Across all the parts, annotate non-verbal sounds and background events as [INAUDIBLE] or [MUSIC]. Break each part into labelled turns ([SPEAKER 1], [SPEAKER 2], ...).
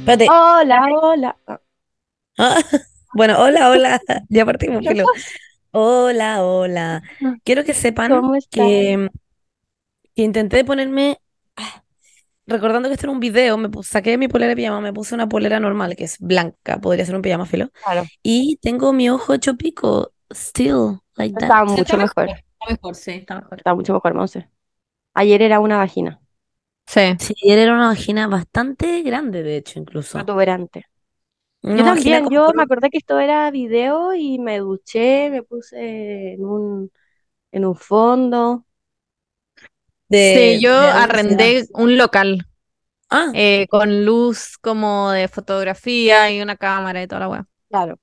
[SPEAKER 1] Espérate.
[SPEAKER 2] [LAUGHS] Hola, hola. Ah,
[SPEAKER 1] Ah, [LAUGHS] bueno, hola, hola. [LAUGHS] Ya partimos,
[SPEAKER 2] ¿qué
[SPEAKER 1] filo. Hola, hola.
[SPEAKER 2] pasa?
[SPEAKER 1] Quiero que sepan
[SPEAKER 2] ¿Cómo estás?
[SPEAKER 1] que, que intenté ponerme, ah, recordando que esto era un video, me pu- saqué mi polera de pijama, me puse una polera normal, que es blanca, podría ser un pijama, filo.
[SPEAKER 2] Claro,
[SPEAKER 1] Y tengo mi ojo hecho pico, still, like that.
[SPEAKER 2] está
[SPEAKER 3] Sí,
[SPEAKER 2] mucho
[SPEAKER 3] está mejor,
[SPEAKER 2] mejor.
[SPEAKER 3] está mejor, sí, está mejor.
[SPEAKER 2] Está mucho mejor, Monse. Ayer era una vagina
[SPEAKER 3] Sí.
[SPEAKER 1] Sí, él era una vagina bastante grande, de hecho, incluso.
[SPEAKER 2] protuberante. Yo
[SPEAKER 1] Una vagina
[SPEAKER 2] también,
[SPEAKER 1] como
[SPEAKER 2] yo
[SPEAKER 1] con
[SPEAKER 2] me
[SPEAKER 1] un-
[SPEAKER 2] acordé que esto era video y me duché, me puse en un, en un fondo.
[SPEAKER 1] de,
[SPEAKER 3] Sí, yo
[SPEAKER 1] de alta ansiedad.
[SPEAKER 3] arrendé un local
[SPEAKER 1] Ah,
[SPEAKER 3] eh, con luz como de fotografía y una cámara y toda la weá.
[SPEAKER 2] Claro,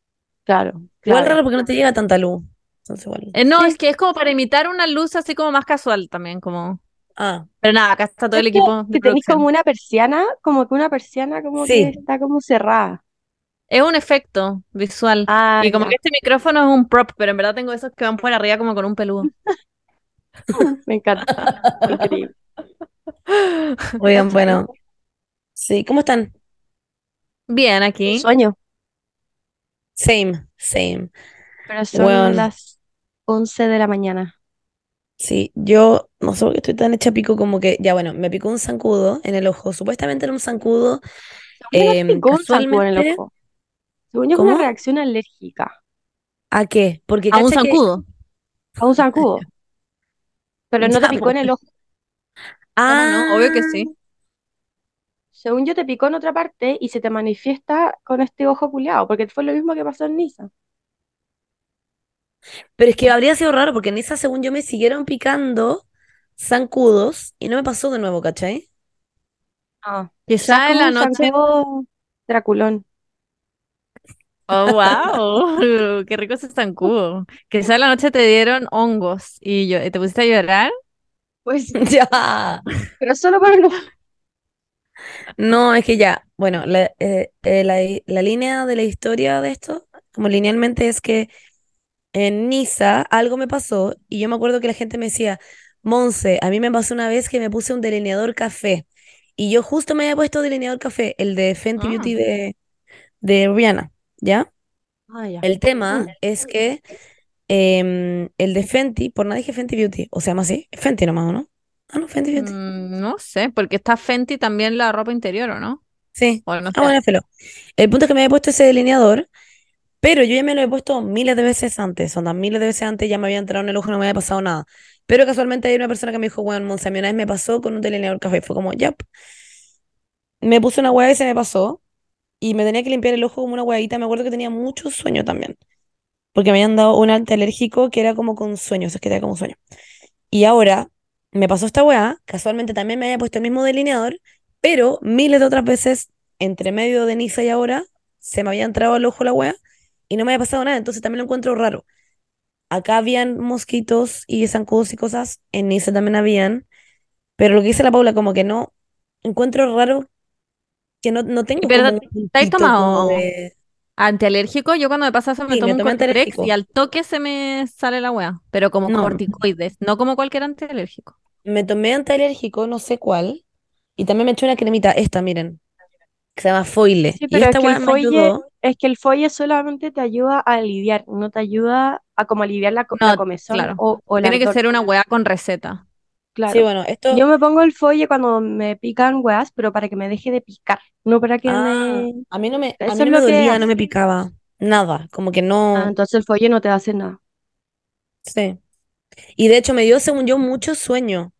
[SPEAKER 2] claro,
[SPEAKER 1] igual
[SPEAKER 2] claro.
[SPEAKER 1] raro porque no te llega tanta luz. Entonces, igual.
[SPEAKER 3] Eh, no,
[SPEAKER 2] Sí,
[SPEAKER 3] es que es como para imitar una luz así como más casual también, como. [LAUGHS]
[SPEAKER 1] Ah,
[SPEAKER 3] Pero nada, acá está todo
[SPEAKER 2] es
[SPEAKER 3] el
[SPEAKER 2] que,
[SPEAKER 3] equipo de
[SPEAKER 2] que tenéis como
[SPEAKER 3] producción.
[SPEAKER 2] una persiana, como que una persiana como que
[SPEAKER 1] sí.
[SPEAKER 2] está como cerrada.
[SPEAKER 3] Es un efecto visual.
[SPEAKER 2] Ah,
[SPEAKER 3] Y como que
[SPEAKER 2] ya.
[SPEAKER 3] este micrófono es un prop, pero en verdad tengo esos que van por arriba como con un peludo.
[SPEAKER 2] Me encanta.
[SPEAKER 3] [LAUGHS]
[SPEAKER 2] Increíble.
[SPEAKER 1] Oigan, bueno, sí, ¿cómo están?
[SPEAKER 3] Bien,
[SPEAKER 2] Un
[SPEAKER 3] aquí.
[SPEAKER 2] sueño.
[SPEAKER 1] Same, same.
[SPEAKER 2] Pero son
[SPEAKER 1] Bueno,
[SPEAKER 2] las 11 de la mañana.
[SPEAKER 1] sí, yo no sé por qué estoy tan hecha pico como que, ya bueno, me picó un zancudo en el ojo. Supuestamente era un zancudo,
[SPEAKER 2] Según yo no te
[SPEAKER 1] em,
[SPEAKER 2] picó un zancudo en el
[SPEAKER 1] casualmente,
[SPEAKER 2] ojo. Según yo es una
[SPEAKER 1] ¿cómo?
[SPEAKER 2] reacción alérgica
[SPEAKER 1] ¿A qué? Porque
[SPEAKER 3] A un
[SPEAKER 1] cacha que,
[SPEAKER 3] zancudo.
[SPEAKER 2] a un zancudo, [LAUGHS] pero no te
[SPEAKER 1] ya,
[SPEAKER 2] picó
[SPEAKER 1] po.
[SPEAKER 2] en el ojo.
[SPEAKER 3] ¿Cómo no? Obvio que
[SPEAKER 1] Ah,
[SPEAKER 3] sí.
[SPEAKER 2] Según yo te picó en otra parte y se te manifiesta con este ojo culeado, porque fue lo mismo que pasó en Niza.
[SPEAKER 1] pero es que habría sido raro porque en esa, según yo, me siguieron picando zancudos y no me pasó de nuevo, ¿cachai? [LAUGHS]
[SPEAKER 2] Ah. Quizás
[SPEAKER 3] Quizá en
[SPEAKER 2] como
[SPEAKER 3] la
[SPEAKER 2] un
[SPEAKER 3] noche.
[SPEAKER 2] zancudo draculón.
[SPEAKER 3] Oh, wow. [LAUGHS] Qué rico ese zancudo. Quizá en la noche te dieron hongos y yo, te pusiste a llorar.
[SPEAKER 2] Pues,
[SPEAKER 1] Ya.
[SPEAKER 2] [LAUGHS] pero solo por el ojo.
[SPEAKER 1] No, es que ya, bueno, la, eh, eh, la, la línea de la historia de esto, como linealmente, es que en Niza algo me pasó y yo me acuerdo que la gente me decía, Monse, a mí me pasó una vez que me puse un delineador café y yo justo me había puesto delineador café, el de Fenty
[SPEAKER 3] Ah.
[SPEAKER 1] Beauty de, de Rihanna, ¿ya?
[SPEAKER 2] [LAUGHS] Ah, ya.
[SPEAKER 1] El tema
[SPEAKER 2] Mm.
[SPEAKER 1] es que em, el de Fenty, por nada dije Fenty Beauty, o sea, más así, Fenty nomás, ¿o ¿no? Ah, no, Fenty Beauty.
[SPEAKER 3] Mm, no sé, porque está Fenty también la ropa interior, ¿o no?
[SPEAKER 1] Sí.
[SPEAKER 3] O no
[SPEAKER 1] Ah,
[SPEAKER 3] sé.
[SPEAKER 1] bueno, filo. El punto es que me había puesto ese delineador. Pero yo ya me lo he puesto miles de veces antes, onda, miles de veces antes ya me había entrado en el ojo y no me había pasado nada. Pero casualmente hay una persona que me dijo, bueno, Monse, a mí una vez me pasó con un delineador café. Fue como, ya, me puse una hueá y se me pasó. Y me tenía que limpiar el ojo como una hueadita. Me acuerdo que tenía mucho sueño también. Porque me habían dado un alérgico que era como con sueño, o sea, que era como sueño. Y ahora me pasó esta hueá, casualmente también me había puesto el mismo delineador, pero miles de otras veces, entre medio de Niza y ahora, se me había entrado al ojo la hueá y no me había pasado nada. Entonces también lo encuentro raro. Acá habían mosquitos y zancudos y cosas, en Niza también habían, pero lo que dice la Paula, como que no, encuentro raro que no, no
[SPEAKER 3] ¿Y
[SPEAKER 1] tengo
[SPEAKER 3] pero
[SPEAKER 1] como
[SPEAKER 3] te
[SPEAKER 1] un
[SPEAKER 3] has
[SPEAKER 1] puntito como
[SPEAKER 3] tomado
[SPEAKER 1] de...
[SPEAKER 3] antialérgico? Yo cuando me pasa eso me
[SPEAKER 1] Sí,
[SPEAKER 3] tomo
[SPEAKER 1] me
[SPEAKER 3] un
[SPEAKER 1] tomé
[SPEAKER 3] Cortibrex y
[SPEAKER 1] alérgico.
[SPEAKER 3] al toque se me sale la wea, pero como
[SPEAKER 1] No,
[SPEAKER 3] corticoides, no como cualquier antialérgico.
[SPEAKER 1] me tomé antialérgico, no sé cuál, y también me eché una cremita, esta, miren, que se llama Foile,
[SPEAKER 2] Sí,
[SPEAKER 1] y
[SPEAKER 2] pero es
[SPEAKER 1] esta
[SPEAKER 2] que el
[SPEAKER 1] weá me
[SPEAKER 2] folle,
[SPEAKER 1] ayudó.
[SPEAKER 2] es que el folle solamente te ayuda a aliviar, no te ayuda a como aliviar la, co- la
[SPEAKER 3] No,
[SPEAKER 2] comezón
[SPEAKER 3] claro.
[SPEAKER 2] o, o el
[SPEAKER 3] Tiene que
[SPEAKER 2] ardor,
[SPEAKER 3] ser una wea con receta.
[SPEAKER 1] Sí,
[SPEAKER 2] claro.
[SPEAKER 1] bueno,
[SPEAKER 2] Yo
[SPEAKER 1] esto...
[SPEAKER 2] me pongo el folle cuando me pican weas, pero para que me deje de picar, no para que
[SPEAKER 1] Ah,
[SPEAKER 2] me...
[SPEAKER 1] a mí no me, a
[SPEAKER 2] Eso
[SPEAKER 1] mí
[SPEAKER 2] es
[SPEAKER 1] no me
[SPEAKER 2] lo que
[SPEAKER 1] dolía, no
[SPEAKER 2] hace.
[SPEAKER 1] me picaba, nada, como que
[SPEAKER 2] Ah,
[SPEAKER 1] no...
[SPEAKER 2] entonces el folle no te hace nada.
[SPEAKER 1] Sí. Y de hecho me dio, según yo, mucho sueño.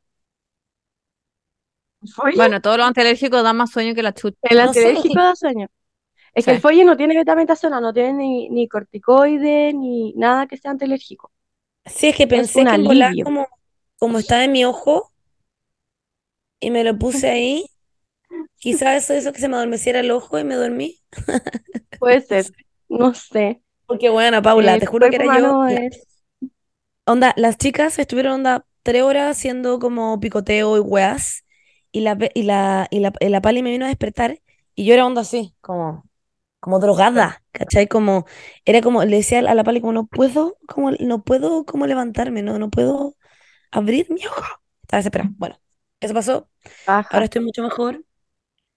[SPEAKER 2] ¿El folle?
[SPEAKER 3] Bueno, todos los antialérgicos dan más sueño que la chucha.
[SPEAKER 2] El
[SPEAKER 1] No sé, es
[SPEAKER 2] antialérgico
[SPEAKER 1] que...
[SPEAKER 2] da sueño. Es que
[SPEAKER 3] Sí.
[SPEAKER 2] el folle no tiene betametasona, no tiene ni, ni corticoide, ni nada que sea antialérgico.
[SPEAKER 1] Sí, es que
[SPEAKER 2] Es
[SPEAKER 1] pensé
[SPEAKER 2] un
[SPEAKER 1] que en volar,
[SPEAKER 2] alivio.
[SPEAKER 1] como, como estaba en mi ojo y me lo
[SPEAKER 2] [LAUGHS]
[SPEAKER 1] puse ahí, quizás eso hizo que se me adormeciera el ojo y me dormí. [LAUGHS]
[SPEAKER 2] Puede ser, no sé.
[SPEAKER 1] Porque bueno, Paula, te
[SPEAKER 2] El
[SPEAKER 1] juro que
[SPEAKER 2] cuerpo
[SPEAKER 1] era yo.
[SPEAKER 2] humano
[SPEAKER 1] la-
[SPEAKER 2] es...
[SPEAKER 1] onda, las chicas estuvieron onda tres horas haciendo como picoteo y weas. Y la, pe- y la, y la, y la Pali me vino a despertar y yo era onda así, como, como drogada, ¿cachai? Como, era como, le decía a la Pali como, no puedo, como, no puedo como levantarme, no, no puedo abrir mi ojo. Estaba desesperada. Bueno, eso pasó. Ahora
[SPEAKER 2] Baja.
[SPEAKER 1] estoy mucho mejor.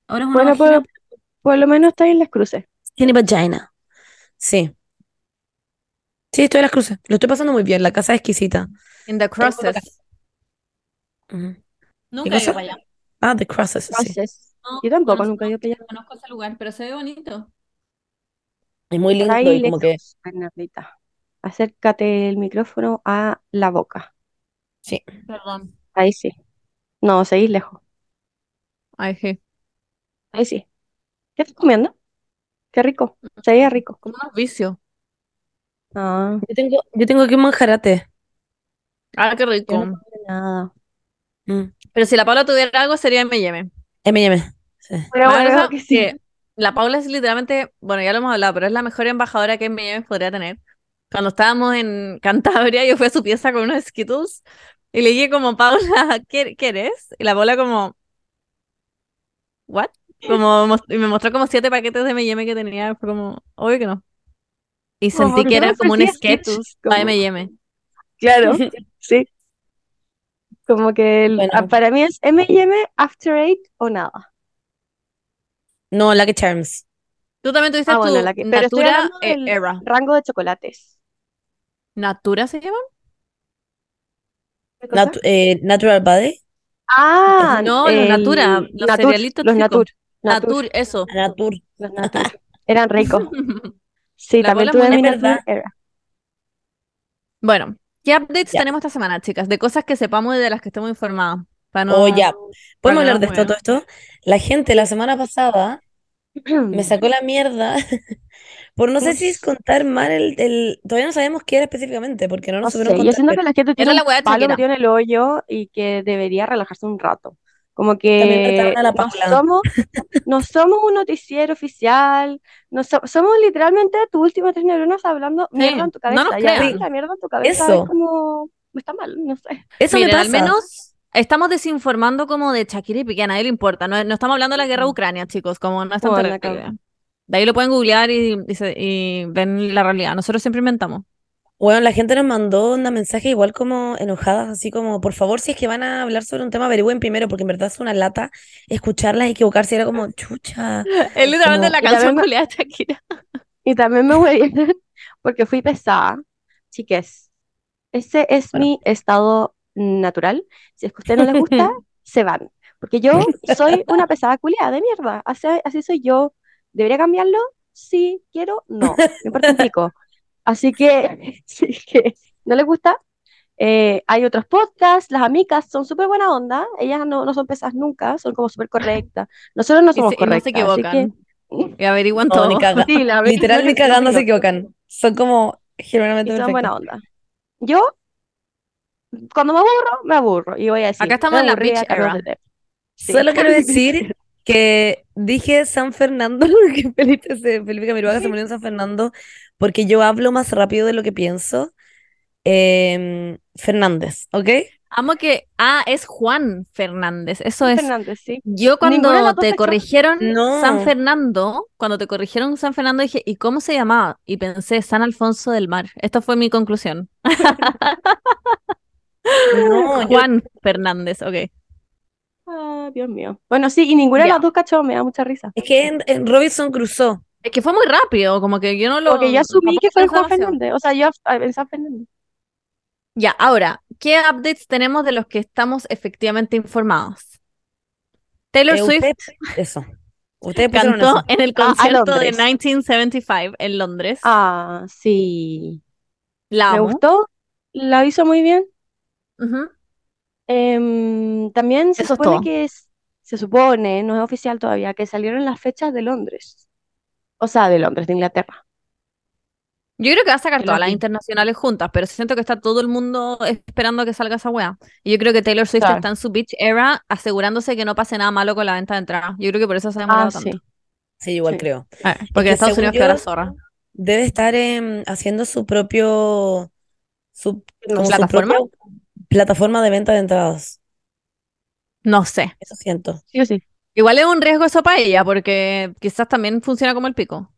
[SPEAKER 1] Ahora es una
[SPEAKER 2] Bueno,
[SPEAKER 1] vagina.
[SPEAKER 2] pero
[SPEAKER 1] pero
[SPEAKER 2] Por lo menos está ahí en las cruces.
[SPEAKER 1] Tiene vagina. Sí. Sí, estoy en las cruces. Lo estoy pasando muy bien. La casa es exquisita.
[SPEAKER 3] In the crosses.
[SPEAKER 1] Ujú.
[SPEAKER 4] Nunca he
[SPEAKER 1] cosa?
[SPEAKER 4] ido para allá.
[SPEAKER 1] Ah, The Crosses, sí.
[SPEAKER 2] Entonces,
[SPEAKER 4] No,
[SPEAKER 2] yo tampoco
[SPEAKER 4] conozco-
[SPEAKER 2] nunca he ido para allá.
[SPEAKER 4] no conozco ese lugar, pero se ve bonito.
[SPEAKER 1] Es muy
[SPEAKER 2] Por
[SPEAKER 1] lindo
[SPEAKER 2] ahí
[SPEAKER 1] y como que.
[SPEAKER 2] lejos, Bernardita. Acércate el micrófono a la boca.
[SPEAKER 4] Perdón.
[SPEAKER 2] Ahí sí. No, seguís lejos.
[SPEAKER 3] Ay, sí.
[SPEAKER 2] Ahí sí. ¿Qué estás comiendo? Qué rico. Se veía rico.
[SPEAKER 3] Como unos vicios.
[SPEAKER 2] Ah,
[SPEAKER 1] Yo tengo, yo tengo aquí un manjarate.
[SPEAKER 3] Ah, qué rico.
[SPEAKER 2] yo no comí nada.
[SPEAKER 1] Mm.
[SPEAKER 3] Pero si la Paula tuviera algo, sería M&M.
[SPEAKER 1] M&M. Sí.
[SPEAKER 2] Pero
[SPEAKER 3] Más
[SPEAKER 2] bueno,
[SPEAKER 3] eso
[SPEAKER 2] que sí.
[SPEAKER 3] que la Paula es literalmente, bueno, ya lo hemos hablado, pero es la mejor embajadora que M&M podría tener. Cuando estábamos en Cantabria, yo fui a su pieza con unos Skittles y le dije como, Paula, [LAUGHS] ¿qué, qué eres? Y la Paula como, ¿what? Como, mos- y me mostró como siete paquetes de M&M que tenía, fue como, obvio que no. Y
[SPEAKER 2] Como,
[SPEAKER 3] sentí
[SPEAKER 2] ¿por
[SPEAKER 3] que
[SPEAKER 2] qué
[SPEAKER 3] era
[SPEAKER 2] me
[SPEAKER 3] como un
[SPEAKER 2] ofrecías
[SPEAKER 3] sketch
[SPEAKER 2] Skittles?
[SPEAKER 3] a
[SPEAKER 2] Como- [LAUGHS]
[SPEAKER 3] M&M. [LAUGHS]
[SPEAKER 2] Claro, sí. Como que el-
[SPEAKER 1] Bueno.
[SPEAKER 2] ah, para mí es M&M, After Eight o nada.
[SPEAKER 1] No, Lucky Charms.
[SPEAKER 3] Tú también tuviste
[SPEAKER 2] Ah, bueno,
[SPEAKER 3] tu
[SPEAKER 2] la que- pero estoy
[SPEAKER 3] Natura
[SPEAKER 2] hablando
[SPEAKER 3] eh,
[SPEAKER 2] del-
[SPEAKER 3] Era.
[SPEAKER 2] Rango de chocolates.
[SPEAKER 3] ¿Natura se llama?
[SPEAKER 2] ¿Qué cosa?
[SPEAKER 1] Natu- eh, Natural Body.
[SPEAKER 2] Ah,
[SPEAKER 3] No, los
[SPEAKER 2] el-
[SPEAKER 3] Natura, los
[SPEAKER 2] Natur,
[SPEAKER 3] cerealitos
[SPEAKER 2] los
[SPEAKER 3] chicos.
[SPEAKER 2] Natur, Natur,
[SPEAKER 3] Natur, eso.
[SPEAKER 1] Natur.
[SPEAKER 2] los Natur. Eran
[SPEAKER 3] [LAUGHS]
[SPEAKER 2] ricos. Sí,
[SPEAKER 3] La
[SPEAKER 2] también
[SPEAKER 3] bola es
[SPEAKER 2] tuve
[SPEAKER 3] muy
[SPEAKER 2] mi
[SPEAKER 1] buena.
[SPEAKER 2] Natura era. [CLEARS THROAT]
[SPEAKER 3] Bueno, ¿qué updates
[SPEAKER 1] Ya.
[SPEAKER 3] tenemos esta semana, chicas? De cosas que sepamos y de las que estemos informadas. Para no...
[SPEAKER 1] Oh, ya. ¿Podemos
[SPEAKER 3] Bueno,
[SPEAKER 1] hablar de esto,
[SPEAKER 3] bueno.
[SPEAKER 1] todo esto? La gente la semana pasada me sacó la mierda [LAUGHS] por no sé si es contar mal el, el- Todavía no sabemos qué era específicamente, porque no
[SPEAKER 2] No
[SPEAKER 1] nos supieron
[SPEAKER 2] sé, yo
[SPEAKER 1] contar,
[SPEAKER 2] siento que
[SPEAKER 1] pero
[SPEAKER 2] la gente tiene
[SPEAKER 3] Era la
[SPEAKER 2] un
[SPEAKER 3] weá de
[SPEAKER 2] palo
[SPEAKER 3] Shakira.
[SPEAKER 2] metido en el hoyo y que debería relajarse un rato. Como
[SPEAKER 1] también
[SPEAKER 2] que
[SPEAKER 1] trataron a la
[SPEAKER 2] no
[SPEAKER 1] Paula.
[SPEAKER 2] somos, no somos un noticiero oficial, no so- somos literalmente tus últimos tres neuronas hablando mierda en tu
[SPEAKER 3] no nos
[SPEAKER 2] cabeza. Ya,
[SPEAKER 3] crean.
[SPEAKER 2] la mierda en tu cabeza
[SPEAKER 1] Eso.
[SPEAKER 2] es como, está mal, no sé.
[SPEAKER 1] Eso me
[SPEAKER 3] Miren, al
[SPEAKER 1] pasa.
[SPEAKER 3] menos estamos desinformando como de Shakira y Piqué, a nadie le importa. No, no estamos hablando de la guerra de Ucrania, chicos, como no es tanto
[SPEAKER 2] Bueno,
[SPEAKER 3] Mm. la
[SPEAKER 2] acá.
[SPEAKER 3] realidad. De ahí lo pueden googlear y, y se- y ven la realidad. Nosotros siempre inventamos.
[SPEAKER 1] Bueno, la gente nos mandó un mensaje igual como enojadas, así como, por favor, si es que van a hablar sobre un tema, averigüen primero, porque en verdad es una lata escucharlas y equivocarse. Era como, chucha.
[SPEAKER 3] Es literalmente
[SPEAKER 1] Como-
[SPEAKER 3] la
[SPEAKER 2] Y la
[SPEAKER 3] canción
[SPEAKER 2] misma-
[SPEAKER 3] culiada de Shakira.
[SPEAKER 2] Y también me huevieron [LAUGHS] porque fui pesada. Chiques, ese es
[SPEAKER 1] Bueno.
[SPEAKER 2] mi estado natural. Si es que a usted no les gusta, se van. Porque yo soy una pesada culiada de mierda. Así, así soy yo. ¿Debería cambiarlo? Sí, quiero, no. Me importa un pico. Así que, [LAUGHS] si es que no les gusta, eh, hay otros podcasts. Las amigas son súper buena onda. Ellas no, no son pesadas nunca. Son como súper correctas. Nosotros no
[SPEAKER 3] Y,
[SPEAKER 2] somos
[SPEAKER 3] se- y no se
[SPEAKER 2] correctas. Así que,
[SPEAKER 3] equivocan. Y averiguan
[SPEAKER 1] No, ni
[SPEAKER 3] todo.
[SPEAKER 1] caga-
[SPEAKER 2] [LAUGHS] sí, la verdad
[SPEAKER 1] Literal, ni
[SPEAKER 2] es que no se
[SPEAKER 1] cagando se
[SPEAKER 2] equivocan.
[SPEAKER 1] equivocan. Son como
[SPEAKER 2] Y
[SPEAKER 1] genuinamente
[SPEAKER 2] son buena
[SPEAKER 1] perfectas.
[SPEAKER 2] onda. Yo, cuando me aburro, me aburro. Y voy a decir,
[SPEAKER 3] Acá estamos
[SPEAKER 2] me
[SPEAKER 3] en la
[SPEAKER 2] aburrí,
[SPEAKER 3] bitch
[SPEAKER 2] acabemos
[SPEAKER 3] era.
[SPEAKER 2] de tener. Sí.
[SPEAKER 1] Solo quiero decir que dije San Fernando, [LAUGHS] que Felipe, se, Felipe Camiroaga se murió en San Fernando, porque yo hablo más rápido de lo que pienso. Em, Fernández, ¿ok?
[SPEAKER 3] Amo que. Ah, es Juan Fernández. Eso es.
[SPEAKER 2] Fernández, sí. Ninguna
[SPEAKER 3] Yo
[SPEAKER 2] de
[SPEAKER 3] cuando
[SPEAKER 2] las dos
[SPEAKER 3] te
[SPEAKER 2] cachó.
[SPEAKER 3] corrigieron
[SPEAKER 1] No.
[SPEAKER 3] San Fernando, cuando te corrigieron San Fernando dije, ¿y cómo se llamaba? Y pensé, San Alfonso del Mar. Esta fue mi conclusión.
[SPEAKER 1] No, yo-
[SPEAKER 3] Juan Fernández, ok.
[SPEAKER 2] Ah, Dios mío. Bueno, sí, y ninguna de
[SPEAKER 3] Ya.
[SPEAKER 2] las dos cachó, me da mucha risa.
[SPEAKER 1] es que en, en Robinson Crusoe.
[SPEAKER 3] Es que fue muy rápido, como que yo no lo...
[SPEAKER 2] Porque yo asumí que
[SPEAKER 3] tampoco
[SPEAKER 2] fue el
[SPEAKER 3] pensé
[SPEAKER 2] Juan
[SPEAKER 3] demasiado.
[SPEAKER 2] Fernández. O sea, yo ah, en San Fernández.
[SPEAKER 3] Ya, ahora, ¿qué updates tenemos de los que estamos efectivamente informados? Taylor
[SPEAKER 1] Eh,
[SPEAKER 3] Swift
[SPEAKER 1] usted- eso. Ustedes pusieron
[SPEAKER 3] cantó
[SPEAKER 1] eso.
[SPEAKER 3] en el
[SPEAKER 2] Ah, a
[SPEAKER 3] concierto de
[SPEAKER 2] Londres.
[SPEAKER 3] 1975 en Londres.
[SPEAKER 2] Ah, sí.
[SPEAKER 3] La
[SPEAKER 2] Me
[SPEAKER 3] amo.
[SPEAKER 2] gustó. La hizo muy bien.
[SPEAKER 3] Ujú.
[SPEAKER 2] Em, también se
[SPEAKER 3] Eso es
[SPEAKER 2] supone
[SPEAKER 3] todo.
[SPEAKER 2] que es- se supone, no es oficial todavía, que salieron las fechas de Londres. O sea, de Londres, de Inglaterra.
[SPEAKER 3] Yo creo que va a sacar
[SPEAKER 2] Qué
[SPEAKER 3] todas las
[SPEAKER 2] lata.
[SPEAKER 3] internacionales juntas, pero siento que está todo el mundo esperando a que salga esa wea. Y yo creo que Taylor Swift
[SPEAKER 2] Claro.
[SPEAKER 3] está en su beach era asegurándose que no pase nada malo con la venta de entradas. Yo creo que por eso se ha demorado
[SPEAKER 2] Ah, sí.
[SPEAKER 3] tanto.
[SPEAKER 1] Sí, igual
[SPEAKER 2] Sí.
[SPEAKER 1] creo.
[SPEAKER 3] Ah, porque
[SPEAKER 1] que
[SPEAKER 3] Estados
[SPEAKER 1] según
[SPEAKER 3] Unidos quedó la
[SPEAKER 1] yo,
[SPEAKER 3] zorra.
[SPEAKER 1] Debe estar em, haciendo su propio, su,
[SPEAKER 2] No
[SPEAKER 1] como
[SPEAKER 2] sé.
[SPEAKER 1] su
[SPEAKER 3] ¿Plataforma?
[SPEAKER 1] propio plataforma de venta de entradas.
[SPEAKER 3] No sé.
[SPEAKER 1] Eso siento.
[SPEAKER 2] Sí o sí.
[SPEAKER 3] Igual es un riesgo eso para ella, porque quizás también funciona como el pico.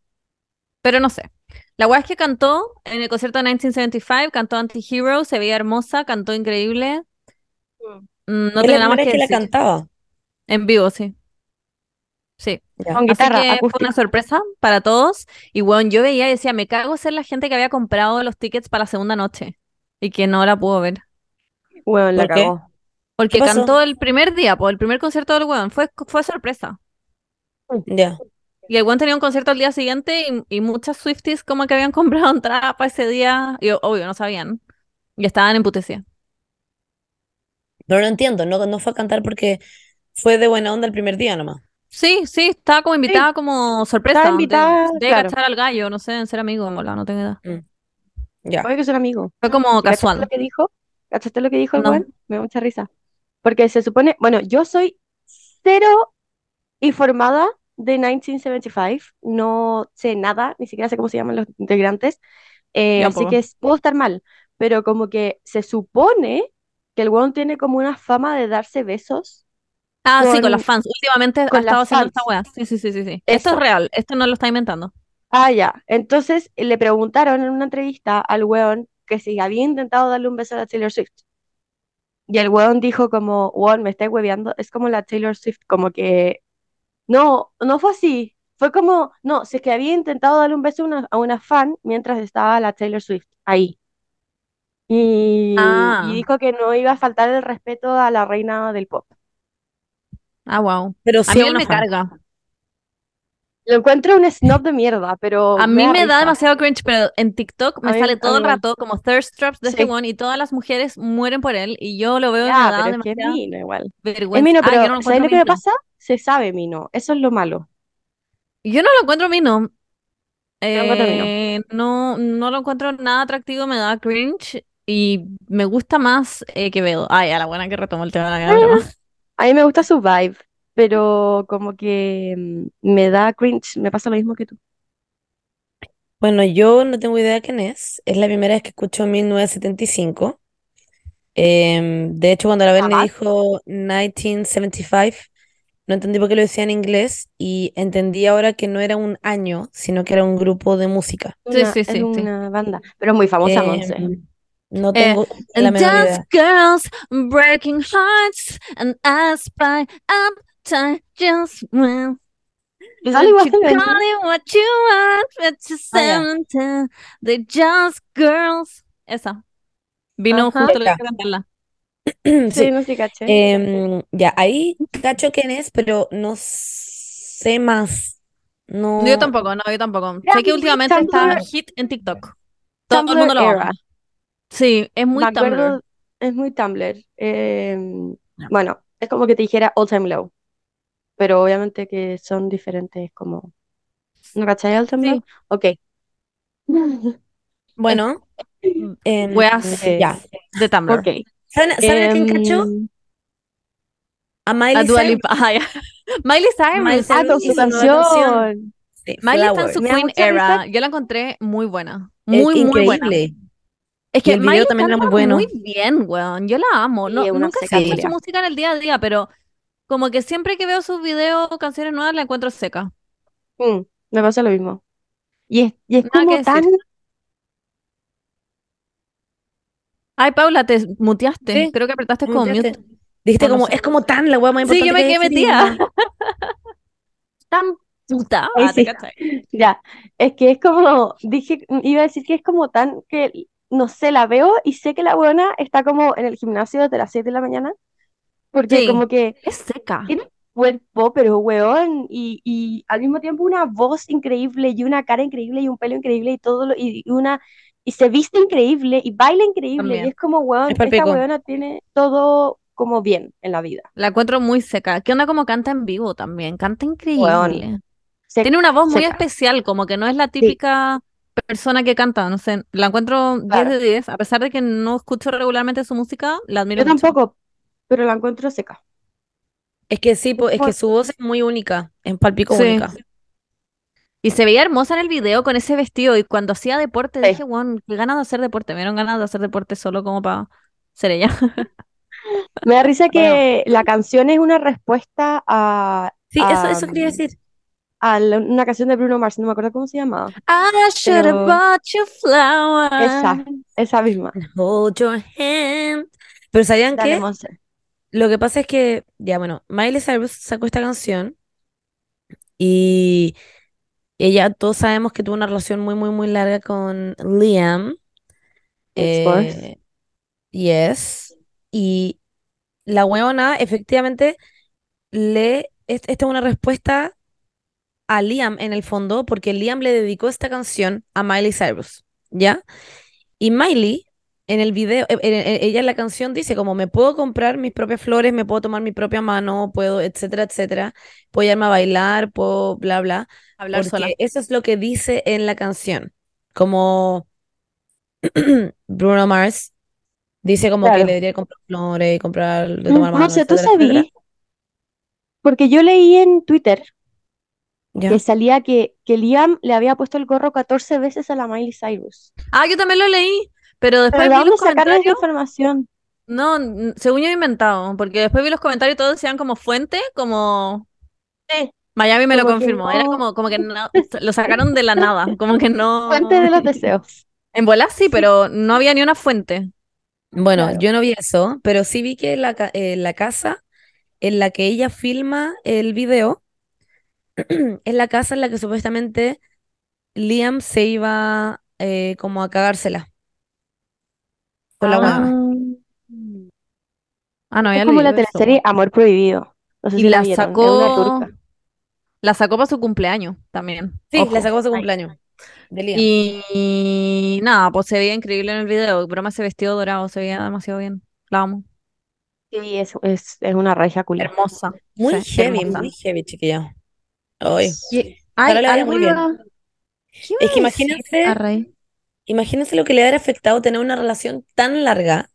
[SPEAKER 3] Pero no sé. La wea es que cantó en el concierto de 1975, cantó Anti-Hero, se veía hermosa, cantó increíble. Mm, No
[SPEAKER 1] es la
[SPEAKER 3] tenía
[SPEAKER 1] primera
[SPEAKER 3] nada más
[SPEAKER 1] vez
[SPEAKER 3] que
[SPEAKER 1] que la
[SPEAKER 3] decir.
[SPEAKER 1] cantaba.
[SPEAKER 3] En vivo, sí. Sí.
[SPEAKER 1] Ya.
[SPEAKER 2] Con
[SPEAKER 3] Así
[SPEAKER 2] guitarra
[SPEAKER 3] que fue
[SPEAKER 2] acústica.
[SPEAKER 3] una sorpresa para todos. Y bueno, yo veía y decía, me cago en ser la gente que había comprado los tickets para la segunda noche y que no la pudo ver.
[SPEAKER 2] Weón, la
[SPEAKER 1] ¿Por qué?
[SPEAKER 2] cagó.
[SPEAKER 3] Porque
[SPEAKER 1] pasó?
[SPEAKER 3] cantó el primer día, por el primer concierto del weón. Fue, fue sorpresa.
[SPEAKER 1] Ya.
[SPEAKER 3] Y el weón tenía un concierto al día siguiente y, y muchas Swifties como que habían [LAUGHS] comprado entrada para ese día. Y obvio, no sabían. Y estaban emputecidas.
[SPEAKER 1] Pero no entiendo, no, no fue a cantar porque fue de buena onda el primer día nomás.
[SPEAKER 3] Sí, sí, estaba como invitada como sorpresa.
[SPEAKER 2] Estaba
[SPEAKER 3] de-
[SPEAKER 2] invitada,
[SPEAKER 3] de
[SPEAKER 2] claro.
[SPEAKER 3] cachar al gallo, no sé, en ser amigo, en volada, no tengo idea.
[SPEAKER 1] Ya.
[SPEAKER 2] Oye, que es un amigo.
[SPEAKER 3] Fue como
[SPEAKER 2] ¿Y ¿Cachaste
[SPEAKER 3] casual.
[SPEAKER 2] lo que dijo? ¿Cachaste lo que dijo el
[SPEAKER 3] No.
[SPEAKER 2] weón? Me da mucha risa. Porque se supone, bueno, yo soy cero informada de 1975. No sé nada, ni siquiera sé cómo se llaman los integrantes. eh,
[SPEAKER 3] Yo
[SPEAKER 2] así
[SPEAKER 3] tampoco.
[SPEAKER 2] que s- puedo estar mal. Pero como que se supone que el weón tiene como una fama de darse besos.
[SPEAKER 3] Ah, sí, con
[SPEAKER 2] con-
[SPEAKER 3] las fans. Últimamente ha
[SPEAKER 2] con
[SPEAKER 3] estado
[SPEAKER 2] las
[SPEAKER 3] haciendo esta
[SPEAKER 2] fans.
[SPEAKER 3] weá. Sí, sí, sí, sí, sí. Esto es
[SPEAKER 2] Eso.
[SPEAKER 3] real, esto no lo está inventando.
[SPEAKER 2] Ah, ya. Entonces le preguntaron en una entrevista al weón que si había intentado darle un beso a la Taylor Swift. Y el weón dijo como, weón, me estáis hueveando. Es como la Taylor Swift, como que... No, no fue así. Fue como, no, si es que había intentado darle un beso a una, a una fan mientras estaba la Taylor Swift ahí. Y, y
[SPEAKER 3] Ah.
[SPEAKER 2] dijo que no iba a faltar el respeto a la reina del pop.
[SPEAKER 3] Ah, wow.
[SPEAKER 1] Pero
[SPEAKER 3] A
[SPEAKER 1] sí
[SPEAKER 3] mí
[SPEAKER 1] a
[SPEAKER 3] él
[SPEAKER 1] una
[SPEAKER 3] me
[SPEAKER 1] fan.
[SPEAKER 3] carga.
[SPEAKER 2] Lo encuentro un snob de mierda, pero
[SPEAKER 3] A mí
[SPEAKER 2] da
[SPEAKER 3] me da
[SPEAKER 2] risa.
[SPEAKER 3] demasiado cringe, pero en TikTok me
[SPEAKER 2] A mí-
[SPEAKER 3] sale
[SPEAKER 2] a
[SPEAKER 3] todo
[SPEAKER 2] mí
[SPEAKER 3] el
[SPEAKER 2] igual.
[SPEAKER 3] rato como thirst traps de este
[SPEAKER 2] Sí.
[SPEAKER 3] one y todas las mujeres mueren por él y yo lo veo y me
[SPEAKER 2] Ya,
[SPEAKER 3] da
[SPEAKER 2] pero es que es
[SPEAKER 3] demasiada
[SPEAKER 2] mino igual. Es
[SPEAKER 3] vergüenza.
[SPEAKER 2] mino,
[SPEAKER 3] Ah, yo
[SPEAKER 2] pero
[SPEAKER 3] no lo
[SPEAKER 2] ¿sabes
[SPEAKER 3] encuentro
[SPEAKER 2] lo que me
[SPEAKER 3] mino.
[SPEAKER 2] pasa? Se sabe mino, eso es lo malo.
[SPEAKER 3] Yo no lo encuentro mino.
[SPEAKER 2] lo encuentro mino.
[SPEAKER 3] Eh, no, no lo encuentro nada atractivo, me da cringe y me gusta más eh, Quevedo. Ay, a la buena que retomó el tema de la gran
[SPEAKER 2] [LAUGHS]
[SPEAKER 3] broma.
[SPEAKER 2] A mí me gusta su vibe, pero como que mm, me da cringe, me pasa lo mismo que tú.
[SPEAKER 1] Bueno, yo no tengo idea de quién es. Es la primera vez que escucho 1975. Em, de hecho, cuando la Verne
[SPEAKER 2] Ajá.
[SPEAKER 1] dijo 1975, no entendí por qué lo decía en inglés y entendí ahora que no era un año, sino que era un grupo de música.
[SPEAKER 3] Sí,
[SPEAKER 2] Una-
[SPEAKER 3] sí,
[SPEAKER 2] es
[SPEAKER 3] sí, Eh, mm, sí.
[SPEAKER 2] una banda, pero es muy famosa, Monse.
[SPEAKER 1] Em, no
[SPEAKER 3] Eh,
[SPEAKER 1] tengo la
[SPEAKER 3] And
[SPEAKER 1] menor
[SPEAKER 3] just
[SPEAKER 1] idea.
[SPEAKER 3] girls breaking hearts, and I spy up to just when
[SPEAKER 2] Me sale igual,
[SPEAKER 3] you
[SPEAKER 2] ¿eh?
[SPEAKER 3] call it what you want, but you
[SPEAKER 1] Ah, ya.
[SPEAKER 3] sound to- they're just girls. Esa. Vino
[SPEAKER 2] Ajá.
[SPEAKER 3] justo lo
[SPEAKER 1] Ya.
[SPEAKER 3] que cantarla.
[SPEAKER 1] [CLEARS THROAT] Sí.
[SPEAKER 2] Sí, no sé, caché.
[SPEAKER 1] Em, ya, ahí cacho quién es, pero no sé más. No.
[SPEAKER 3] Yo tampoco, no, yo tampoco.
[SPEAKER 2] Ya,
[SPEAKER 3] Sé que
[SPEAKER 2] muy
[SPEAKER 3] últimamente está
[SPEAKER 2] Tumblr.
[SPEAKER 3] hit en TikTok. Todo el
[SPEAKER 2] Tumblr
[SPEAKER 3] mundo lo ama.
[SPEAKER 2] era.
[SPEAKER 3] Sí, es muy
[SPEAKER 2] Me acuerdo,
[SPEAKER 3] Tumblr.
[SPEAKER 2] es muy Tumblr. em, bueno, es como que te dijera All Time Low, pero obviamente que son diferentes, como... ¿No cachai All Time
[SPEAKER 3] Sí.
[SPEAKER 2] Low? Ok.
[SPEAKER 1] Bueno, em,
[SPEAKER 3] Weas
[SPEAKER 2] Eh,
[SPEAKER 1] ya.
[SPEAKER 3] de Tumblr.
[SPEAKER 2] Ok.
[SPEAKER 1] ¿Saben, saben a quién cacho?
[SPEAKER 2] Em,
[SPEAKER 1] A
[SPEAKER 3] A
[SPEAKER 1] Miley
[SPEAKER 3] Dua
[SPEAKER 1] Cyrus.
[SPEAKER 3] Lipa. [LAUGHS] Ah, ya. Miley
[SPEAKER 1] Miley
[SPEAKER 3] Cyrus.
[SPEAKER 2] Ah, con su
[SPEAKER 1] hizo nueva canción.
[SPEAKER 2] canción.
[SPEAKER 1] Sí,
[SPEAKER 3] Miley está en su
[SPEAKER 2] Me da
[SPEAKER 3] Queen
[SPEAKER 2] mucha risa.
[SPEAKER 3] era. Yo la encontré muy buena.
[SPEAKER 1] Es
[SPEAKER 3] Muy, muy buena.
[SPEAKER 1] increíble.
[SPEAKER 3] Es
[SPEAKER 1] Y
[SPEAKER 3] que
[SPEAKER 1] el video
[SPEAKER 3] Miley
[SPEAKER 1] también era muy
[SPEAKER 3] canta
[SPEAKER 1] bueno.
[SPEAKER 3] muy bien, weón. Yo la amo.
[SPEAKER 2] Sí,
[SPEAKER 3] No,
[SPEAKER 2] es una
[SPEAKER 3] nunca
[SPEAKER 2] seca,
[SPEAKER 3] escucho
[SPEAKER 1] Julia.
[SPEAKER 3] su música en el día a día, pero como que siempre que veo sus videos o canciones nuevas la encuentro seca.
[SPEAKER 2] Mm, me pasa lo mismo. Y es, y es
[SPEAKER 3] Nada que
[SPEAKER 2] como
[SPEAKER 3] decir.
[SPEAKER 2] tan. [LAUGHS]
[SPEAKER 3] Ay, Paula, te muteaste.
[SPEAKER 1] Sí,
[SPEAKER 3] Creo que apretaste
[SPEAKER 1] me
[SPEAKER 3] como mute.
[SPEAKER 1] muteaste. Dijiste
[SPEAKER 3] O no
[SPEAKER 1] como,
[SPEAKER 3] sé.
[SPEAKER 1] es como tan la hueá más
[SPEAKER 3] Sí,
[SPEAKER 1] importante
[SPEAKER 3] yo me
[SPEAKER 1] que hay
[SPEAKER 3] quedé
[SPEAKER 1] en esta
[SPEAKER 3] metida.
[SPEAKER 1] vida".
[SPEAKER 3] Tan puta.
[SPEAKER 2] Ay,
[SPEAKER 3] Ah, ¿te
[SPEAKER 2] sí.
[SPEAKER 3] cachai?
[SPEAKER 2] Ya, es que es como. Dije, iba a decir que es como tan que. No sé, la veo y sé que la buena está como en el gimnasio desde las 7 de la mañana. Porque
[SPEAKER 3] Sí.
[SPEAKER 2] como que
[SPEAKER 3] Es seca.
[SPEAKER 2] tiene cuerpo, pero hueón. Y, y al mismo tiempo una voz increíble y una cara increíble y un pelo increíble y todo lo. Y, y una. Y se viste increíble y baila increíble.
[SPEAKER 3] También.
[SPEAKER 2] Y es como, hueón,
[SPEAKER 1] Es pa'l
[SPEAKER 2] esta
[SPEAKER 1] pico.
[SPEAKER 2] hueona tiene todo como bien en la vida.
[SPEAKER 3] La encuentro muy seca. ¿Qué onda como canta en vivo también? Canta increíble.
[SPEAKER 2] Se-
[SPEAKER 3] Tiene una voz muy
[SPEAKER 2] seca.
[SPEAKER 3] especial, como que no es la típica persona que canta, no sé, la encuentro 10
[SPEAKER 2] Claro.
[SPEAKER 3] de 10, a pesar de que no escucho regularmente su música, la admiro
[SPEAKER 2] Yo
[SPEAKER 3] mucho.
[SPEAKER 2] tampoco, pero la encuentro seca.
[SPEAKER 1] [LAUGHS] Es que sí, po, es que su voz es muy única, es palpico
[SPEAKER 3] Sí.
[SPEAKER 1] única.
[SPEAKER 3] Y se veía hermosa en el video con ese vestido y cuando hacía deporte
[SPEAKER 2] Sí.
[SPEAKER 3] dije, wow, qué ganas de hacer deporte, me dieron ganas de hacer deporte solo como para ser ella.
[SPEAKER 2] [LAUGHS] Me da risa que la canción es una respuesta a,
[SPEAKER 1] Sí, eso, eso
[SPEAKER 2] Ah,
[SPEAKER 3] Um,
[SPEAKER 1] quería decir.
[SPEAKER 2] a la- una canción de Bruno Mars, no me acuerdo cómo se llamaba.
[SPEAKER 3] I should have
[SPEAKER 2] Pero-
[SPEAKER 3] bought you flowers.
[SPEAKER 2] Esa, esa misma.
[SPEAKER 1] Hold your hand. Pero ¿sabían
[SPEAKER 2] Dale,
[SPEAKER 1] qué?
[SPEAKER 2] Monse.
[SPEAKER 1] Lo que pasa es que, ya bueno, Miley Cyrus sacó esta canción Y ella, todos sabemos que tuvo una relación muy, muy, muy larga con Liam.
[SPEAKER 2] Ex-boyfriend.
[SPEAKER 1] Eh, yes. Y la huevona efectivamente le. est- Esta es una respuesta a Liam en el fondo, porque Liam le dedicó esta canción a Miley Cyrus, ¿ya? Y Miley, en el video, e- e- e- ella en la canción dice como me puedo comprar mis propias flores, me puedo tomar mi propia mano, puedo, etcétera, etcétera, puedo irme a bailar, puedo, bla, bla,
[SPEAKER 3] Hablar
[SPEAKER 1] porque
[SPEAKER 3] sola.
[SPEAKER 1] eso es lo que dice en la canción, como [CLEARS THROAT] Bruno Mars dice como que
[SPEAKER 2] Claro.
[SPEAKER 1] le debería comprar flores y comprar, de
[SPEAKER 2] Mm,
[SPEAKER 1] tomar mano,
[SPEAKER 2] Monse, ¿tú
[SPEAKER 1] etcétera, etcétera.
[SPEAKER 2] sabí? Porque yo leí en Twitter
[SPEAKER 1] Ya.
[SPEAKER 2] que salía que, que Liam le había puesto el gorro 14 veces a la Miley Cyrus.
[SPEAKER 3] Ah, yo también lo leí, pero después
[SPEAKER 2] ¿Pero de dónde
[SPEAKER 3] vi los
[SPEAKER 2] sacaron esa
[SPEAKER 3] comentarios.
[SPEAKER 2] información?
[SPEAKER 3] No, n- según yo he inventado, porque después vi los comentarios y todos decían como fuente, como...
[SPEAKER 2] Sí.
[SPEAKER 3] Miami me lo
[SPEAKER 2] Como que
[SPEAKER 3] confirmó, era
[SPEAKER 2] no.
[SPEAKER 3] como, como que no, lo sacaron de
[SPEAKER 2] [LAUGHS]
[SPEAKER 3] la nada, como que no...
[SPEAKER 2] Fuente de los
[SPEAKER 3] [LAUGHS]
[SPEAKER 2] deseos.
[SPEAKER 3] En bola sí, pero no había ni una fuente.
[SPEAKER 1] Bueno,
[SPEAKER 2] Claro.
[SPEAKER 1] yo no vi eso, pero sí vi que la, ca- eh, la casa en la que ella filma el video [CLEARS THROAT] es la casa en la que supuestamente Liam se iba eh, como a cagársela con la
[SPEAKER 3] Ah.
[SPEAKER 1] huevona. Ah, no,
[SPEAKER 2] Es
[SPEAKER 3] había
[SPEAKER 2] como la
[SPEAKER 3] leído eso.
[SPEAKER 2] teleserie Amor Prohibido. No sé
[SPEAKER 3] Y
[SPEAKER 2] si la
[SPEAKER 3] la
[SPEAKER 2] vieron. Es una
[SPEAKER 3] sacó,
[SPEAKER 2] turca.
[SPEAKER 3] la sacó para su cumpleaños también.
[SPEAKER 1] Sí, la
[SPEAKER 3] Ojo.
[SPEAKER 1] sacó de su
[SPEAKER 2] Ahí.
[SPEAKER 1] cumpleaños de Liam.
[SPEAKER 3] Y nada, pues se veía increíble en el video. Broma ese vestido dorado, se veía demasiado bien. La amo.
[SPEAKER 2] Sí, es, es, es una reja culia.
[SPEAKER 3] Hermosa.
[SPEAKER 1] Muy
[SPEAKER 3] sí,
[SPEAKER 1] heavy,
[SPEAKER 3] hermosa.
[SPEAKER 1] muy heavy, chiquilla.
[SPEAKER 3] eh.
[SPEAKER 1] Ay,
[SPEAKER 3] Ay,
[SPEAKER 1] Ojalá le vaya muy bien.
[SPEAKER 3] alguna- ¿Qué
[SPEAKER 1] Es que
[SPEAKER 3] iba a decir,
[SPEAKER 1] imagínense-
[SPEAKER 3] Array?
[SPEAKER 1] imagínense lo que le ha afectado tener una relación tan larga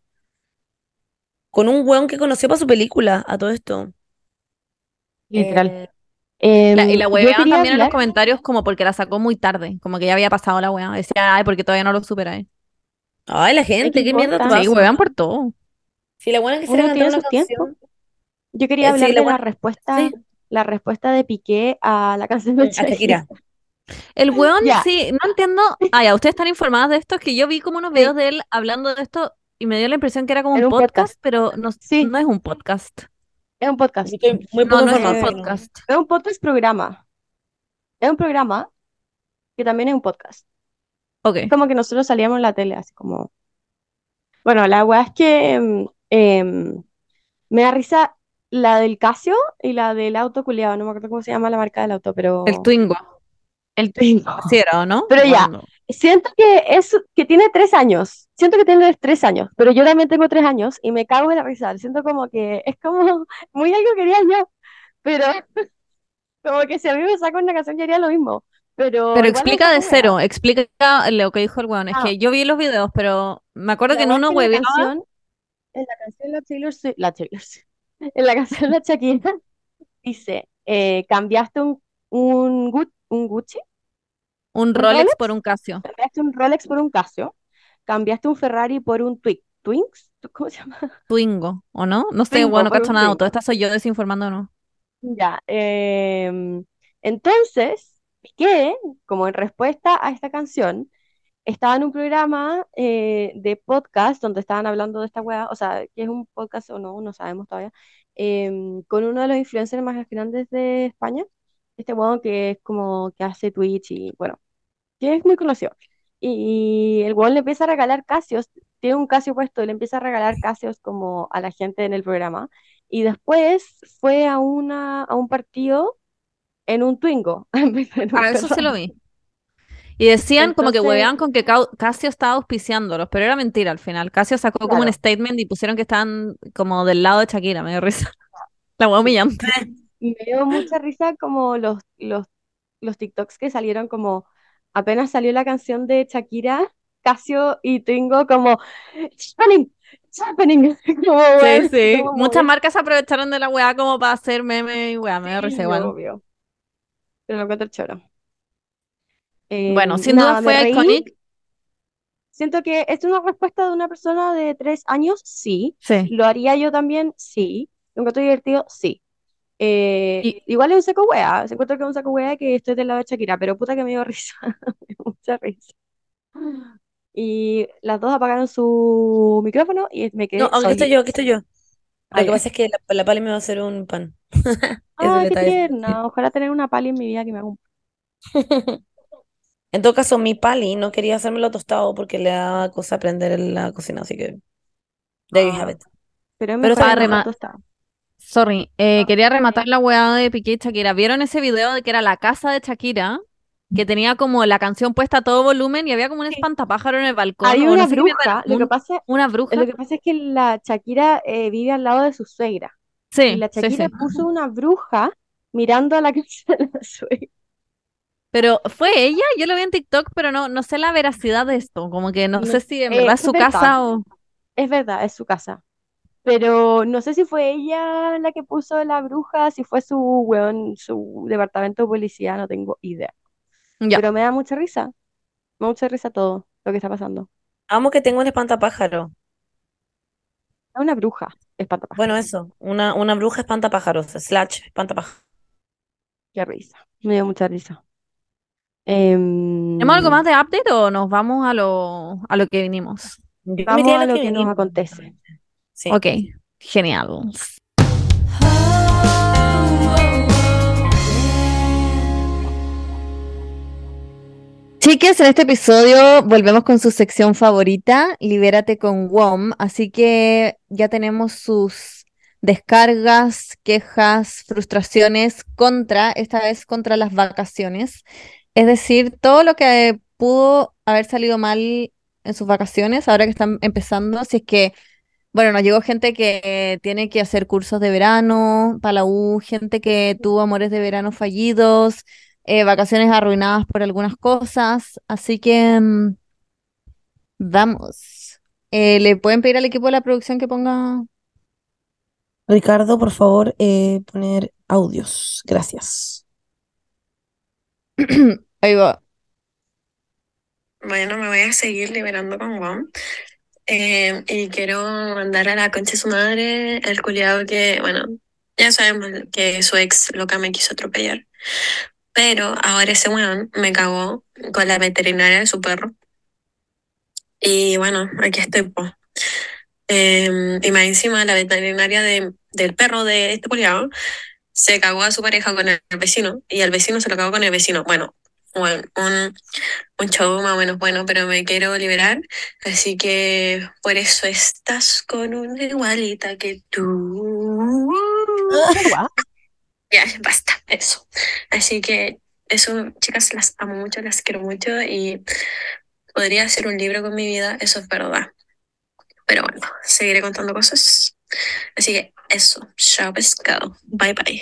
[SPEAKER 1] con un weón que conoció para su película a todo esto.
[SPEAKER 2] Literal.
[SPEAKER 1] Eh,
[SPEAKER 3] La- y
[SPEAKER 2] Em,
[SPEAKER 3] la
[SPEAKER 2] yo
[SPEAKER 3] hueveaban
[SPEAKER 2] quería
[SPEAKER 3] también en los
[SPEAKER 2] hablar-
[SPEAKER 3] comentarios como porque la sacó muy tarde, como que ya había pasado la hueá. Decía, ay, porque todavía no lo supera. eh".
[SPEAKER 1] Ay, la gente, qué mierda
[SPEAKER 2] importa?
[SPEAKER 1] toda.
[SPEAKER 3] Sí, huevean por todo.
[SPEAKER 1] Si la buena que se
[SPEAKER 2] Uno
[SPEAKER 1] era cantar
[SPEAKER 2] tiene
[SPEAKER 1] una
[SPEAKER 2] sus tiempos.
[SPEAKER 1] canción.
[SPEAKER 2] Yo quería
[SPEAKER 1] Eh, sí,
[SPEAKER 2] hablar
[SPEAKER 1] la
[SPEAKER 2] de la
[SPEAKER 1] buena-
[SPEAKER 2] respuesta,
[SPEAKER 1] Sí.
[SPEAKER 2] la respuesta de Piqué a la canción de
[SPEAKER 3] [LAUGHS]
[SPEAKER 1] A Shakira.
[SPEAKER 3] El weón,
[SPEAKER 2] Ya.
[SPEAKER 3] sí, no entiendo. Ay, a ustedes están informadas de esto, es que yo vi como unos videos de él hablando de esto y me dio la impresión que era como un
[SPEAKER 2] Era un
[SPEAKER 3] podcast,
[SPEAKER 2] podcast.
[SPEAKER 3] pero no,
[SPEAKER 2] Sí.
[SPEAKER 3] no es un podcast.
[SPEAKER 2] Es un podcast.
[SPEAKER 1] Estoy muy
[SPEAKER 3] No,
[SPEAKER 1] poco
[SPEAKER 3] no es un
[SPEAKER 1] informada, así que no.
[SPEAKER 3] podcast.
[SPEAKER 2] Es un podcast programa. Es un programa que también es un podcast.
[SPEAKER 3] Ok.
[SPEAKER 2] Es como que nosotros salíamos en la tele, así como. Bueno, la weá es que em, em, me da risa la del Casio y la del auto culiado. No me acuerdo cómo se llama la marca del auto, pero.
[SPEAKER 3] El Twingo.
[SPEAKER 2] El Twingo.
[SPEAKER 3] Así era, ¿o no?
[SPEAKER 2] Oh. Pero ya. Oh,
[SPEAKER 3] Bueno,
[SPEAKER 2] Siento que es que tiene tres años. Siento que tiene tres años, pero yo también tengo tres años y me cago en la risa. Siento como que es como [LAUGHS] muy algo que haría yo, pero [LAUGHS] como que si a mí me sacan una canción yo haría lo mismo. Pero igual
[SPEAKER 3] Pero explica
[SPEAKER 2] me
[SPEAKER 3] de
[SPEAKER 2] saco
[SPEAKER 3] cero, explica lo que dijo el weón. Es
[SPEAKER 2] Ah.
[SPEAKER 3] que yo vi los videos, pero me acuerdo
[SPEAKER 2] La
[SPEAKER 3] que en
[SPEAKER 2] verdad
[SPEAKER 3] uno
[SPEAKER 2] es que en la
[SPEAKER 3] hueveaba.
[SPEAKER 2] canción, en la canción la Taylor Swift- la Taylor Swift, [LAUGHS] en la canción la Shakira [LAUGHS] dice, eh, cambiaste un, un, Gu- un Gucci,
[SPEAKER 3] Un
[SPEAKER 2] ¿Un
[SPEAKER 3] Rolex
[SPEAKER 2] Rolex?
[SPEAKER 3] por un Casio.
[SPEAKER 2] cambiaste un Rolex por un Casio, cambiaste un Ferrari por un Twig, Twinks, ¿cómo se llama? [LAUGHS]
[SPEAKER 3] Twingo, ¿o no? No sé,
[SPEAKER 2] Twingo, Ah,
[SPEAKER 3] weón, no
[SPEAKER 2] por
[SPEAKER 3] cacho
[SPEAKER 2] un
[SPEAKER 3] nada.
[SPEAKER 2] Twingo.
[SPEAKER 3] Todo esto soy yo desinformando, ¿no?
[SPEAKER 2] Ya, em, entonces, Piqué, como en respuesta a esta canción, estaba en un programa eh, de podcast donde estaban hablando de esta weá, o sea, que es un podcast o no, no sabemos todavía, em, con uno de los influencers más grandes de España, este weón que es como que hace Twitch y bueno, que es muy conocido. Y el weón le empieza a regalar Casios, tiene un Casio puesto y le empieza a regalar Casios como a la gente en el programa. Y después fue a, una, a un partido en un Twingo. [LAUGHS] en vez de en un
[SPEAKER 3] Ah, eso sí
[SPEAKER 2] Ferrari.
[SPEAKER 3] lo vi. Y decían como que
[SPEAKER 2] Entonces-
[SPEAKER 3] hueveaban con que Cau- Casio estaba auspiciándolos, pero era mentira al final. Casio sacó como un
[SPEAKER 2] Claro.
[SPEAKER 3] statement y pusieron que estaban como del lado de Shakira, me dio risa. [LAUGHS] La hueá humillante.
[SPEAKER 2] Y me dio mucha risa como los, los, los TikToks que salieron como apenas salió la canción de Shakira, Casio y Twingo como "It's happening, it's happening", [LAUGHS] como,
[SPEAKER 3] Sí,
[SPEAKER 2] bueno,
[SPEAKER 3] sí.
[SPEAKER 2] como
[SPEAKER 3] Muchas
[SPEAKER 2] muy-
[SPEAKER 3] marcas se aprovecharon de la weá como para hacer meme y weá, me
[SPEAKER 2] [LAUGHS]
[SPEAKER 3] da risa
[SPEAKER 2] sí,
[SPEAKER 3] igual.
[SPEAKER 2] obvio. Pero lo encuentro choro.
[SPEAKER 3] Bueno,
[SPEAKER 2] Em,
[SPEAKER 3] sin duda
[SPEAKER 2] nada, me
[SPEAKER 3] fue
[SPEAKER 2] reí.
[SPEAKER 3] iconic.
[SPEAKER 2] Siento que es una respuesta de una persona de tres años, sí.
[SPEAKER 3] Sí.
[SPEAKER 2] ¿Lo haría yo también? Sí. ¿Lo encuentro divertido? Sí. Eh,
[SPEAKER 3] Y-
[SPEAKER 2] igual es un saco hueá. Se encuentra que es un saco hueá que estoy del lado de Shakira, pero puta que me dio risa. [LAUGHS] Me dio mucha risa. Y las dos apagaron su micrófono y me quedé
[SPEAKER 1] No, aquí estoy
[SPEAKER 2] solita.
[SPEAKER 1] yo, aquí estoy yo. Lo que
[SPEAKER 2] ya.
[SPEAKER 1] pasa es que la, la Pali me va a hacer un pan. Eso
[SPEAKER 2] Ay,
[SPEAKER 1] le estaba
[SPEAKER 2] qué
[SPEAKER 1] diciendo.
[SPEAKER 2] tierna. Ojalá tener una pali en mi vida que me haga un.
[SPEAKER 1] [LAUGHS] En todo caso, mi Pali no quería hacérmelo tostado porque le daba cosa aprender en la cocina, así que there you have it.
[SPEAKER 2] Pero es
[SPEAKER 1] Pero
[SPEAKER 2] mejor
[SPEAKER 1] estaba
[SPEAKER 2] el
[SPEAKER 3] rema-
[SPEAKER 2] pan tostado.
[SPEAKER 3] Sorry,
[SPEAKER 2] Ah,
[SPEAKER 3] eh, quería rematar la weá de Piqué y Shakira. ¿Vieron ese video de que era la casa de Shakira? Que tenía como la canción puesta a todo volumen y había como un espantapájaro en el balcón.
[SPEAKER 2] Hay
[SPEAKER 3] o no
[SPEAKER 2] una
[SPEAKER 3] sé qué mierda
[SPEAKER 2] bruja.
[SPEAKER 3] era,
[SPEAKER 2] Lo que
[SPEAKER 3] un-
[SPEAKER 2] pasa,
[SPEAKER 3] una bruja.
[SPEAKER 2] lo que pasa es que la Shakira eh, vive al lado de su suegra. Y
[SPEAKER 3] Sí,
[SPEAKER 2] la
[SPEAKER 3] sí,
[SPEAKER 2] Shakira
[SPEAKER 3] sí.
[SPEAKER 2] puso una bruja mirando a la casa de la [LAUGHS] suegra.
[SPEAKER 3] Pero fue ella, yo lo vi en TikTok, pero no, no sé la veracidad de esto. Como que no
[SPEAKER 2] No-
[SPEAKER 3] sé si en
[SPEAKER 2] eh,
[SPEAKER 3] verdad
[SPEAKER 2] es
[SPEAKER 3] es su
[SPEAKER 2] verdad.
[SPEAKER 3] casa o.
[SPEAKER 2] Es verdad, es su casa. Pero no sé si fue ella la que puso la bruja, si fue su weón, su departamento de policía, no tengo idea.
[SPEAKER 3] Ya.
[SPEAKER 2] Pero me da mucha risa. Me da mucha risa todo lo que está pasando.
[SPEAKER 1] Amo que tengo un espantapájaro.
[SPEAKER 2] Es una bruja, espantapájaros,
[SPEAKER 1] Bueno, eso, una, una bruja espantapájaros, slash espantapájaros.
[SPEAKER 2] qué risa. Me dio mucha risa.
[SPEAKER 3] ¿Tenemos algo
[SPEAKER 2] Em,
[SPEAKER 3] más de update o nos vamos a lo, a lo que vinimos?
[SPEAKER 1] Yo me
[SPEAKER 2] Vamos
[SPEAKER 1] tiré
[SPEAKER 2] a
[SPEAKER 1] lo
[SPEAKER 2] lo
[SPEAKER 1] que
[SPEAKER 2] que nos
[SPEAKER 1] vinimos,
[SPEAKER 2] acontece.
[SPEAKER 3] [LAUGHS]
[SPEAKER 1] básicamente. Sí.
[SPEAKER 3] Ok, genial. Chiques, en este episodio volvemos con su sección favorita, Libérate con WOM. Así que ya tenemos sus descargas, quejas, frustraciones contra, esta vez contra las vacaciones. Es decir, todo lo que pudo haber salido mal en sus vacaciones, ahora que están empezando. Así es que, bueno, nos llegó gente que tiene que hacer cursos de verano para la U, gente que tuvo amores de verano fallidos eh, vacaciones arruinadas por algunas cosas, así que mm, vamos. Eh, ¿le pueden pedir al equipo de la producción que ponga? [CLEARS THROAT]
[SPEAKER 1] Ricardo, por favor, eh, poner audios. Gracias.
[SPEAKER 3] Ahí va.
[SPEAKER 5] Bueno, me voy a seguir liberando con Juan. Eh, y quiero mandar a la concha de su madre el culiado que, bueno, ya sabemos que su ex loca me quiso atropellar. Pero ahora ese weón me cagó con la veterinaria de su perro. Y bueno, aquí estoy, po. Eh, y más encima la veterinaria de- del perro de este culiado se cagó a su pareja con el vecino. Y al vecino se lo cagó con el vecino. Bueno, bueno, un un show más o menos bueno, pero me quiero liberar. Así que por eso estás con una igualita que tú.
[SPEAKER 2] ¡Ah! guau.
[SPEAKER 5] Ya, basta, eso. Así que eso, chicas, las amo mucho, las quiero mucho y podría hacer un libro con mi vida, eso es verdad. Pero bueno, seguiré contando cosas. Así que eso, chao pescado, bye bye.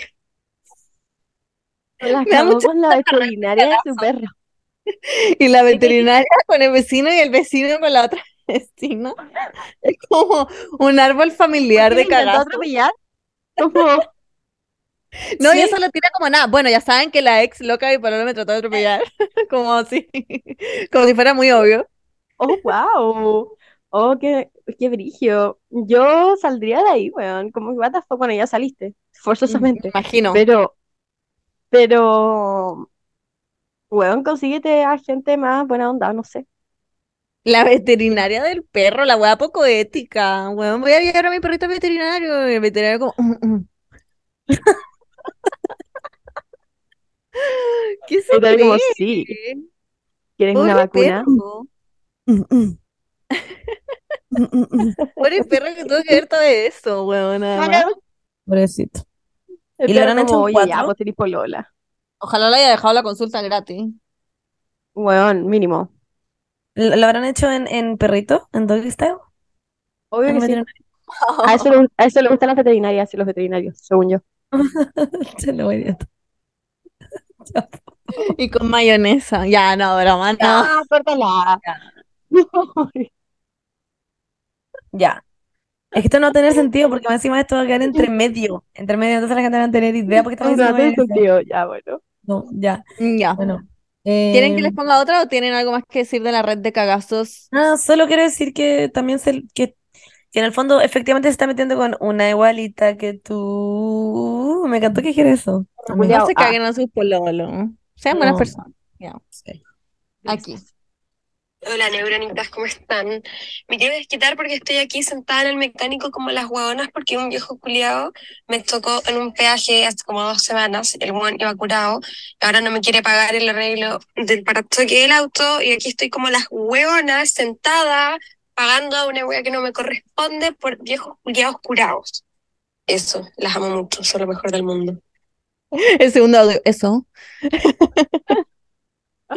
[SPEAKER 2] la
[SPEAKER 3] Me da
[SPEAKER 2] cagó
[SPEAKER 3] mucha
[SPEAKER 2] con la veterinaria de su perro.
[SPEAKER 3] Y la veterinaria con el vecino y el vecino con la otra [LAUGHS] vecina. Es como un árbol familiar
[SPEAKER 2] ¿Por qué
[SPEAKER 3] de
[SPEAKER 2] le intentó
[SPEAKER 3] cagazo.
[SPEAKER 2] atropellar? Como,
[SPEAKER 3] No, y
[SPEAKER 2] Sí.
[SPEAKER 3] eso lo tira como nada. Bueno, ya saben que la ex loca de mi palabra me trató de atropellar. [LAUGHS] Como así. [LAUGHS] Como si fuera muy obvio.
[SPEAKER 2] oh, wow. Oh, qué, qué brigio. Yo saldría de ahí, weón. Como que what the fuck, bueno, ya saliste,
[SPEAKER 3] Me
[SPEAKER 2] forzosamente.
[SPEAKER 3] imagino.
[SPEAKER 2] Pero, pero, weón, consíguete a gente más buena onda, no sé.
[SPEAKER 3] La veterinaria del perro, la weá poco ética. Weón, voy a llevar a mi perrito al veterinario. Y el veterinario como... "Mm, mm". [LAUGHS] ¿Qué se
[SPEAKER 2] Y tal como,
[SPEAKER 3] cree?
[SPEAKER 2] sí, ¿quieres
[SPEAKER 3] Pobre
[SPEAKER 2] una vacuna?
[SPEAKER 3] perro.
[SPEAKER 2] Mm,
[SPEAKER 1] [LAUGHS]
[SPEAKER 3] Pobre perro que tuvo que ver todo eso, weón.
[SPEAKER 1] Pobrecito.
[SPEAKER 2] El
[SPEAKER 1] Y le
[SPEAKER 2] perro
[SPEAKER 1] habrán hecho un
[SPEAKER 2] como, oye, ya,
[SPEAKER 1] cuatro.
[SPEAKER 2] vos tenés polola.
[SPEAKER 3] Ojalá le haya dejado la consulta gratis.
[SPEAKER 2] Weón, mínimo.
[SPEAKER 1] ¿Lo lo habrán hecho en, en perrito? ¿En doggy style?
[SPEAKER 2] Obvio
[SPEAKER 1] ¿En
[SPEAKER 2] que sí.
[SPEAKER 1] veterinario?
[SPEAKER 2] A Ah, eso, le- a eso le gustan las veterinarias y los veterinarios, según yo.
[SPEAKER 1] Se lo voy a-
[SPEAKER 3] Y con mayonesa. Ya, no, broma, no.
[SPEAKER 2] [LAUGHS] Ah, córtala. [LAUGHS]
[SPEAKER 1] Ya. Es que esto no va a tener sentido porque más encima esto va a quedar entre
[SPEAKER 3] Mm.
[SPEAKER 1] medio. Entre medio, entonces la gente no va a tener idea porque estamos
[SPEAKER 2] No, no
[SPEAKER 1] diciendo
[SPEAKER 2] tiene
[SPEAKER 1] mayonesa.
[SPEAKER 2] sentido, ya, bueno.
[SPEAKER 1] No, ya.
[SPEAKER 3] Ya.
[SPEAKER 1] Bueno.
[SPEAKER 3] ¿Quieren que les
[SPEAKER 1] Em,
[SPEAKER 3] ponga otra o tienen algo más que decir de la red de cagazos?
[SPEAKER 1] Ah, solo quiero decir que también se, que, que en el fondo efectivamente se está metiendo con una igualita que tú. Me encantó que dijera eso. Amigo.
[SPEAKER 2] Juliao,
[SPEAKER 3] No se
[SPEAKER 2] ah.
[SPEAKER 3] caguen a sus pololos. Sean buenas
[SPEAKER 1] No.
[SPEAKER 3] personas.
[SPEAKER 1] Sí.
[SPEAKER 3] Aquí.
[SPEAKER 5] Hola, neuronitas, ¿cómo están? Me quiero desquitar porque estoy aquí sentada en el mecánico como las hueonas porque un viejo culiao me tocó en un peaje hace como dos semanas, el buen iba curado, y ahora no me quiere pagar el arreglo del parachoque del auto y aquí estoy como las hueonas sentada pagando a una wea que no me corresponde por viejos culiados curados. Eso, las amo mucho, son lo mejor del mundo.
[SPEAKER 3] El segundo audio, eso.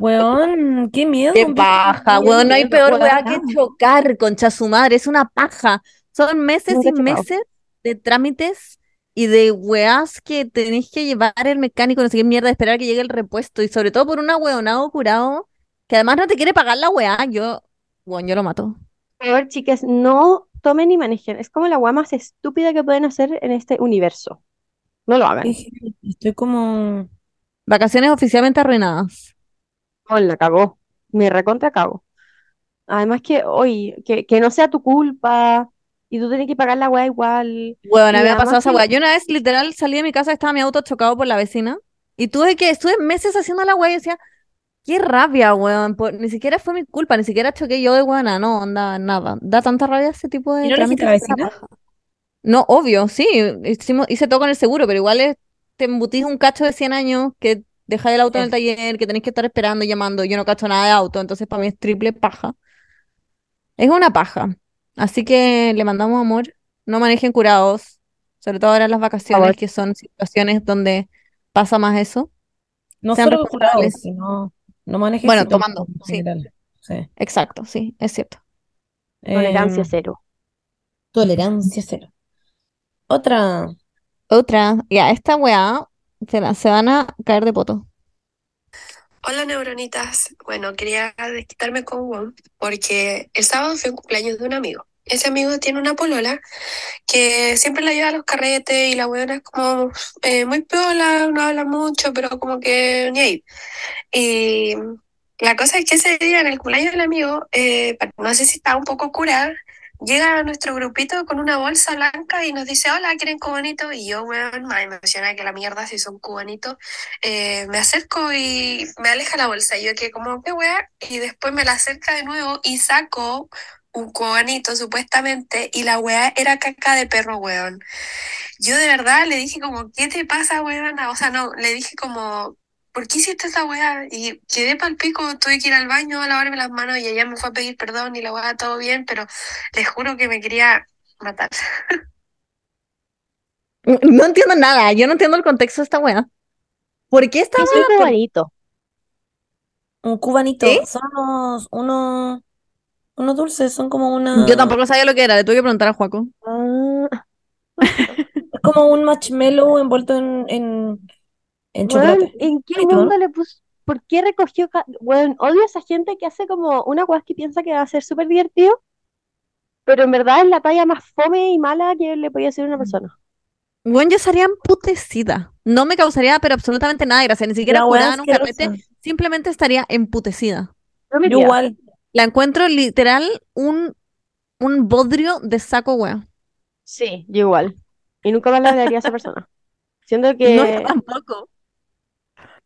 [SPEAKER 1] Weón, qué miedo.
[SPEAKER 3] Qué
[SPEAKER 1] un viejo
[SPEAKER 3] paja,
[SPEAKER 1] culiao.
[SPEAKER 3] weón. No hay peor
[SPEAKER 2] weón,
[SPEAKER 3] weá
[SPEAKER 2] acá.
[SPEAKER 3] que chocar, concha su madre. Es una paja. Son meses
[SPEAKER 2] Nunca
[SPEAKER 3] y
[SPEAKER 2] he chocado.
[SPEAKER 3] meses de trámites y de weás que tenés que llevar el mecánico, no sé qué mierda, esperar que llegue el repuesto. Y sobre todo por una weonado curado que además no te quiere pagar la weá. Yo, weón, yo lo mato.
[SPEAKER 2] favor, chicas, no tomen y manejen. Es como la guay más estúpida que pueden hacer en este universo. No lo hagan.
[SPEAKER 1] Dije, Estoy como.
[SPEAKER 3] Vacaciones oficialmente arruinadas.
[SPEAKER 2] No, la cagó. Me recontra cagó. Además que hoy, que, que no sea tu culpa y tú tienes que pagar la weá igual.
[SPEAKER 3] Weón, a
[SPEAKER 2] Y
[SPEAKER 3] mí me ha
[SPEAKER 2] además
[SPEAKER 3] pasado esa
[SPEAKER 2] que-
[SPEAKER 3] weá. Yo una vez literal salí de mi casa, estaba mi auto chocado por la vecina y tuve que, estuve meses haciendo la weá y decía, qué rabia, weón. por- ni siquiera fue mi culpa, ni siquiera choqué yo de weona, no, onda, nada. Da tanta rabia ese tipo de
[SPEAKER 1] ¿Y no le dijiste a la
[SPEAKER 3] trámites, esa
[SPEAKER 1] vecina?
[SPEAKER 3] paja. No, obvio, sí, hicimos, hice todo con el seguro, pero igual es- te embutís un cacho de 100 años que dejáis el auto en el taller, que tenés que estar esperando, llamando. Yo no cacho nada de auto, entonces para mí es triple paja. Es una paja. Así que le mandamos amor. No manejen curados, sobre todo ahora en las vacaciones,
[SPEAKER 2] favor.
[SPEAKER 3] que son situaciones donde pasa más eso.
[SPEAKER 1] No
[SPEAKER 3] Sean
[SPEAKER 1] solo curados,
[SPEAKER 3] responsables.
[SPEAKER 1] sino. No manejes
[SPEAKER 3] Bueno,
[SPEAKER 1] sin tomar
[SPEAKER 3] tomando,
[SPEAKER 1] en
[SPEAKER 3] sí.
[SPEAKER 1] general. Sí.
[SPEAKER 3] Exacto, sí, es cierto.
[SPEAKER 2] Tolerancia
[SPEAKER 1] Em,
[SPEAKER 2] cero.
[SPEAKER 1] tolerancia cero. Otra.
[SPEAKER 3] Otra, ya, esta weá se, la- se van a caer de poto. [LAUGHS]
[SPEAKER 5] Hola, neuronitas. Bueno, quería desquitarme con Wong porque el sábado fue un cumpleaños de un amigo. Ese amigo tiene una polola que siempre la lleva a los carretes y la weona es como eh, muy piola, no habla mucho, pero como que ni ahí. Y la cosa es que ese día en el cumpleaños del amigo, eh, pa- no sé si estaba un poco curada, llega a nuestro grupito con una bolsa blanca y nos dice, hola, ¿quieren cubanitos? Y yo, weón, me emociona que la mierda si son cubanitos. Eh, me acerco y me aleja la bolsa. Y yo que como, qué weá. Y después me la acerca de nuevo y saco un cubanito supuestamente y la weá era caca de perro, weón. Yo de verdad le dije como, ¿qué te pasa, weona? O sea, no, le dije como, ¿por qué hiciste esa weá? Y quedé pal pico, tuve que ir al baño a lavarme las manos y ella me fue a pedir perdón y la weá todo bien, pero les juro que me quería matar.
[SPEAKER 3] No entiendo nada, yo no entiendo el contexto de esta weá. ¿Por qué esta
[SPEAKER 2] Es un cubanito.
[SPEAKER 1] Un cubanito.
[SPEAKER 3] ¿Sí?
[SPEAKER 1] Son unos. Unos. Unos dulces. Son como
[SPEAKER 3] weá?
[SPEAKER 1] una.
[SPEAKER 3] Yo tampoco sabía lo que era, le tuve que preguntar a Juaco.
[SPEAKER 2] Ah,
[SPEAKER 1] Es como un marshmallow envuelto en. En, en
[SPEAKER 2] weón,
[SPEAKER 1] chocolate.
[SPEAKER 2] ¿en qué
[SPEAKER 1] Cubanito,
[SPEAKER 2] mundo
[SPEAKER 1] ¿no?
[SPEAKER 2] le puso? ¿Por qué recogió? ca- Weón, odio a esa gente que hace como una weá que piensa que va a ser súper divertido, pero en verdad es la talla más fome y mala que le podía hacer
[SPEAKER 1] Mm.
[SPEAKER 2] una persona.
[SPEAKER 3] Weón, yo estaría emputecida. No me causaría, pero absolutamente nada de gracia, ni siquiera
[SPEAKER 1] La weá
[SPEAKER 3] curada en un
[SPEAKER 1] asquerosa.
[SPEAKER 3] carrete, simplemente estaría emputecida.
[SPEAKER 2] Yo me
[SPEAKER 1] Yo
[SPEAKER 2] iría.
[SPEAKER 1] igual.
[SPEAKER 3] La encuentro literal un, un bodrio de saco weá.
[SPEAKER 2] Sí, yo igual. Y nunca más le hablaría a esa persona. Siento
[SPEAKER 3] [LAUGHS] No,
[SPEAKER 2] que
[SPEAKER 3] yo tampoco.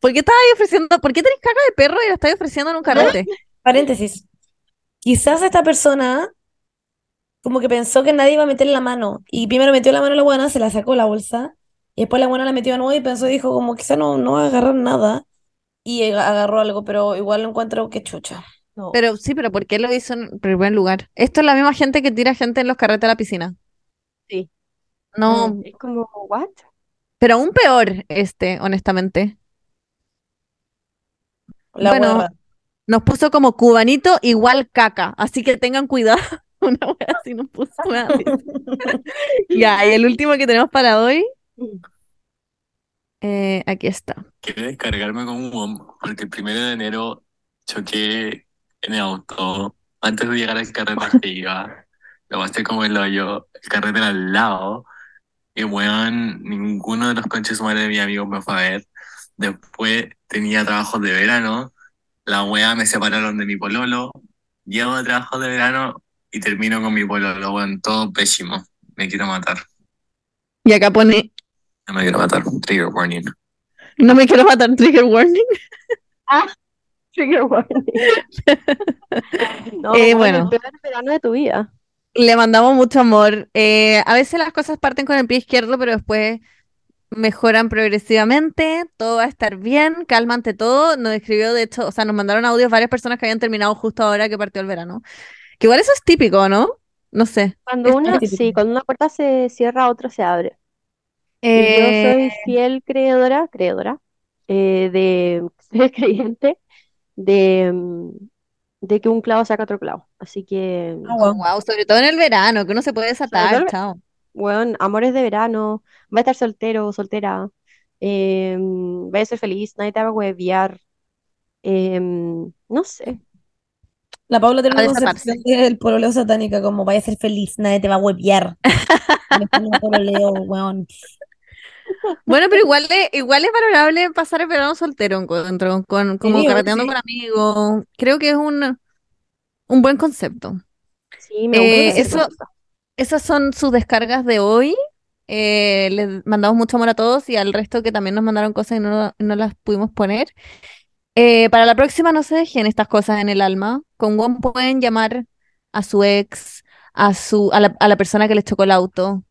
[SPEAKER 3] ¿Por qué estás ahí ofreciendo? ¿Por qué tenés caca de perro y la estás ofreciendo en
[SPEAKER 1] [LAUGHS]
[SPEAKER 3] un carrete?
[SPEAKER 1] Paréntesis. Quizás esta persona como que pensó que nadie iba a meter la mano y primero metió la mano a la buena, se la sacó la bolsa y después la buena la metió de nuevo y pensó, dijo como quizás no, no va a agarrar nada y ag- agarró algo, pero igual lo encuentro que chucha. No.
[SPEAKER 3] Pero sí, pero ¿por qué lo hizo en primer lugar? Esto es la misma gente que tira gente en los carretes a la piscina.
[SPEAKER 2] Sí.
[SPEAKER 1] Mm.
[SPEAKER 3] No,
[SPEAKER 2] Mm, es como, ¿what?
[SPEAKER 3] pero aún peor este, honestamente.
[SPEAKER 1] La
[SPEAKER 3] bueno,
[SPEAKER 1] hueá rara.
[SPEAKER 3] Nos puso como cubanito igual caca, así que tengan cuidado. [LAUGHS] Una wea así nos puso. me da
[SPEAKER 2] [LAUGHS]
[SPEAKER 3] risa. Ya, y el último que tenemos para hoy, Mm. eh, aquí está.
[SPEAKER 6] Quiero descargarme con un WOM porque el primero de enero choqué en el auto antes de llegar al carrete que iba. Lo pasé como el hoyo, el carrete era al lado. Y weón, ninguno de los conches madre de mis amigos me fue a ver. Después tenía trabajos de verano. La weá me separaron de mi pololo. Llevo a trabajos de verano y termino con mi pololo, weón. Todo pésimo. Me quiero matar.
[SPEAKER 3] Y acá pone,
[SPEAKER 6] No me quiero matar. Trigger warning.
[SPEAKER 3] no me quiero matar, trigger warning.
[SPEAKER 2] Trigger warning. No,
[SPEAKER 3] Eh,
[SPEAKER 2] bueno,
[SPEAKER 3] bueno.
[SPEAKER 2] el peor verano de tu vida.
[SPEAKER 3] Le mandamos mucho amor. Eh, a veces las cosas parten con el pie izquierdo, pero después mejoran progresivamente. Todo va a estar bien, calma ante todo. Nos escribió, de hecho, o sea, nos mandaron audios varias personas que habían terminado justo ahora que partió el verano. Que igual eso es típico, ¿no? No sé.
[SPEAKER 2] Cuando
[SPEAKER 3] Este Es
[SPEAKER 2] una,
[SPEAKER 1] típico.
[SPEAKER 2] sí, cuando una puerta se cierra, otra se abre. Y yo
[SPEAKER 3] Eh,
[SPEAKER 2] soy fiel creedora, creedora, eh, de, [LAUGHS] soy creyente de, mm, de que un clavo saca otro clavo. Así que, mm,
[SPEAKER 1] Ah,
[SPEAKER 3] wow, sobre todo en el verano, que uno se puede
[SPEAKER 2] todo
[SPEAKER 3] desatar,
[SPEAKER 2] el-
[SPEAKER 3] chao.
[SPEAKER 1] [LAUGHS]
[SPEAKER 2] bueno, amores de verano, va a estar soltero, soltera, eh, mm, vaya a ser feliz, nadie te va a hueviar. eh, mm, no sé,
[SPEAKER 1] La Paula tiene
[SPEAKER 3] A
[SPEAKER 1] una
[SPEAKER 3] destaparse.
[SPEAKER 1] concepción del pololeo satánica, como vaya a ser feliz, nadie te va a
[SPEAKER 3] [LAUGHS]
[SPEAKER 1] huevear. Me pone pololeo, weón.
[SPEAKER 3] Bueno, pero igual es, igual es valorable pasar el verano soltero, encuentro, con, como
[SPEAKER 1] obvio,
[SPEAKER 3] carreteando
[SPEAKER 1] sí.
[SPEAKER 3] con amigos. Creo que es un, un buen concepto.
[SPEAKER 2] sí, me gusta
[SPEAKER 3] Eh,
[SPEAKER 2] ese tipo de
[SPEAKER 3] eso-
[SPEAKER 2] cosas.
[SPEAKER 3] Esas son sus descargas de hoy. Eh, les mandamos mucho amor a todos y al resto que también nos mandaron cosas y no, no las pudimos poner. Eh, para la próxima no se dejen estas cosas en el alma. Con Won pueden llamar a su ex, a su, a la, a la persona que les chocó el auto,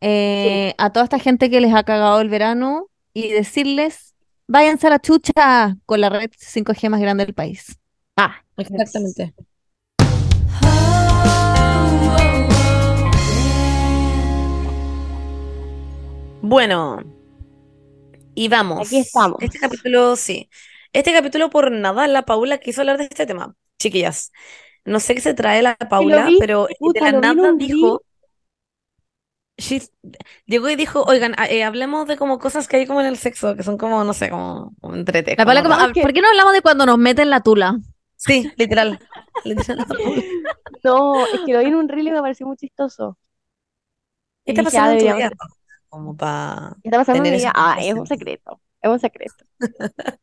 [SPEAKER 3] eh, a toda esta gente que les ha cagado el verano y decirles, váyanse a la chucha con la red 5G más grande del país.
[SPEAKER 1] Exactamente. Bueno, y vamos.
[SPEAKER 2] Aquí estamos.
[SPEAKER 1] Este capítulo, sí. Este capítulo por nada, la Paula quiso hablar de este tema. Chiquillas, no sé qué se trae la Paula,
[SPEAKER 2] vi,
[SPEAKER 1] pero de
[SPEAKER 2] puta,
[SPEAKER 1] la
[SPEAKER 2] lo vi en
[SPEAKER 1] nada
[SPEAKER 2] un
[SPEAKER 1] dijo... She's- llegó y dijo, oigan, a- eh, hablemos de como cosas que hay como en el sexo, que son como, no sé, como, como entrete,
[SPEAKER 3] La Paula
[SPEAKER 1] como-
[SPEAKER 3] como,
[SPEAKER 2] "Ah,
[SPEAKER 3] "Ah,
[SPEAKER 2] que-
[SPEAKER 3] ¿por qué no hablamos de cuando nos meten la tula?
[SPEAKER 1] Sí, literal. [LAUGHS] Literal, la Paula.
[SPEAKER 2] No, es que lo vi en un reel y me pareció muy chistoso.
[SPEAKER 1] ¿Qué está
[SPEAKER 2] Y dije, ah,
[SPEAKER 1] pasando en tu
[SPEAKER 2] deberíamos-
[SPEAKER 1] vida? Como pa...
[SPEAKER 2] ¿Qué está pasando,
[SPEAKER 1] tener
[SPEAKER 2] amiga?
[SPEAKER 1] esa
[SPEAKER 2] Ah, es un
[SPEAKER 1] conversación.
[SPEAKER 2] secreto. Es un secreto.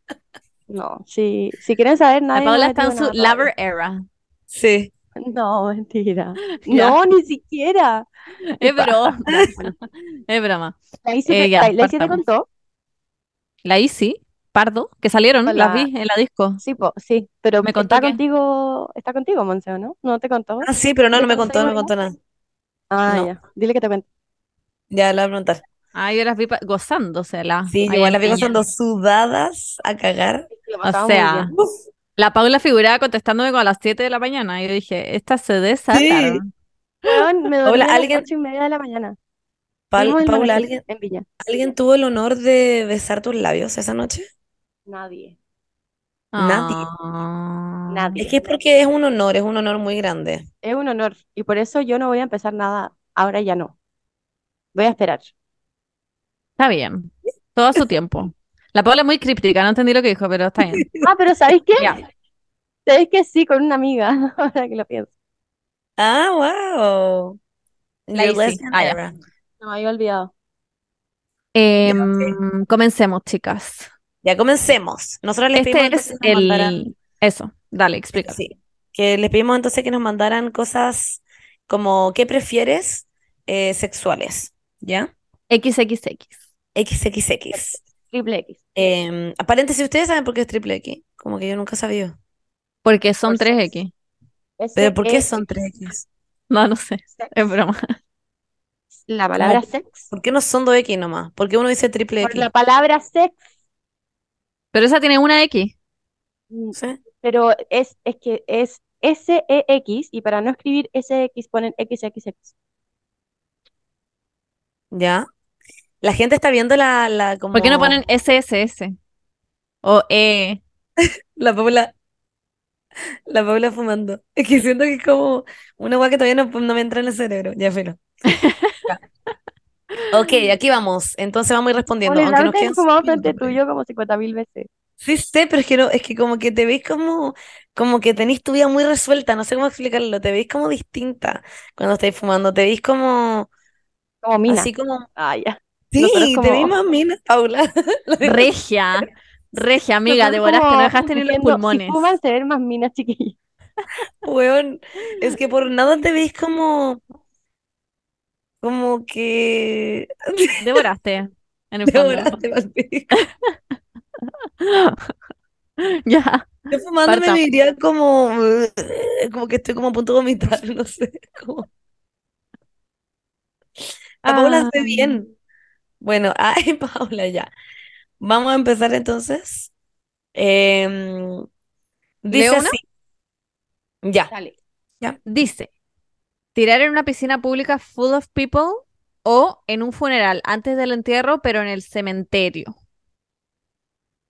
[SPEAKER 2] No, si, si quieren saber,
[SPEAKER 3] La
[SPEAKER 2] nadie
[SPEAKER 3] Paula
[SPEAKER 2] nos
[SPEAKER 3] está en
[SPEAKER 2] metió
[SPEAKER 3] su
[SPEAKER 2] nada
[SPEAKER 3] lover era.
[SPEAKER 1] [LAUGHS] Sí.
[SPEAKER 2] todavía. [LAUGHS] No,
[SPEAKER 1] [LAUGHS]
[SPEAKER 2] mentira.
[SPEAKER 3] Ya.
[SPEAKER 2] No, ni siquiera. [LAUGHS]
[SPEAKER 3] Es broma. Es broma.
[SPEAKER 2] La Isi
[SPEAKER 3] Eh,
[SPEAKER 2] te-
[SPEAKER 3] ya,
[SPEAKER 2] la- la Isi te
[SPEAKER 3] partamos.
[SPEAKER 2] contó.
[SPEAKER 3] La Isi, Pardo, que salieron,
[SPEAKER 2] Con
[SPEAKER 3] las
[SPEAKER 2] la-
[SPEAKER 3] vi en la disco.
[SPEAKER 2] Sí, po, sí, pero
[SPEAKER 3] Me
[SPEAKER 2] está
[SPEAKER 3] contó que-
[SPEAKER 2] contigo, está contigo, Monse, ¿o ¿no? ¿No te contó?
[SPEAKER 1] Ah, sí, pero no,
[SPEAKER 2] ¿Le
[SPEAKER 1] no me contó,
[SPEAKER 2] contó
[SPEAKER 1] no me
[SPEAKER 2] algo?
[SPEAKER 1] contó nada.
[SPEAKER 2] Ah,
[SPEAKER 1] no.
[SPEAKER 2] ya. Dile que te cuente.
[SPEAKER 1] Ya le voy a preguntar.
[SPEAKER 3] Ah, yo las vi pa- gozándosela.
[SPEAKER 1] Sí,
[SPEAKER 3] ahí
[SPEAKER 1] igual
[SPEAKER 3] en
[SPEAKER 1] las vi
[SPEAKER 3] Viña.
[SPEAKER 1] pasando sudadas a cagar.
[SPEAKER 2] Lo
[SPEAKER 3] O
[SPEAKER 2] pasaba muy
[SPEAKER 3] sea,
[SPEAKER 2] bien.
[SPEAKER 1] Uf,
[SPEAKER 3] La Paula figuraba contestándome como a las 7 de la mañana. Y yo dije, estas se desataron.
[SPEAKER 2] Weón, me dormí
[SPEAKER 1] Paula,
[SPEAKER 2] a las
[SPEAKER 1] alguien-
[SPEAKER 2] ocho y media de la mañana.
[SPEAKER 1] Pal-
[SPEAKER 2] Fuimos en
[SPEAKER 1] Paula,
[SPEAKER 2] Manatí,
[SPEAKER 1] ¿alguien,
[SPEAKER 2] en Villa.
[SPEAKER 1] ¿alguien tuvo el honor de besar tus labios esa noche?
[SPEAKER 2] Nadie.
[SPEAKER 1] Nadie.
[SPEAKER 3] Ah.
[SPEAKER 2] Nadie.
[SPEAKER 1] Es que es porque es un honor, es un honor muy grande.
[SPEAKER 2] Es un honor. Y por eso yo no voy a empezar nada. Ahora ya no. Voy a esperar.
[SPEAKER 3] Está bien. Todo a su tiempo. La Paula es muy críptica, no entendí lo que dijo, pero está bien.
[SPEAKER 2] Ah, pero ¿sabéis qué?
[SPEAKER 3] Ya.
[SPEAKER 2] ¿Sabéis que sí? Con una amiga, [LAUGHS] ahora que lo pienso.
[SPEAKER 1] Ah, wow.
[SPEAKER 3] La
[SPEAKER 1] Your
[SPEAKER 3] hice.
[SPEAKER 1] lesbian
[SPEAKER 3] Ah, ya.
[SPEAKER 1] era.
[SPEAKER 2] No me había olvidado.
[SPEAKER 3] Em, comencemos, chicas.
[SPEAKER 1] Ya comencemos. Nosotros les
[SPEAKER 3] Este
[SPEAKER 1] pedimos entonces
[SPEAKER 3] es
[SPEAKER 1] que nos
[SPEAKER 3] el...
[SPEAKER 1] mandaran-
[SPEAKER 3] Eso, dale, explica.
[SPEAKER 1] Sí, que les pedimos entonces que nos mandaran cosas como ¿qué prefieres? eh, sexuales, ¿ya?
[SPEAKER 3] XXX.
[SPEAKER 1] XXX.
[SPEAKER 2] Triple X.
[SPEAKER 1] Eh, paréntesis, ¿ustedes saben por qué es triple X? Como que yo nunca sabía.
[SPEAKER 3] Porque son
[SPEAKER 2] Por
[SPEAKER 3] 3X.
[SPEAKER 1] ¿Pero por qué
[SPEAKER 2] SX.
[SPEAKER 1] son tres X?
[SPEAKER 3] No, no sé. Es broma.
[SPEAKER 2] La palabra
[SPEAKER 1] Como-
[SPEAKER 2] sex.
[SPEAKER 1] ¿Por qué no son dos X nomás? ¿Por qué uno dice triple
[SPEAKER 2] Por
[SPEAKER 1] X?
[SPEAKER 2] la palabra sex.
[SPEAKER 3] Pero esa tiene una X.
[SPEAKER 2] mm,
[SPEAKER 1] ¿Sí?
[SPEAKER 2] Pero es, es que es SEX y para no escribir SX ponen XXX.
[SPEAKER 1] ¿Ya? La gente está viendo la, la
[SPEAKER 3] ¿Por qué no
[SPEAKER 1] como-
[SPEAKER 3] ponen SSS? O E.
[SPEAKER 1] La Paula, la Paula fumando. [LAUGHS] Es que siento que es como una hueá que todavía no, no me entra en el cerebro. Ya, filo. Ya. Ok, aquí vamos. Entonces vamos a ir respondiendo,
[SPEAKER 2] Bueno, la
[SPEAKER 1] aunque nos
[SPEAKER 2] otra vez
[SPEAKER 1] quedan
[SPEAKER 2] fumamos
[SPEAKER 1] cinco
[SPEAKER 2] frente
[SPEAKER 1] minutos,
[SPEAKER 2] tuyo como 50.000 veces.
[SPEAKER 1] pero- Sí sé, pero es que no, es que como que te veis como, como que tenéis tu vida muy resuelta, no sé cómo explicarlo, te veis como distinta cuando estáis fumando, te veis como,
[SPEAKER 2] Como mina.
[SPEAKER 1] así como,
[SPEAKER 2] Ah,
[SPEAKER 1] [LAUGHS]
[SPEAKER 2] ya.
[SPEAKER 1] sí,
[SPEAKER 2] Nosotros
[SPEAKER 1] te veis
[SPEAKER 2] como-
[SPEAKER 1] más mina, Paula. [LAUGHS]
[SPEAKER 3] Regia. Regia, amiga,
[SPEAKER 2] Nosotros
[SPEAKER 3] devoraste, no
[SPEAKER 2] como
[SPEAKER 3] dejaste ni los
[SPEAKER 2] diciendo, si
[SPEAKER 3] pulmones.
[SPEAKER 2] fuman se ven más minas chiquillas.
[SPEAKER 1] Weón, es que por nada te veis como, como que...
[SPEAKER 3] Devoraste.
[SPEAKER 1] [LAUGHS]
[SPEAKER 3] En el
[SPEAKER 1] Te
[SPEAKER 3] fondo.
[SPEAKER 1] volaste, Valpico.
[SPEAKER 3] [LAUGHS] Ya.
[SPEAKER 1] [LAUGHS] Yo fumándome
[SPEAKER 3] Parta.
[SPEAKER 1] me diría como, como que estoy como a punto de vomitar, [LAUGHS] no sé. Como... A Paula hace bien. Bueno, [LAUGHS] ay, Paula, ya. Vamos a empezar entonces. Em, dice
[SPEAKER 3] ¿Leo una?
[SPEAKER 1] así. Ya.
[SPEAKER 2] Dale.
[SPEAKER 3] Dice, tirar en una piscina pública full of people o en un funeral antes del entierro, pero en el cementerio.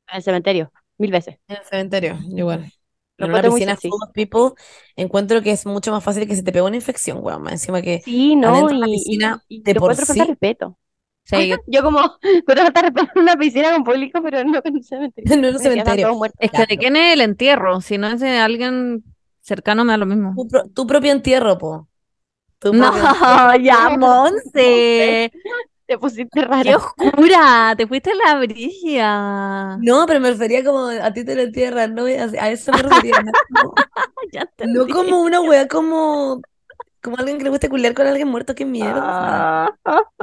[SPEAKER 2] En el cementerio, mil veces.
[SPEAKER 1] En el cementerio, igual.
[SPEAKER 2] Lo
[SPEAKER 1] En una
[SPEAKER 2] encuentro muy
[SPEAKER 1] piscina
[SPEAKER 2] sexy.
[SPEAKER 1] full of people, encuentro que es mucho más fácil que se te pegue una infección, weón. más Encima que
[SPEAKER 2] Sí, no,
[SPEAKER 1] adentro de la
[SPEAKER 2] y, y-
[SPEAKER 1] piscina,
[SPEAKER 2] y
[SPEAKER 1] de
[SPEAKER 2] yo
[SPEAKER 1] por
[SPEAKER 2] encuentro falta de
[SPEAKER 1] sí.
[SPEAKER 2] respeto.
[SPEAKER 3] Sí, [LAUGHS] yo-
[SPEAKER 2] Yo como, [LAUGHS] encuentro falta de respeto en una piscina con público, pero no en un
[SPEAKER 1] [LAUGHS]
[SPEAKER 2] cementerio.
[SPEAKER 1] no [LAUGHS] en un
[SPEAKER 2] Me quedan
[SPEAKER 1] cementerio. [LAUGHS]
[SPEAKER 2] todos muertos.
[SPEAKER 3] es que de quién es el entierro, si no es de alguien cercano me da lo mismo.
[SPEAKER 1] Tu, pro- tu propio entierro, po. Tu
[SPEAKER 3] No,
[SPEAKER 1] propio entierro.
[SPEAKER 2] [LAUGHS]
[SPEAKER 3] ya, Monse,
[SPEAKER 2] Te pusiste raro.
[SPEAKER 3] qué oscura, te fuiste a la brigia.
[SPEAKER 1] No, pero me refería como a ti te lo entierran, ¿no? A a eso me refería. No como,
[SPEAKER 3] Ya
[SPEAKER 1] no
[SPEAKER 3] entendí.
[SPEAKER 1] como una wea como, como alguien que le gusta culiar con alguien muerto, qué
[SPEAKER 2] Ah,
[SPEAKER 1] mierda.
[SPEAKER 3] [LAUGHS]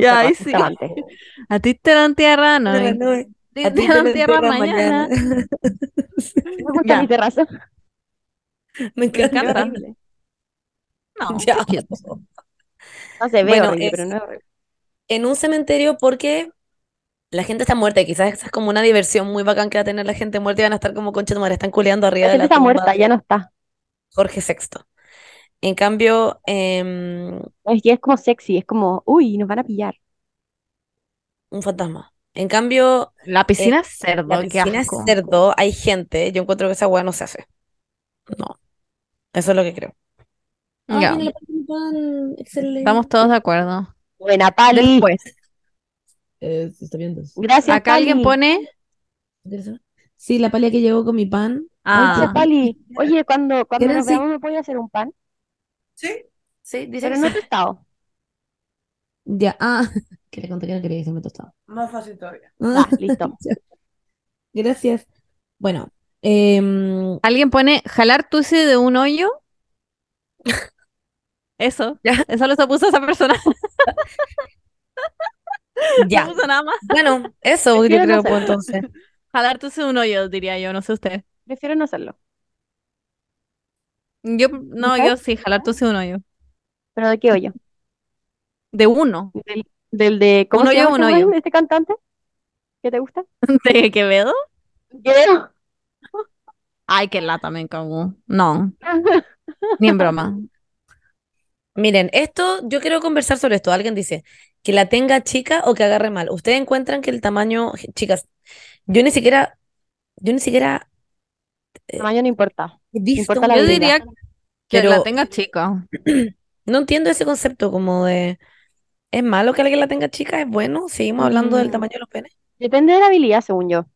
[SPEAKER 3] Ya, ahí
[SPEAKER 2] Antes.
[SPEAKER 3] sí. [LAUGHS] A ti te dan tierra, no.
[SPEAKER 1] No,
[SPEAKER 3] A
[SPEAKER 1] no, a
[SPEAKER 3] ti
[SPEAKER 1] ti
[SPEAKER 3] te
[SPEAKER 1] te
[SPEAKER 3] dan
[SPEAKER 1] lo
[SPEAKER 3] tierra
[SPEAKER 1] entierran
[SPEAKER 3] mañana.
[SPEAKER 1] mañana.
[SPEAKER 2] Me gusta
[SPEAKER 3] Ya. Ah.
[SPEAKER 2] mi terraza.
[SPEAKER 1] Me encanta.
[SPEAKER 3] encanta.
[SPEAKER 2] Horrible.
[SPEAKER 3] [LAUGHS] No,
[SPEAKER 1] [LAUGHS] Ya.
[SPEAKER 3] qué cute.
[SPEAKER 2] No se ve
[SPEAKER 1] Bueno,
[SPEAKER 2] horrible,
[SPEAKER 1] es-
[SPEAKER 2] pero no es horrible.
[SPEAKER 1] en un cementerio porque la gente está muerta y quizás esa es como una diversión muy bacán que va a tener la gente muerta y van a estar como concha de tu madre, están culeando arriba
[SPEAKER 2] La
[SPEAKER 1] de
[SPEAKER 2] gente
[SPEAKER 1] la
[SPEAKER 2] está
[SPEAKER 1] tumba
[SPEAKER 2] muerta,
[SPEAKER 1] de
[SPEAKER 2] ya no está.
[SPEAKER 1] Jorge VI. En cambio, em,
[SPEAKER 2] Es, y es como sexy, es como, uy, nos van a pillar.
[SPEAKER 1] un fantasma. En cambio,
[SPEAKER 3] La piscina es cerdo,
[SPEAKER 1] Eh, la
[SPEAKER 3] qué
[SPEAKER 1] piscina es
[SPEAKER 3] asco.
[SPEAKER 1] cerdo, hay gente, yo encuentro que esa weá no se hace. No. Eso es lo que creo.
[SPEAKER 4] Ah,
[SPEAKER 3] Ya,
[SPEAKER 4] mira, le ponen pan, excelente.
[SPEAKER 3] estamos todos de acuerdo.
[SPEAKER 2] Buena, Pali.
[SPEAKER 3] Después,
[SPEAKER 4] Eh, se está viendo.
[SPEAKER 2] Gracias,
[SPEAKER 3] acá alguien
[SPEAKER 2] Pali.
[SPEAKER 3] pone.
[SPEAKER 4] Sí, la palia que llegó con mi pan.
[SPEAKER 2] Gracias,
[SPEAKER 3] Ah,
[SPEAKER 2] Pali. Oye, cuando, cuando
[SPEAKER 4] ¿Quieren
[SPEAKER 2] nos
[SPEAKER 4] sí?
[SPEAKER 2] veamos, ¿me puedes hacer un pan?
[SPEAKER 5] Sí,
[SPEAKER 1] Sí, dice
[SPEAKER 2] Pero
[SPEAKER 1] que
[SPEAKER 2] no
[SPEAKER 1] sí.
[SPEAKER 3] [LAUGHS]
[SPEAKER 2] tostado.
[SPEAKER 4] Ya, ah, [LAUGHS] que le conté que no quería que se me tostaba.
[SPEAKER 5] más fácil todavía.
[SPEAKER 2] Ah, listo.
[SPEAKER 4] [LAUGHS] Gracias. Bueno, em,
[SPEAKER 3] alguien pone jalar tuce de un hoyo. Eso, eso lo puso esa persona.
[SPEAKER 1] Ya.
[SPEAKER 3] No puso nada más.
[SPEAKER 1] Bueno, eso yo
[SPEAKER 2] Prefiero
[SPEAKER 1] creo,
[SPEAKER 2] no ser.
[SPEAKER 1] pues, entonces.
[SPEAKER 3] Jalar tuce de un hoyo, diría yo, no sé usted.
[SPEAKER 2] Prefiero no hacerlo.
[SPEAKER 3] Yo, no, yo sí, jalar tuce de un hoyo.
[SPEAKER 2] ¿Pero de qué hoyo?
[SPEAKER 3] De uno. [LAUGHS]
[SPEAKER 2] Del, del de, ¿cómo
[SPEAKER 3] Un
[SPEAKER 2] se
[SPEAKER 3] hoyo,
[SPEAKER 2] llama
[SPEAKER 3] un
[SPEAKER 2] este
[SPEAKER 3] hoyo.
[SPEAKER 2] weón, este cantante? ¿Qué te gusta?
[SPEAKER 3] ¿De Quevedo?
[SPEAKER 2] Creo.
[SPEAKER 3] Ay, qué lata me encagó. No, ni en broma.
[SPEAKER 1] Miren, esto, yo quiero conversar sobre esto. Alguien dice que la tenga chica o que agarre mal. Ustedes encuentran que el tamaño, chicas, yo ni siquiera, yo ni siquiera
[SPEAKER 2] El
[SPEAKER 3] Eh.
[SPEAKER 2] tamaño no importa.
[SPEAKER 1] he visto
[SPEAKER 2] importa
[SPEAKER 1] un
[SPEAKER 2] la
[SPEAKER 3] Yo
[SPEAKER 1] video.
[SPEAKER 2] habilidad.
[SPEAKER 3] diría que la
[SPEAKER 1] Pero-
[SPEAKER 3] tenga chica.
[SPEAKER 1] No entiendo ese concepto como de, ¿es malo que alguien la tenga chica? ¿Es bueno? Seguimos hablando del
[SPEAKER 2] Mm.
[SPEAKER 1] tamaño de los penes.
[SPEAKER 2] Depende de la habilidad, según yo.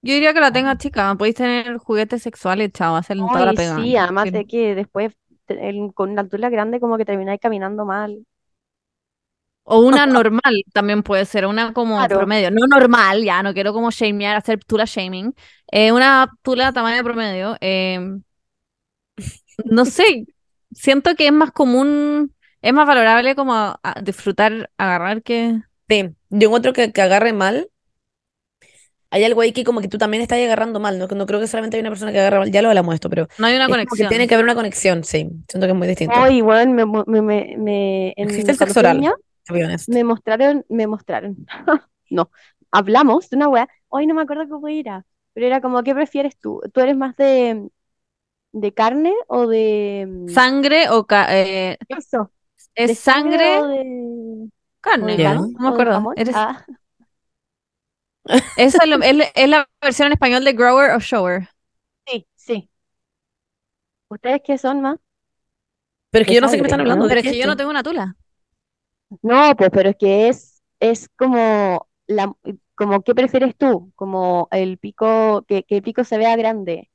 [SPEAKER 3] Yo diría que la tenga chica. Podéis tener juguetes sexuales, chao, hacen toda la
[SPEAKER 2] Ay,
[SPEAKER 3] pega.
[SPEAKER 2] sí, además
[SPEAKER 3] Sí.
[SPEAKER 2] de que después te- el- con una altura grande como que termináis caminando mal.
[SPEAKER 3] O una normal también puede ser, una como
[SPEAKER 2] Claro.
[SPEAKER 3] promedio. No normal, ya, no quiero como shamear, hacer tula shaming. Eh, una tula tamaño promedio. eh, no sé, siento que es más común, es más valorable como a- a disfrutar, agarrar que...
[SPEAKER 1] Sí, yo encuentro que, que agarre mal. Hay algo ahí que como que tú también estás agarrando mal, ¿no? Que No creo que solamente hay una persona que agarra mal, ya lo hablamos esto, pero es
[SPEAKER 3] No hay una
[SPEAKER 1] como que
[SPEAKER 3] conexión.
[SPEAKER 1] tiene que haber una conexión, sí. Siento que es muy distinto,
[SPEAKER 2] Ay, bueno, me, mo- me, me, me- en-
[SPEAKER 1] Existe el
[SPEAKER 2] cuando
[SPEAKER 1] sexo
[SPEAKER 2] fui
[SPEAKER 1] oral.
[SPEAKER 2] niña,
[SPEAKER 1] to be honest.
[SPEAKER 2] me mostraron, me mostraron. [LAUGHS] No, hablamos de una wea. Hoy no me acuerdo cómo era, pero era como, ¿qué prefieres tú? ¿Tú eres más de, de carne o de... mm,
[SPEAKER 3] Sangre o... ca- eh,
[SPEAKER 2] Eso.
[SPEAKER 3] ¿es
[SPEAKER 2] ¿De
[SPEAKER 3] sangre?
[SPEAKER 2] o de, o
[SPEAKER 3] Carne,
[SPEAKER 2] de
[SPEAKER 1] Ya.
[SPEAKER 2] gas,
[SPEAKER 3] no me
[SPEAKER 2] o de
[SPEAKER 3] acuerdo.
[SPEAKER 2] jamón?
[SPEAKER 3] Eres-
[SPEAKER 2] Ah,
[SPEAKER 3] Esa es, lo- es la- es la versión en español de grower o shower.
[SPEAKER 2] sí, sí. ¿Ustedes qué son más?
[SPEAKER 1] Pero es que
[SPEAKER 2] de
[SPEAKER 1] yo no sé qué me
[SPEAKER 2] sangre,
[SPEAKER 1] están
[SPEAKER 2] ¿no?
[SPEAKER 1] hablando, ¿de
[SPEAKER 3] Pero es
[SPEAKER 1] qué
[SPEAKER 3] que
[SPEAKER 1] es
[SPEAKER 3] yo no
[SPEAKER 1] esto?
[SPEAKER 3] tengo una tula.
[SPEAKER 2] No, pues, pero es que es, es como la, como ¿qué prefieres tú? Como el pico, que, que el pico se vea grande.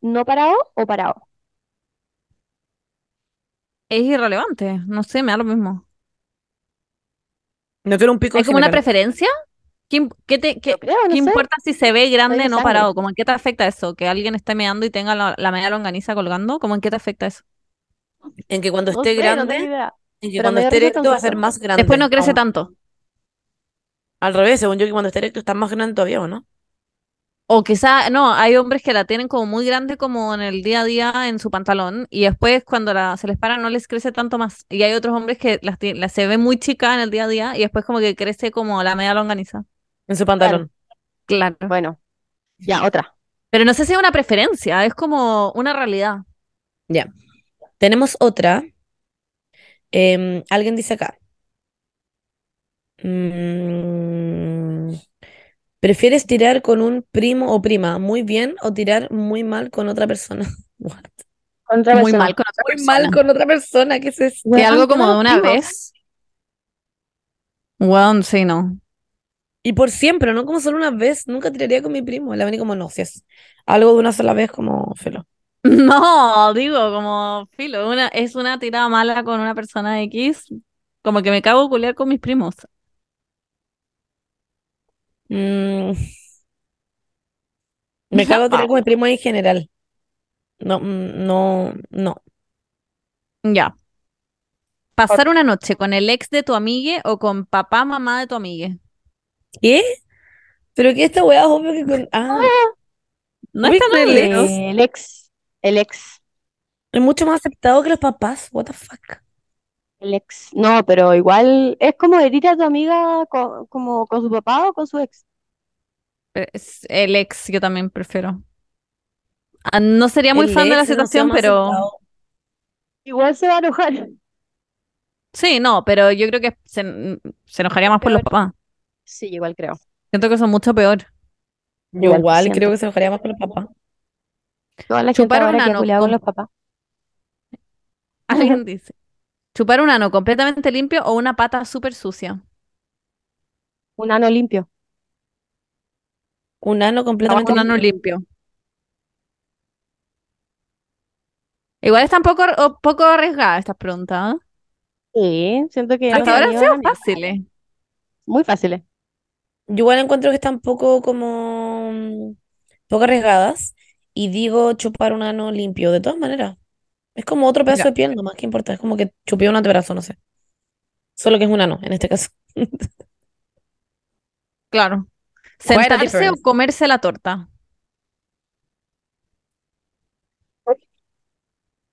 [SPEAKER 2] ¿No parado o parado?
[SPEAKER 3] Es irrelevante, no sé, me da lo mismo.
[SPEAKER 1] No quiero un pico
[SPEAKER 3] ¿Hay como una
[SPEAKER 1] genital.
[SPEAKER 3] preferencia? ¿Qué, im- qué te, qué-
[SPEAKER 2] Yo creo, no
[SPEAKER 3] qué
[SPEAKER 2] sé.
[SPEAKER 3] importa si se ve grande
[SPEAKER 2] Soy
[SPEAKER 3] o
[SPEAKER 2] de
[SPEAKER 3] no
[SPEAKER 2] sangre.
[SPEAKER 3] parado? ¿Cómo en qué te afecta eso? ¿Que alguien esté meando y tenga la, la media longaniza colgando? ¿Cómo en qué te afecta eso?
[SPEAKER 1] En que cuando
[SPEAKER 2] No
[SPEAKER 1] esté
[SPEAKER 2] sé, no tengo
[SPEAKER 1] grande,
[SPEAKER 2] idea.
[SPEAKER 1] en que
[SPEAKER 2] pero
[SPEAKER 1] cuando
[SPEAKER 2] me dio
[SPEAKER 1] esté
[SPEAKER 2] risa
[SPEAKER 1] erecto va a
[SPEAKER 2] tanto.
[SPEAKER 1] ser más
[SPEAKER 3] Después no
[SPEAKER 1] grande
[SPEAKER 3] crece
[SPEAKER 1] aún.
[SPEAKER 3] tanto.
[SPEAKER 1] Al revés, según yo, que cuando esté erecto está más grande todavía, ¿o no?
[SPEAKER 3] O quizá, no, hay hombres que la tienen como muy grande como en el día a día en su pantalón y después cuando la, se les para no les crece tanto más. Y hay otros hombres que las, tie- las se ve muy chica en el día a día y después como que crece como la media longaniza.
[SPEAKER 1] en su pantalón.
[SPEAKER 3] Claro.
[SPEAKER 2] Bueno, ya, otra.
[SPEAKER 3] Pero no sé si es una preferencia, es como una realidad.
[SPEAKER 1] Tenemos otra. Em, alguien dice acá. Mm, ¿prefieres tirar con un primo o prima muy bien o tirar muy mal con otra persona? [LAUGHS] What?
[SPEAKER 2] Contra
[SPEAKER 3] Muy
[SPEAKER 2] persona.
[SPEAKER 3] mal con otra
[SPEAKER 1] Muy mal
[SPEAKER 3] persona.
[SPEAKER 1] con otra persona, ¿qué es eso?
[SPEAKER 3] Que algo como de
[SPEAKER 2] todos
[SPEAKER 3] una
[SPEAKER 2] primos.
[SPEAKER 3] vez. Bueno, sí, no. [LAUGHS]
[SPEAKER 1] Y por siempre, no como solo una vez, nunca tiraría con mi primo. La vení como no, si es algo de una sola vez, como felo.
[SPEAKER 3] No, digo, como filo, una, es una tirada mala con una persona X, como que me cago culiar con mis primos.
[SPEAKER 1] Mm, me cago en tirar con mi primo en general. No, mm, no, no.
[SPEAKER 3] Ya. Pasar una noche con el ex de tu amigue o con papá, mamá de tu amigue.
[SPEAKER 1] ¿Qué? Pero que esta weá, obvio que con. Ah,
[SPEAKER 3] No
[SPEAKER 1] Uy,
[SPEAKER 3] está
[SPEAKER 1] qué
[SPEAKER 3] mal, ¿eh?
[SPEAKER 1] lejos.
[SPEAKER 2] El ex, el ex,
[SPEAKER 1] es mucho más aceptado que los papás. What the fuck.
[SPEAKER 2] el ex. No, pero igual es como herir a tu amiga co- como con su papá o con su ex.
[SPEAKER 3] Pero es el ex, yo también prefiero. Ah, no sería muy
[SPEAKER 1] El
[SPEAKER 3] fan de la
[SPEAKER 1] ex es demasiado
[SPEAKER 3] situación,
[SPEAKER 1] más
[SPEAKER 3] pero
[SPEAKER 1] aceptado.
[SPEAKER 2] Igual se va a enojar.
[SPEAKER 3] sí, no, pero yo creo que se, en- se enojaría más por los papás.
[SPEAKER 2] Sí, igual creo.
[SPEAKER 3] Siento que son mucho peor.
[SPEAKER 1] Yo
[SPEAKER 2] Igual,
[SPEAKER 1] igual creo
[SPEAKER 2] siento.
[SPEAKER 1] que se enojaría más con los papás.
[SPEAKER 2] Toda la gente
[SPEAKER 3] Chupar un
[SPEAKER 2] ahora que ha
[SPEAKER 3] ano
[SPEAKER 2] culiado con
[SPEAKER 3] con-
[SPEAKER 2] los papás.
[SPEAKER 3] Alguien dice, chupar un ano completamente limpio o una pata súper sucia.
[SPEAKER 2] Un ano limpio.
[SPEAKER 1] Un ano completamente.
[SPEAKER 3] un ano limpio. Igual están poco, o poco arriesgadas estas preguntas. ¿eh?
[SPEAKER 2] Sí, siento que
[SPEAKER 3] Hasta ahora han
[SPEAKER 2] han
[SPEAKER 3] sido
[SPEAKER 2] sido
[SPEAKER 3] fáciles.
[SPEAKER 2] muy eh, fáciles.
[SPEAKER 1] Yo igual encuentro que están poco como mm, poco arriesgadas y digo chupar un ano limpio, de todas maneras. Es como otro pedazo
[SPEAKER 3] Ya.
[SPEAKER 1] de piel, nomás que importa, es como que chupé un antebrazo, no sé. Solo que es un ano, en este caso.
[SPEAKER 3] Claro.
[SPEAKER 1] Quite a
[SPEAKER 3] ¿Sentarse o
[SPEAKER 1] difference.
[SPEAKER 3] comerse la torta?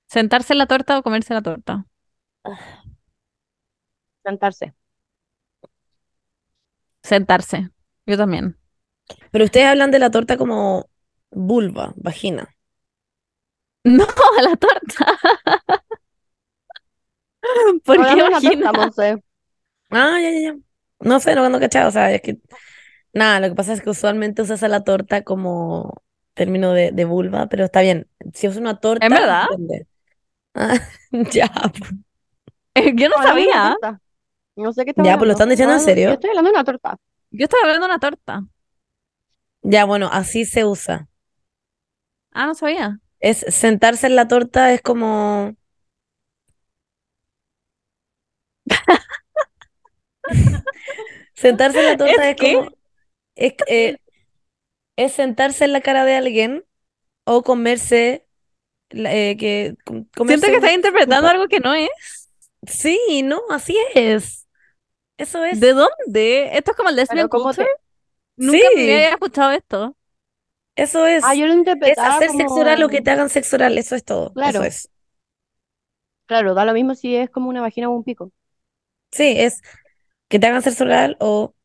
[SPEAKER 3] ¿Sentarse en la torta o comerse la torta?
[SPEAKER 2] Sentarse.
[SPEAKER 3] Sentarse. Yo también. [LAUGHS]
[SPEAKER 1] Pero ustedes hablan de la torta como vulva, vagina.
[SPEAKER 3] No, a la torta. [LAUGHS] ¿Por
[SPEAKER 2] No,
[SPEAKER 3] qué
[SPEAKER 2] dame una torta,
[SPEAKER 3] vagina? [LAUGHS]
[SPEAKER 2] Monse.
[SPEAKER 1] Ah, ya, ya, ya. No sé, no, no cachaba, o sea, es que nada, lo que pasa es que usualmente usas a la torta como término de, de vulva, pero está bien. Si es una torta,
[SPEAKER 3] verdad?
[SPEAKER 1] depende. [LAUGHS] Ah, ya, pues.
[SPEAKER 3] [LAUGHS] Yo no
[SPEAKER 2] No, dame una
[SPEAKER 3] sabía.
[SPEAKER 2] torta. No sé qué estamos
[SPEAKER 1] Ya, pues, ¿lo
[SPEAKER 2] hablando.
[SPEAKER 1] están diciendo en
[SPEAKER 2] No,
[SPEAKER 1] serio?
[SPEAKER 2] Yo estoy hablando de una torta.
[SPEAKER 3] Yo estaba hablando de una torta.
[SPEAKER 1] Ya, bueno, así se usa.
[SPEAKER 3] Ah, no sabía.
[SPEAKER 1] Es sentarse en la torta, es como. Sentarse en la torta
[SPEAKER 3] ¿Es
[SPEAKER 1] es
[SPEAKER 3] qué?
[SPEAKER 1] como.
[SPEAKER 3] [LAUGHS]
[SPEAKER 1] Es, eh, es sentarse en la cara de alguien o comerse. la- eh, que, com-
[SPEAKER 3] Siento
[SPEAKER 1] comerse
[SPEAKER 3] que
[SPEAKER 1] un-
[SPEAKER 3] estás interpretando algo que no es.
[SPEAKER 1] Sí, no, así es. Eso es.
[SPEAKER 3] ¿De dónde? Esto es como el de
[SPEAKER 2] Pero
[SPEAKER 3] Snail
[SPEAKER 2] como te-
[SPEAKER 3] Culture. Nunca me
[SPEAKER 1] Sí,
[SPEAKER 3] había escuchado esto.
[SPEAKER 1] eso es.
[SPEAKER 2] Ah, yo lo
[SPEAKER 1] Es
[SPEAKER 2] interpretaba
[SPEAKER 1] hacer sexo
[SPEAKER 2] como...
[SPEAKER 1] oral o que te hagan sexo oral, eso es todo. Eso
[SPEAKER 2] Claro.
[SPEAKER 1] es.
[SPEAKER 2] Claro, da lo mismo si es como una vagina o un pico.
[SPEAKER 1] Sí, es que te hagan sexo oral o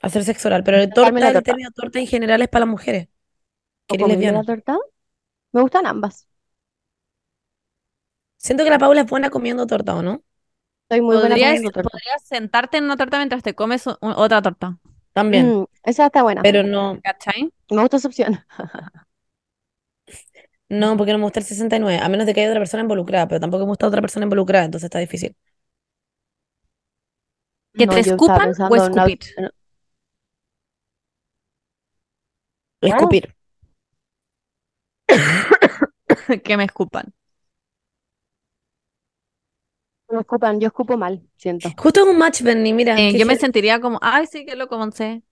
[SPEAKER 1] hacer sexo oral, pero el
[SPEAKER 2] Tocarme
[SPEAKER 1] torta,
[SPEAKER 2] la
[SPEAKER 1] el
[SPEAKER 2] torta.
[SPEAKER 1] término torta en general es para las mujeres,
[SPEAKER 2] ¿O
[SPEAKER 1] que eres
[SPEAKER 2] comerme
[SPEAKER 1] lesbiana.
[SPEAKER 2] la torta? Me gustan ambas.
[SPEAKER 1] Siento que la Paula es buena comiendo torta, ¿o no?
[SPEAKER 2] Soy muy buena
[SPEAKER 3] Podrías,
[SPEAKER 2] comiendo torta.
[SPEAKER 3] podrías sentarte en una torta mientras te comes o- otra torta.
[SPEAKER 1] También,
[SPEAKER 2] Mm, esa está buena.
[SPEAKER 1] pero no,
[SPEAKER 3] ¿Cachai? [LAUGHS]
[SPEAKER 2] Me gusta esa opción.
[SPEAKER 1] no, porque no me gusta el 69, a menos de que haya otra persona involucrada, pero tampoco me gusta otra persona involucrada, entonces está difícil.
[SPEAKER 3] ¿Que
[SPEAKER 2] No,
[SPEAKER 3] te
[SPEAKER 2] yo estaba
[SPEAKER 3] escupan o
[SPEAKER 2] pensando en una-
[SPEAKER 3] escupir?
[SPEAKER 2] en-
[SPEAKER 1] Escupir.
[SPEAKER 3] Que me escupan.
[SPEAKER 2] no escupan, yo escupo mal, siento.
[SPEAKER 1] Justo es un match, Benny, mira,
[SPEAKER 3] Eh,
[SPEAKER 1] qué
[SPEAKER 3] yo me
[SPEAKER 1] gen-
[SPEAKER 3] sentiría como, ay, sí, que lo comencé.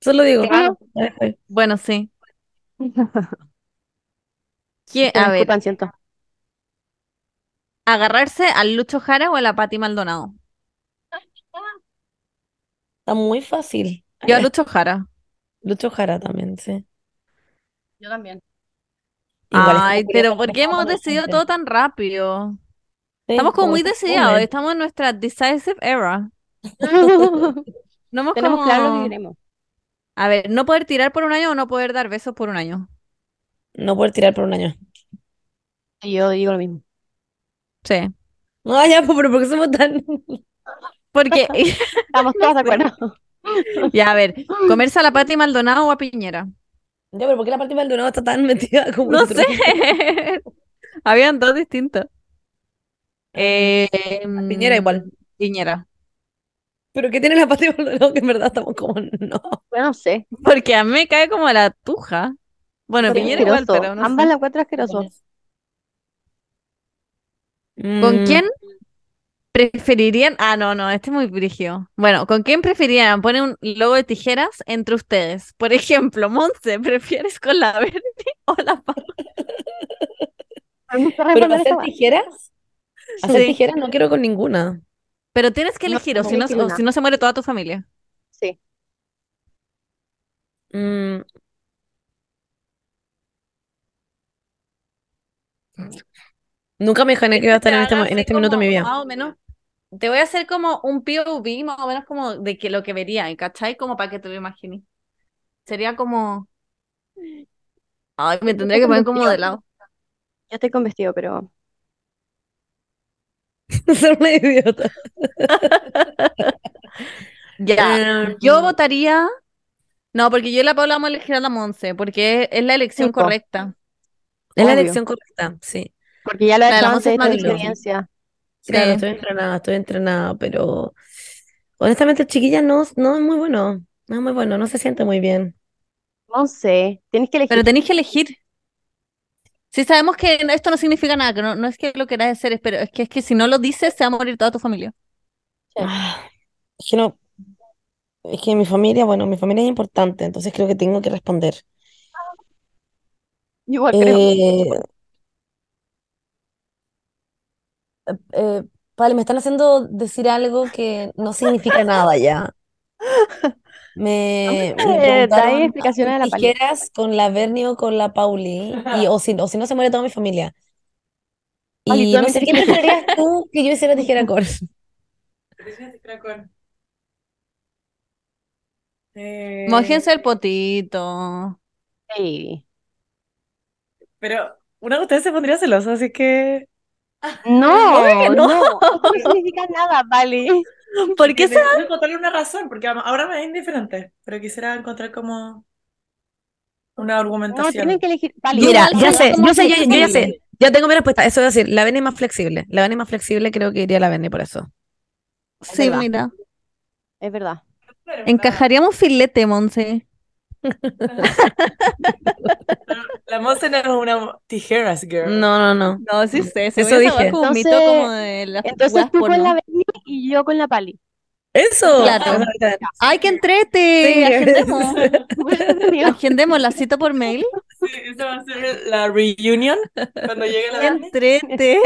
[SPEAKER 1] solo digo.
[SPEAKER 2] Claro.
[SPEAKER 1] la dejo ahí. [LAUGHS]
[SPEAKER 3] Bueno, sí.
[SPEAKER 2] Que
[SPEAKER 3] ¿Qué-
[SPEAKER 2] me
[SPEAKER 3] [LAUGHS] A ver,
[SPEAKER 2] escupan, siento.
[SPEAKER 3] ¿agarrarse al Lucho Jara o a la Pati Maldonado?
[SPEAKER 1] Está muy fácil.
[SPEAKER 3] Yo a Lucho Jara.
[SPEAKER 1] Lucho Jara también, sí.
[SPEAKER 7] Yo
[SPEAKER 2] [LAUGHS]
[SPEAKER 3] [LAUGHS]
[SPEAKER 7] también.
[SPEAKER 1] Igual es
[SPEAKER 3] Ay,
[SPEAKER 1] como que
[SPEAKER 3] pero
[SPEAKER 1] ya
[SPEAKER 3] ¿por qué hemos
[SPEAKER 1] estamos
[SPEAKER 3] decidido
[SPEAKER 1] bastante.
[SPEAKER 3] todo tan rápido? Estamos como muy decididos, estamos en nuestra decisive era. No hemos
[SPEAKER 2] Tenemos
[SPEAKER 3] como...
[SPEAKER 2] claro lo que queremos.
[SPEAKER 3] A ver, no poder tirar por un año o no poder dar besos por un año. eh.
[SPEAKER 1] No poder tirar por un año. [LAUGHS]
[SPEAKER 2] Y yo digo lo mismo.
[SPEAKER 3] Sí.
[SPEAKER 1] No, ya, pues, pero ¿por qué somos tan...?
[SPEAKER 2] [LAUGHS]
[SPEAKER 3] Porque, [LAUGHS]
[SPEAKER 2] Estamos todos de acuerdo. [LAUGHS]
[SPEAKER 3] ya, a ver, comerse a la Pati Maldonado o
[SPEAKER 2] [LAUGHS]
[SPEAKER 3] a Piñera.
[SPEAKER 1] Ya, pero ¿por qué la parte de Maldonado está tan [LAUGHS] metida como
[SPEAKER 3] No
[SPEAKER 1] nosotros?
[SPEAKER 3] sé. [LAUGHS] Habían dos distintos. Eh,
[SPEAKER 1] Piñera igual.
[SPEAKER 3] Piñera.
[SPEAKER 1] ¿Pero qué tiene la parte de Maldonado que en verdad estamos como no?
[SPEAKER 2] Yo no sé.
[SPEAKER 3] Porque a mí me cae como la tuja. Bueno,
[SPEAKER 2] Pero
[SPEAKER 3] Piñera igual,
[SPEAKER 2] asqueroso.
[SPEAKER 3] pero no
[SPEAKER 2] Ambas
[SPEAKER 3] sé.
[SPEAKER 2] las encuentro asqueroso.
[SPEAKER 3] ¿Con
[SPEAKER 1] Mm,
[SPEAKER 3] quién preferirían? Ah, no, no, este es muy brigio. Bueno, ¿con quién preferirían? Ponen un logo de tijeras entre ustedes. Por ejemplo, [LAUGHS] Monse, ¿prefieres con la verde o la pa-
[SPEAKER 2] Me gusta
[SPEAKER 1] ¿Pero
[SPEAKER 2] responder
[SPEAKER 1] hacer
[SPEAKER 2] esa-
[SPEAKER 1] tijeras? Hacer
[SPEAKER 3] Sí.
[SPEAKER 1] tijeras no quiero con ninguna.
[SPEAKER 3] Pero tienes que
[SPEAKER 2] No,
[SPEAKER 3] elegir, o
[SPEAKER 2] no
[SPEAKER 3] si no,
[SPEAKER 2] elegir
[SPEAKER 3] o
[SPEAKER 2] una.
[SPEAKER 3] si no se muere toda tu familia.
[SPEAKER 2] Sí.
[SPEAKER 1] Mm, Nunca me imaginé que iba a estar en este, mo- en este minuto de mi vida.
[SPEAKER 3] Más o menos. Te voy a hacer como un POV, más o menos como de que lo que vería, ¿cachai? Como para que te lo imagines. Sería como. Ay, me tendría que poner como de lado.
[SPEAKER 2] Yo estoy con vestido, pero.
[SPEAKER 1] [LAUGHS] Ser una idiota.
[SPEAKER 3] Ya.
[SPEAKER 1] Em,
[SPEAKER 3] Yo votaría. No, porque yo y la Paula vamos a elegir a la Monse, porque es, es la elección
[SPEAKER 2] Sí, po.
[SPEAKER 3] correcta.
[SPEAKER 1] es la
[SPEAKER 2] obvio.
[SPEAKER 1] elección correcta, sí.
[SPEAKER 2] Porque ya lo he
[SPEAKER 3] Claro,
[SPEAKER 2] hecho
[SPEAKER 3] vamos a
[SPEAKER 2] antes,
[SPEAKER 3] ser más
[SPEAKER 2] tengo
[SPEAKER 1] difícil.
[SPEAKER 2] experiencia.
[SPEAKER 1] Claro,
[SPEAKER 3] Sí.
[SPEAKER 1] estoy entrenada, estoy entrenada, pero honestamente, chiquilla, no, no es muy bueno. No es muy bueno, no se siente muy bien.
[SPEAKER 2] Monse, tienes que
[SPEAKER 3] Pero
[SPEAKER 2] elegir.
[SPEAKER 3] tenéis que elegir. Si sabemos que no- esto no significa nada, que no, no es que lo queráis hacer, es- pero es que, es que si no lo dices, se va a morir toda tu familia.
[SPEAKER 1] Ah, Es que no, es que mi familia, bueno, mi familia es importante, entonces creo que tengo que responder.
[SPEAKER 2] Igual [LAUGHS] creo.
[SPEAKER 1] Eh, eh, Pale, me están haciendo decir algo que no significa nada ya. Me, me
[SPEAKER 2] Eh,
[SPEAKER 1] preguntaron
[SPEAKER 2] dais explicaciones a la Pali.
[SPEAKER 1] tijeras con la Berni o con la Pauli, y, o, si, o si no se muere toda mi familia.
[SPEAKER 2] Pali,
[SPEAKER 1] Y
[SPEAKER 2] tú
[SPEAKER 1] no
[SPEAKER 2] dame
[SPEAKER 1] sé, ¿qué preferirías tú que yo hiciera tijera
[SPEAKER 2] [LAUGHS]
[SPEAKER 1] con?
[SPEAKER 7] Eh,
[SPEAKER 3] Mójense el [LAUGHS] potito.
[SPEAKER 2] Sí.
[SPEAKER 7] Pero una de ustedes se pondría celoso, así que.
[SPEAKER 2] No,
[SPEAKER 3] que
[SPEAKER 2] no,
[SPEAKER 3] no.
[SPEAKER 2] no significa nada, Pali.
[SPEAKER 3] ¿Por qué se...
[SPEAKER 7] Quiero encontrarle una razón, porque am- ahora me es indiferente, pero quisiera encontrar como una
[SPEAKER 2] No,
[SPEAKER 7] argumentación.
[SPEAKER 2] tienen que elegir. Pali,
[SPEAKER 1] Mira,
[SPEAKER 2] no,
[SPEAKER 1] ya
[SPEAKER 2] no,
[SPEAKER 1] sé,
[SPEAKER 2] no,
[SPEAKER 1] yo sé, yo, yo ya
[SPEAKER 7] flexible.
[SPEAKER 1] sé. Ya tengo mi respuesta. Eso voy a decir, la Berni es más flexible. La Berni es más flexible, creo que iría la Berni por eso.
[SPEAKER 3] Sí,
[SPEAKER 2] verdad.
[SPEAKER 3] mira.
[SPEAKER 2] Es verdad.
[SPEAKER 7] Pero,
[SPEAKER 3] Encajaríamos filete, Monse.
[SPEAKER 7] La Monse no es una tijeras girl. [LAUGHS]
[SPEAKER 1] No, no, no.
[SPEAKER 3] No, sí sé.
[SPEAKER 1] Eso
[SPEAKER 3] según esa weá
[SPEAKER 1] dije.
[SPEAKER 3] es como un mito
[SPEAKER 2] Entonces-
[SPEAKER 3] como de las
[SPEAKER 2] Entonces
[SPEAKER 3] weas
[SPEAKER 2] tú con
[SPEAKER 3] porno.
[SPEAKER 2] la Berni y yo con la Pali. [LAUGHS]
[SPEAKER 1] Eso.
[SPEAKER 3] Claro. ¡Ay, que
[SPEAKER 1] Sí.
[SPEAKER 3] [LAUGHS] entrete! Agendemos.
[SPEAKER 2] Digo,
[SPEAKER 3] Agendemos la cita por mail.
[SPEAKER 7] Sí, esa va a ser la reunion cuando llegue la
[SPEAKER 3] ¡Qué
[SPEAKER 2] [LAUGHS]
[SPEAKER 7] Dani.
[SPEAKER 3] entrete!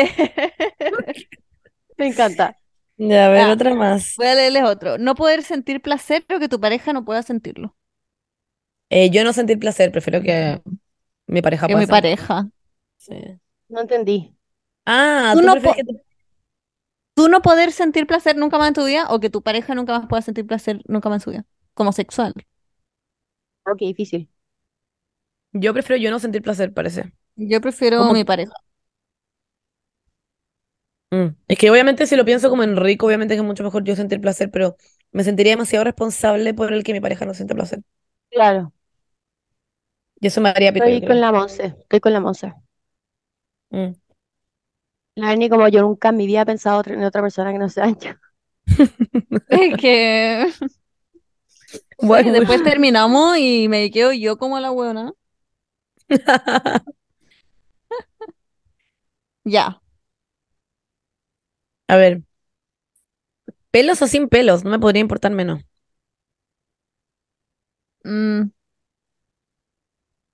[SPEAKER 2] [LAUGHS] Me encanta.
[SPEAKER 1] Ya, a
[SPEAKER 2] Ah.
[SPEAKER 1] ver,
[SPEAKER 3] Ya.
[SPEAKER 1] otra más.
[SPEAKER 3] Voy a leerles otro. No poder sentir placer, pero que tu pareja no pueda sentirlo.
[SPEAKER 1] Eh, yo no sentir placer, prefiero que mi pareja
[SPEAKER 3] Que
[SPEAKER 1] pueda
[SPEAKER 3] mi pareja.
[SPEAKER 1] sentir. Sí.
[SPEAKER 2] No entendí.
[SPEAKER 1] Ah,
[SPEAKER 3] Tú
[SPEAKER 1] tú
[SPEAKER 3] no
[SPEAKER 1] prefieres
[SPEAKER 3] po-
[SPEAKER 1] que tu-
[SPEAKER 3] Tú no poder sentir placer nunca más en tu vida o que tu pareja nunca más pueda sentir placer nunca más en su vida. Como sexual.
[SPEAKER 2] Ok, difícil.
[SPEAKER 1] Yo prefiero yo no sentir placer, parece.
[SPEAKER 3] Yo prefiero
[SPEAKER 1] Como-
[SPEAKER 3] mi pareja.
[SPEAKER 1] Mm. Es que obviamente si lo pienso como en rico, obviamente que es mucho mejor yo sentir placer, pero me sentiría demasiado responsable por el que mi pareja no sienta placer.
[SPEAKER 2] Claro.
[SPEAKER 1] Y eso me haría pico, yo
[SPEAKER 2] Estoy
[SPEAKER 1] creo.
[SPEAKER 2] con la Monse. Estoy con la Monse.
[SPEAKER 1] Mm.
[SPEAKER 2] La Berni, como yo nunca en mi vida he pensado otra- en otra persona que no sea yo.
[SPEAKER 3] [LAUGHS] Es que [LAUGHS]
[SPEAKER 1] Bueno,
[SPEAKER 3] y después terminamos y me quedo yo como la buena. [LAUGHS] Ya.
[SPEAKER 1] a ver. Pelos o sin pelos, no me podría importar menos.
[SPEAKER 3] Mm.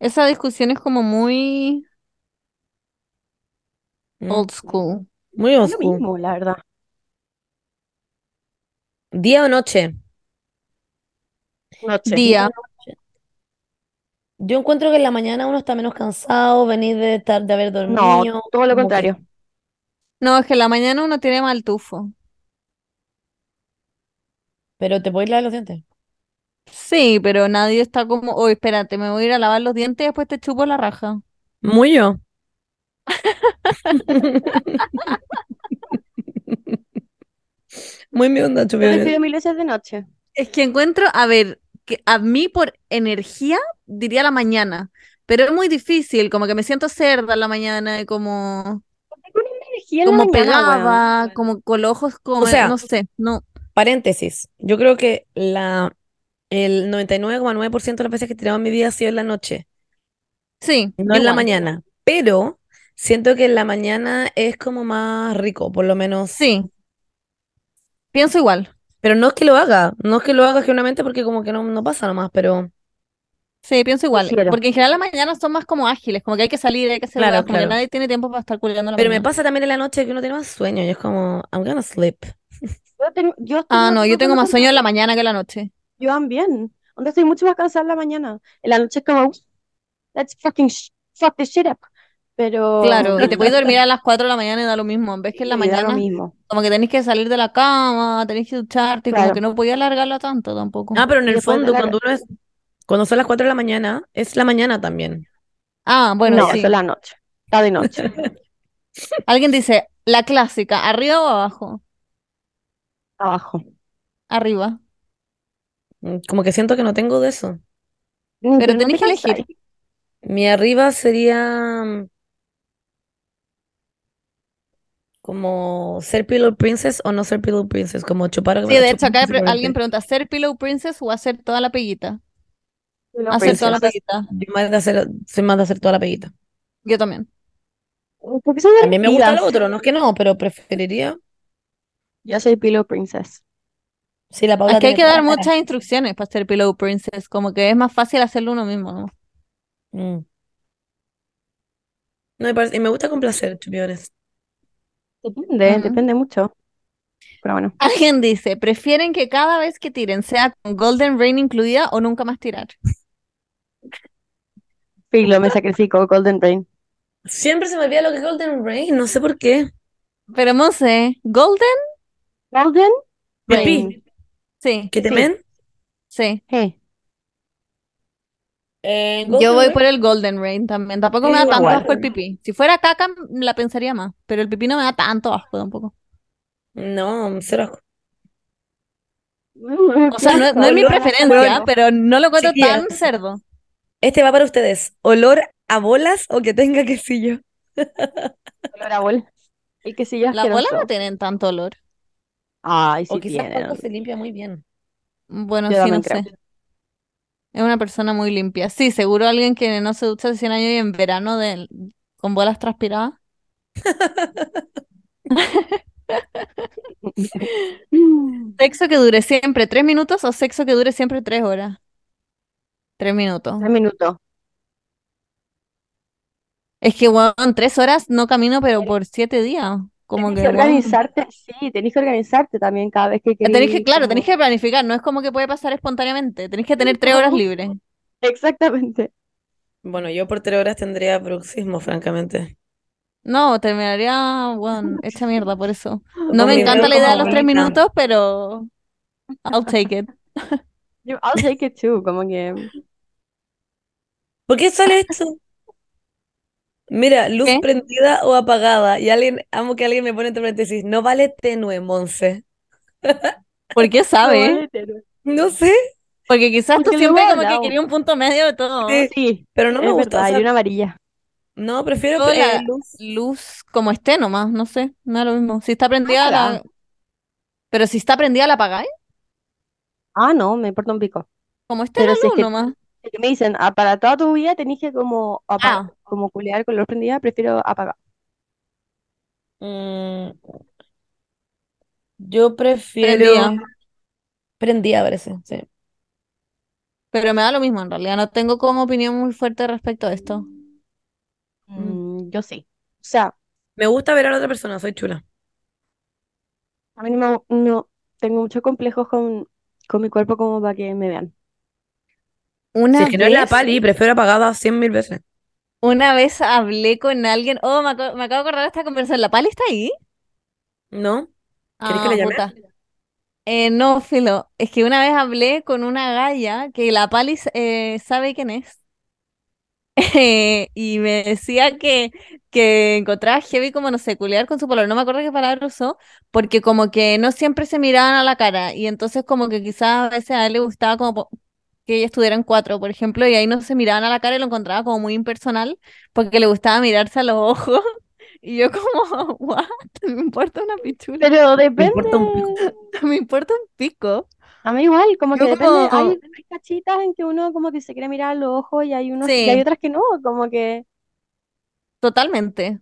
[SPEAKER 3] Esa discusión es como muy
[SPEAKER 1] Mm.
[SPEAKER 3] old school.
[SPEAKER 1] Muy
[SPEAKER 2] Es lo
[SPEAKER 1] oscuro.
[SPEAKER 2] mismo, la verdad.
[SPEAKER 1] Día o noche.
[SPEAKER 2] Noche.
[SPEAKER 3] Día.
[SPEAKER 1] Yo encuentro que en la mañana uno está menos cansado, venís de estar, de haber
[SPEAKER 2] No,
[SPEAKER 1] dormido.
[SPEAKER 2] todo
[SPEAKER 1] como
[SPEAKER 2] lo
[SPEAKER 1] que-
[SPEAKER 2] contrario.
[SPEAKER 3] No, es que en la mañana uno tiene mal tufo.
[SPEAKER 1] Pero te podéis lavar los dientes.
[SPEAKER 3] Sí, pero nadie está como, oh, espérate, me voy a ir a lavar los dientes y después te chupo la raja.
[SPEAKER 1] Muy yo. Muy mi onda,
[SPEAKER 2] Yo
[SPEAKER 1] chupión.
[SPEAKER 2] prefiero mil veces de noche.
[SPEAKER 3] Es que encuentro, a ver, que a mí por energía diría la mañana, pero es muy difícil, como que me siento cerda en la mañana y como,
[SPEAKER 2] Energía en la mañana, weón.
[SPEAKER 3] como pegada, como con los ojos como,
[SPEAKER 1] sea,
[SPEAKER 3] no sé, no.
[SPEAKER 1] Paréntesis. Yo creo que la, el 99,9% de las veces que he tirado en mi vida ha sido en la noche,
[SPEAKER 3] Sí,
[SPEAKER 1] no en la
[SPEAKER 3] igual.
[SPEAKER 1] mañana. Pero siento que en la mañana es como más rico, por lo menos.
[SPEAKER 3] Sí. Pienso igual.
[SPEAKER 1] Pero no es que lo haga, no es que lo haga genuinamente porque como que no, no pasa nomás, pero
[SPEAKER 3] Sí, pienso igual.
[SPEAKER 2] Prefiero.
[SPEAKER 3] Porque en general las mañanas son más como ágiles, como que hay que salir, hay que hacer
[SPEAKER 1] Claro,
[SPEAKER 3] weas, como que
[SPEAKER 1] claro.
[SPEAKER 3] nadie tiene tiempo para estar culiando en la
[SPEAKER 1] pero me
[SPEAKER 3] mañana.
[SPEAKER 1] pasa también en la noche que uno tiene más sueño y es como, I'm gonna sleep.
[SPEAKER 2] Yo tengo- yo estoy
[SPEAKER 3] Ah,
[SPEAKER 2] mucho
[SPEAKER 3] no, yo
[SPEAKER 2] más
[SPEAKER 3] tengo
[SPEAKER 2] buena
[SPEAKER 3] más
[SPEAKER 2] con- [LAUGHS]
[SPEAKER 3] sueño en la mañana que en la noche.
[SPEAKER 2] Yo también. Donde estoy mucho más cansada en la mañana. En la noche es como, let's fucking sh- fuck this shit up. Pero
[SPEAKER 3] Claro, y te puedes dormir a las 4 de la mañana y da lo mismo. En vez que en la
[SPEAKER 2] Oh. sí, da lo
[SPEAKER 3] mañana,
[SPEAKER 2] mismo.
[SPEAKER 3] como que tenés que salir de la cama, tenés que ducharte, y como
[SPEAKER 2] Claro.
[SPEAKER 3] que no podía alargarla tanto tampoco.
[SPEAKER 1] Ah, pero en
[SPEAKER 2] Y
[SPEAKER 1] el
[SPEAKER 2] después de
[SPEAKER 1] fondo,
[SPEAKER 2] la-
[SPEAKER 1] cuando uno es, cuando son las 4 de la mañana, es la mañana también.
[SPEAKER 3] Ah, bueno,
[SPEAKER 2] No,
[SPEAKER 3] sí.
[SPEAKER 2] eso es la noche. Tarde y noche. [LAUGHS]
[SPEAKER 3] Alguien dice, la clásica, ¿arriba o abajo?
[SPEAKER 2] Abajo.
[SPEAKER 3] Arriba.
[SPEAKER 1] Mm, Como que siento que no tengo de eso.
[SPEAKER 2] Ni-
[SPEAKER 3] Pero
[SPEAKER 2] no
[SPEAKER 3] tenés
[SPEAKER 2] te
[SPEAKER 3] que elegir.
[SPEAKER 2] cansas.
[SPEAKER 1] Mi arriba sería mm, como ser Pillow Princess o no ser Pillow Princess, como chupar o
[SPEAKER 3] Sí, de hecho,
[SPEAKER 1] chupar
[SPEAKER 3] acá pre- alguien
[SPEAKER 1] básicamente.
[SPEAKER 3] pregunta, ¿hacer Pillow Princess o hacer toda la peguita?
[SPEAKER 2] Pillow
[SPEAKER 3] Hacer toda la
[SPEAKER 2] princess.
[SPEAKER 3] peguita.
[SPEAKER 1] Yo más de hacer, soy más de hacer toda la peguita.
[SPEAKER 3] Yo también.
[SPEAKER 2] Porque son
[SPEAKER 1] También me gusta lo
[SPEAKER 2] divertidas.
[SPEAKER 1] otro, no es que no, pero preferiría.
[SPEAKER 2] Yo soy Pillow Princess.
[SPEAKER 1] Sí, la
[SPEAKER 3] Es
[SPEAKER 1] Paula
[SPEAKER 3] que hay
[SPEAKER 1] tiene
[SPEAKER 3] que
[SPEAKER 1] toda
[SPEAKER 3] dar
[SPEAKER 1] la cara.
[SPEAKER 3] muchas instrucciones para hacer Pillow Princess, como que es más fácil hacerlo uno mismo, ¿no? [LAUGHS]
[SPEAKER 1] Mm. No, y parece- y me gusta complacer, to be honest.
[SPEAKER 2] Depende,
[SPEAKER 3] Ujú.
[SPEAKER 2] depende mucho. Pero bueno.
[SPEAKER 3] Alguien dice, ¿prefieren que cada vez que tiren sea con Golden Rain incluida o nunca más tirar?
[SPEAKER 2] Pillow me sacrifico, Golden Brain.
[SPEAKER 1] Siempre se me olvida lo que es Golden Rain, no sé por qué.
[SPEAKER 3] Pero Monse, ¿Golden?
[SPEAKER 2] Golden
[SPEAKER 1] Pipí.
[SPEAKER 2] Brain.
[SPEAKER 3] Sí,
[SPEAKER 1] ¿Qué
[SPEAKER 2] Sí.
[SPEAKER 1] temen?
[SPEAKER 3] sí.
[SPEAKER 2] Hey.
[SPEAKER 1] Eh,
[SPEAKER 3] Yo
[SPEAKER 1] Golden
[SPEAKER 3] voy
[SPEAKER 1] Rain.
[SPEAKER 3] por el Golden Rain también. Tampoco me
[SPEAKER 1] Sí,
[SPEAKER 3] da tanto
[SPEAKER 1] igual.
[SPEAKER 3] asco el pipí. Si fuera caca, m- la pensaría más. Pero el pipí no me da tanto asco tampoco.
[SPEAKER 1] No, cero asco.
[SPEAKER 3] O sea, no, no es mi
[SPEAKER 1] Olor a
[SPEAKER 3] preferencia,
[SPEAKER 1] culo.
[SPEAKER 3] pero no lo cuento
[SPEAKER 1] Chiquillas.
[SPEAKER 3] tan cerdo.
[SPEAKER 1] Este va para ustedes. ¿Olor a bolas o que tenga [LAUGHS] quesillo?
[SPEAKER 2] Olor a bol. El quesillo
[SPEAKER 3] Las bolas no
[SPEAKER 2] asqueroso.
[SPEAKER 3] tienen tanto olor.
[SPEAKER 2] Ay,
[SPEAKER 1] O
[SPEAKER 2] sí
[SPEAKER 1] quizás
[SPEAKER 2] tienen.
[SPEAKER 1] Paula se limpia muy bien.
[SPEAKER 3] Bueno,
[SPEAKER 2] Yo
[SPEAKER 3] sí,
[SPEAKER 2] también
[SPEAKER 3] no
[SPEAKER 2] creo.
[SPEAKER 3] sé. Es una persona muy limpia. Sí, seguro alguien que no se ducha hace 100 años y en verano de, con bolas transpiradas.
[SPEAKER 2] [LAUGHS]
[SPEAKER 3] ¿Sexo que dure siempre tres minutos o sexo que dure siempre tres horas? Tres minutos.
[SPEAKER 2] Tres minutos.
[SPEAKER 3] Es que, weón, tres horas no camino, pero por siete días. Como
[SPEAKER 2] Tenés
[SPEAKER 3] que,
[SPEAKER 2] que
[SPEAKER 3] weón,
[SPEAKER 2] organizarte, sí, tenés que organizarte también cada vez que
[SPEAKER 3] tenés que,
[SPEAKER 2] querís,
[SPEAKER 3] claro,
[SPEAKER 2] como-
[SPEAKER 3] tenés que planificar, no es como que puede pasar espontáneamente. Tenés que tener tres
[SPEAKER 2] No.
[SPEAKER 3] horas libres.
[SPEAKER 2] Exactamente.
[SPEAKER 1] Bueno, yo por tres horas tendría bruxismo, francamente.
[SPEAKER 3] No, terminaría,
[SPEAKER 2] [LAUGHS]
[SPEAKER 3] weón, hecha mierda por eso.
[SPEAKER 1] Con
[SPEAKER 3] No me
[SPEAKER 1] mi
[SPEAKER 3] encanta
[SPEAKER 1] dedo
[SPEAKER 3] la idea de
[SPEAKER 1] como
[SPEAKER 3] los tres
[SPEAKER 1] bolita.
[SPEAKER 3] minutos, pero I'll take it.
[SPEAKER 2] Yo- I'll take it too, como que...
[SPEAKER 1] ¿Por qué sale esto? Mira, luz
[SPEAKER 3] ¿Qué?
[SPEAKER 1] prendida o apagada. Y alguien, amo que alguien me pone entre paréntesis. No vale tenue, Monse. [LAUGHS]
[SPEAKER 2] [LAUGHS]
[SPEAKER 3] Porque
[SPEAKER 2] No,
[SPEAKER 3] sabe,
[SPEAKER 2] vale, pero-
[SPEAKER 1] No sé,
[SPEAKER 3] porque quizás tú
[SPEAKER 2] Porque lo
[SPEAKER 3] siempre
[SPEAKER 2] hemos
[SPEAKER 3] como que
[SPEAKER 2] hablado.
[SPEAKER 3] querías un punto medio de todo.
[SPEAKER 1] Sí,
[SPEAKER 2] Sí,
[SPEAKER 1] pero no me
[SPEAKER 2] es
[SPEAKER 1] gusta. o
[SPEAKER 2] verdad, y
[SPEAKER 1] sea,
[SPEAKER 2] una amarilla.
[SPEAKER 1] no, prefiero
[SPEAKER 3] Yo
[SPEAKER 1] eh,
[SPEAKER 3] la-
[SPEAKER 1] luz.
[SPEAKER 3] Luz como esté nomás, no sé, no es lo mismo. Si está prendida, la-
[SPEAKER 2] Apagada.
[SPEAKER 3] pero si está prendida, la apagáis.
[SPEAKER 2] Ah, no, me importa un pico.
[SPEAKER 3] Como esté
[SPEAKER 2] Pero
[SPEAKER 3] la
[SPEAKER 2] si es
[SPEAKER 3] luz
[SPEAKER 2] que-
[SPEAKER 3] nomás.
[SPEAKER 2] Es que me dicen, ah, para toda tu vida tenés que como, apa-
[SPEAKER 3] Ah,
[SPEAKER 2] como culear con luz prendida, prefiero apagar.
[SPEAKER 1] Mm, yo prefiero.
[SPEAKER 3] prendida.
[SPEAKER 1] Prendida, parece. Sí.
[SPEAKER 3] Pero me da lo mismo en realidad, no tengo como opinión muy fuerte respecto a esto.
[SPEAKER 2] Mm, yo sí. O sea,
[SPEAKER 1] Me gusta ver a la otra persona, soy chula.
[SPEAKER 2] a mí no, me- no tengo muchos complejos con, con mi cuerpo como para que me vean.
[SPEAKER 3] Una
[SPEAKER 1] Si es que no es la
[SPEAKER 3] vez-
[SPEAKER 1] pali, prefiero apagada cien mil veces.
[SPEAKER 3] Una vez hablé con alguien. Oh, me, aco- me acabo de acordar de esta conversación. ¿La Pali está ahí?
[SPEAKER 1] ¿No? ¿Querés que le
[SPEAKER 3] Ah,
[SPEAKER 1] llame?
[SPEAKER 3] puta. Eh, no, Filo. Es que una vez hablé con una galla que la Pali eh, sabe quién es. [LAUGHS] Eh, y me decía que, que encontraba heavy como, no sé, culear con su color No me acuerdo qué palabra usó. Porque como que no siempre se miraban a la cara. Y entonces como que quizás a veces a él le gustaba como po- que ella estuviera en cuatro, por ejemplo. Y ahí no se miraban a la cara y lo encontraba como muy impersonal. Porque le gustaba mirarse a los ojos. [LAUGHS] Y yo como, [LAUGHS] what? Me importa una pichula.
[SPEAKER 2] Pero
[SPEAKER 1] Me
[SPEAKER 2] depende.
[SPEAKER 1] importa un pico.
[SPEAKER 3] [LAUGHS] Me importa un pico.
[SPEAKER 2] A mí igual, como
[SPEAKER 3] Yo
[SPEAKER 2] que depende.
[SPEAKER 3] como- Oh.
[SPEAKER 2] Hay, hay cachitas en que uno como que se quiere mirar a los ojos y hay unos, y
[SPEAKER 3] Sí.
[SPEAKER 2] hay otras que no, como que.
[SPEAKER 3] Totalmente.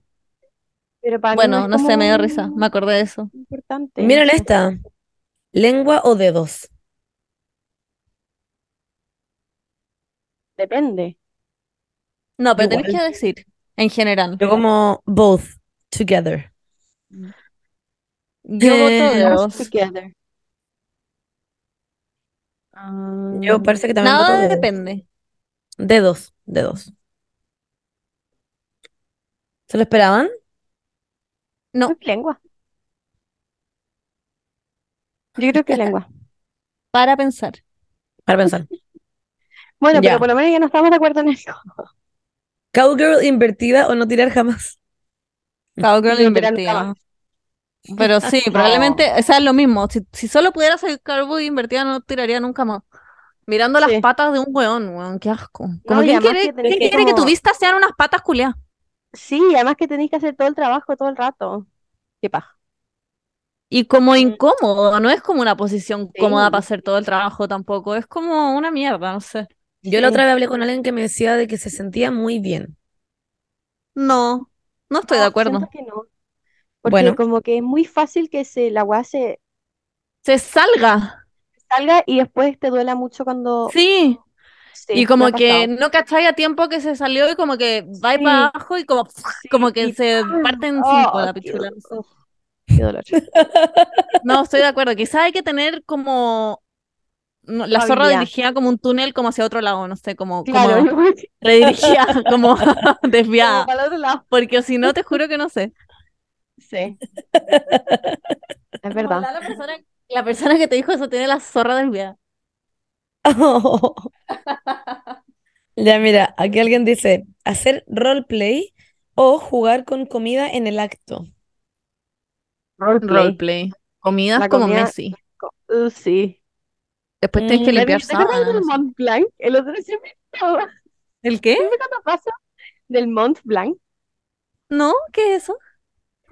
[SPEAKER 2] Pero para mí
[SPEAKER 3] Bueno,
[SPEAKER 2] es
[SPEAKER 3] no sé, me dio
[SPEAKER 2] como
[SPEAKER 3] risa. Me acordé de eso.
[SPEAKER 2] importante.
[SPEAKER 1] Miren esta. ¿Lengua o dedos?
[SPEAKER 2] Depende.
[SPEAKER 3] No, pero tenés
[SPEAKER 1] Igual.
[SPEAKER 3] que decir, en general.
[SPEAKER 1] Yo como both, together.
[SPEAKER 3] Yo voto
[SPEAKER 1] Eh,
[SPEAKER 3] dedos.
[SPEAKER 2] Together. Ah, Mm.
[SPEAKER 1] Yo parece que también voto
[SPEAKER 3] Nada
[SPEAKER 1] dedos.
[SPEAKER 3] depende.
[SPEAKER 1] Dedos, dedos. ¿Se lo esperaban?
[SPEAKER 3] No.
[SPEAKER 2] Uy, lengua. Yo creo que lengua. [LAUGHS]
[SPEAKER 3] Para pensar.
[SPEAKER 1] Para pensar.
[SPEAKER 2] Bueno, pero
[SPEAKER 1] Ya.
[SPEAKER 2] por lo menos ya no estamos de acuerdo en eso.
[SPEAKER 1] ¿Cowgirl invertida o no tirar jamás?
[SPEAKER 3] Cowgirl
[SPEAKER 2] Yo hubiera
[SPEAKER 3] invertida.
[SPEAKER 2] notado. [LAUGHS]
[SPEAKER 3] Pero sí, probablemente, o sea, es lo mismo. Si, si solo pudiera ser cowboy invertida, no tiraría nunca más. Mirando las
[SPEAKER 2] Sí.
[SPEAKER 3] patas de un weón, weón, qué asco. Como,
[SPEAKER 2] y
[SPEAKER 3] ¿quién
[SPEAKER 2] además
[SPEAKER 3] quiere,
[SPEAKER 2] que tenés
[SPEAKER 3] quién
[SPEAKER 2] que
[SPEAKER 3] quiere que tu
[SPEAKER 2] como-
[SPEAKER 3] vista sean unas patas culiadas?
[SPEAKER 2] Sí, además que tenéis que hacer todo el trabajo todo el rato. Qué paja.
[SPEAKER 3] Y como incómodo, no es como una posición cómoda
[SPEAKER 2] Sí.
[SPEAKER 3] para hacer todo el trabajo tampoco, es como una mierda, no sé.
[SPEAKER 1] Yo la otra vez hablé con alguien que me decía de que se sentía muy bien.
[SPEAKER 3] No, no estoy de
[SPEAKER 2] No,
[SPEAKER 3] acuerdo.
[SPEAKER 2] siento que no. Porque
[SPEAKER 1] Bueno.
[SPEAKER 2] como que es muy fácil que se, la weá se
[SPEAKER 3] Se salga,
[SPEAKER 2] salga y después te duela mucho cuando...
[SPEAKER 3] sí.
[SPEAKER 2] Sí,
[SPEAKER 3] Y
[SPEAKER 2] me
[SPEAKER 3] como
[SPEAKER 2] ha
[SPEAKER 3] que
[SPEAKER 2] pasado.
[SPEAKER 3] no cacháis a tiempo que se salió y como que va
[SPEAKER 2] Sí.
[SPEAKER 3] para abajo y como,
[SPEAKER 2] Sí,
[SPEAKER 3] como que
[SPEAKER 2] y
[SPEAKER 3] se
[SPEAKER 2] ¡pam!
[SPEAKER 3] parte en
[SPEAKER 2] Oh,
[SPEAKER 3] cinco la
[SPEAKER 2] qué
[SPEAKER 3] pichula.
[SPEAKER 2] dolor. Uf, qué [LAUGHS] dolor.
[SPEAKER 3] No, estoy de acuerdo. Quizás hay que tener como no, la zorra
[SPEAKER 2] Habilidad.
[SPEAKER 3] dirigida como un túnel, como hacia otro lado, no sé, como,
[SPEAKER 2] Claro,
[SPEAKER 3] como
[SPEAKER 2] como
[SPEAKER 3] [LAUGHS] redirigida,
[SPEAKER 2] [LAUGHS]
[SPEAKER 3] como [LAUGHS] desviada.
[SPEAKER 2] para el otro lado.
[SPEAKER 3] Porque si no, te juro que no sé.
[SPEAKER 2] Sí. Es [LAUGHS]
[SPEAKER 3] Como
[SPEAKER 2] verdad.
[SPEAKER 3] la- La persona, la persona que te dijo eso tiene la zorra desviada.
[SPEAKER 1] [LAUGHS] Ya mira, aquí alguien dice, hacer roleplay o jugar con comida en el acto.
[SPEAKER 2] Roleplay.
[SPEAKER 3] Roleplay. Comidas
[SPEAKER 2] La
[SPEAKER 3] como
[SPEAKER 2] comida-
[SPEAKER 3] Messi.
[SPEAKER 2] Uh, sí.
[SPEAKER 3] Después tienes que
[SPEAKER 1] Mm,
[SPEAKER 2] ¿Te
[SPEAKER 3] limpiar
[SPEAKER 2] acuerdas del
[SPEAKER 3] sábanas.
[SPEAKER 2] Mont Blanc? El otro día me estaba-
[SPEAKER 3] ¿El qué?
[SPEAKER 2] cuando paso del Mont Blanc,
[SPEAKER 3] No, ¿qué es eso?